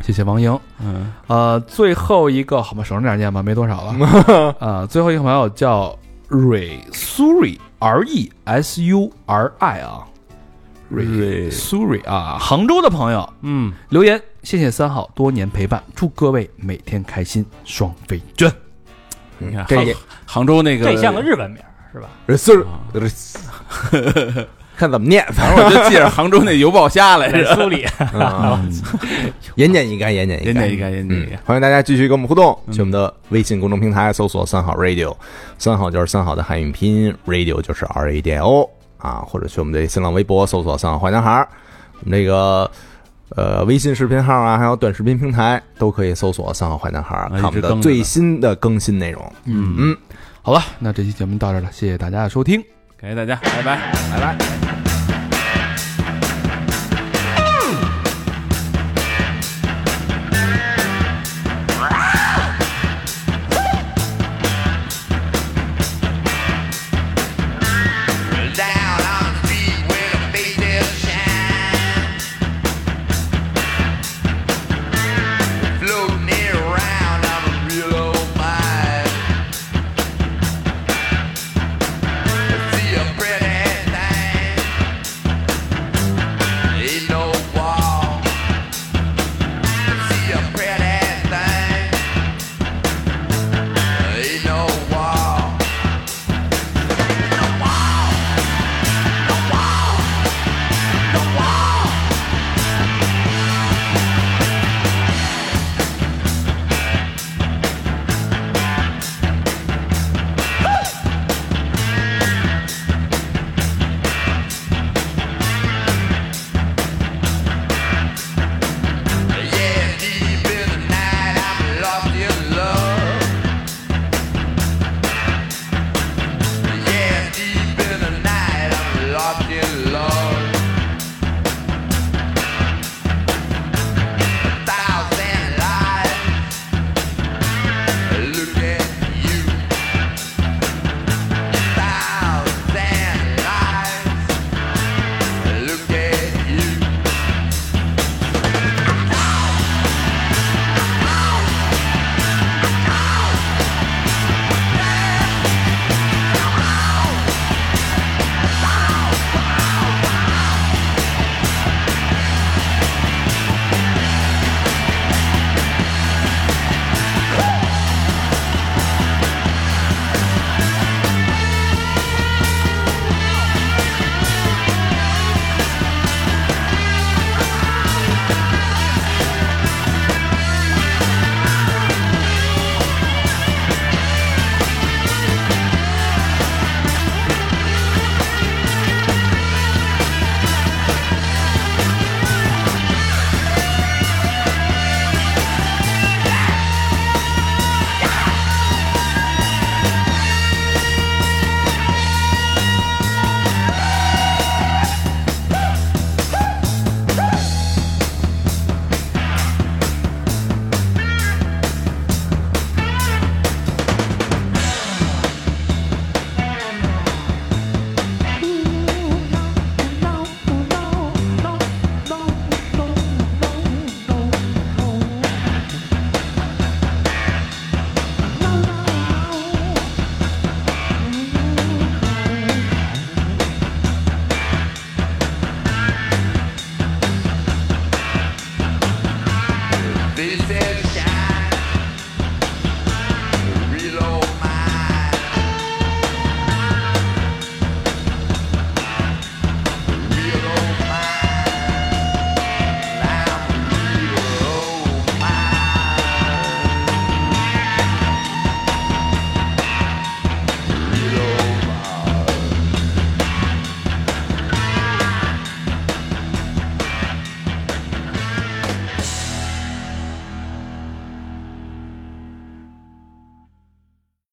谢谢王英。
嗯，
呃，最后一个好吧，省着点念吧，没多少了。呃，最后一个朋友叫蕊苏蕊 R E S U R I 啊，蕊
蕊
苏蕊啊，杭州的朋友，
嗯，
留言，谢谢三好多年陪伴，祝各位每天开心，双飞娟。
你看
这
杭
也
杭州那个，
这像个日本名儿是吧？
是， 看怎么念，
反正我就记着杭州那油爆虾 来
在
着，
苏里，
啊 言简意赅，言简意赅，
人家一看人家一
嗯
看，，
欢迎大家继续跟我们互动，
嗯
去我们的微信公众平台搜索“三好 radio”，三好就是三好的汉语拼音，radio 就是 R A D I O 啊，或者去我们的新浪微博搜索“三好坏男孩儿”，我们这个呃微信视频号啊，还有短视频平台都可以搜索“三好坏男孩儿”，
啊一直
看我们的
更着呢
最新的更新内容。
嗯
嗯，
好了，那这期节目到这儿了，谢谢大家的收听。
感谢大家，拜拜。
Down on the street where the bay still shines. Floating it around on a real old mind. See a pretty thing. Ain't no wall. See a pretty thing. Ain't no wall. Yeah, deep in the night, I'm lost in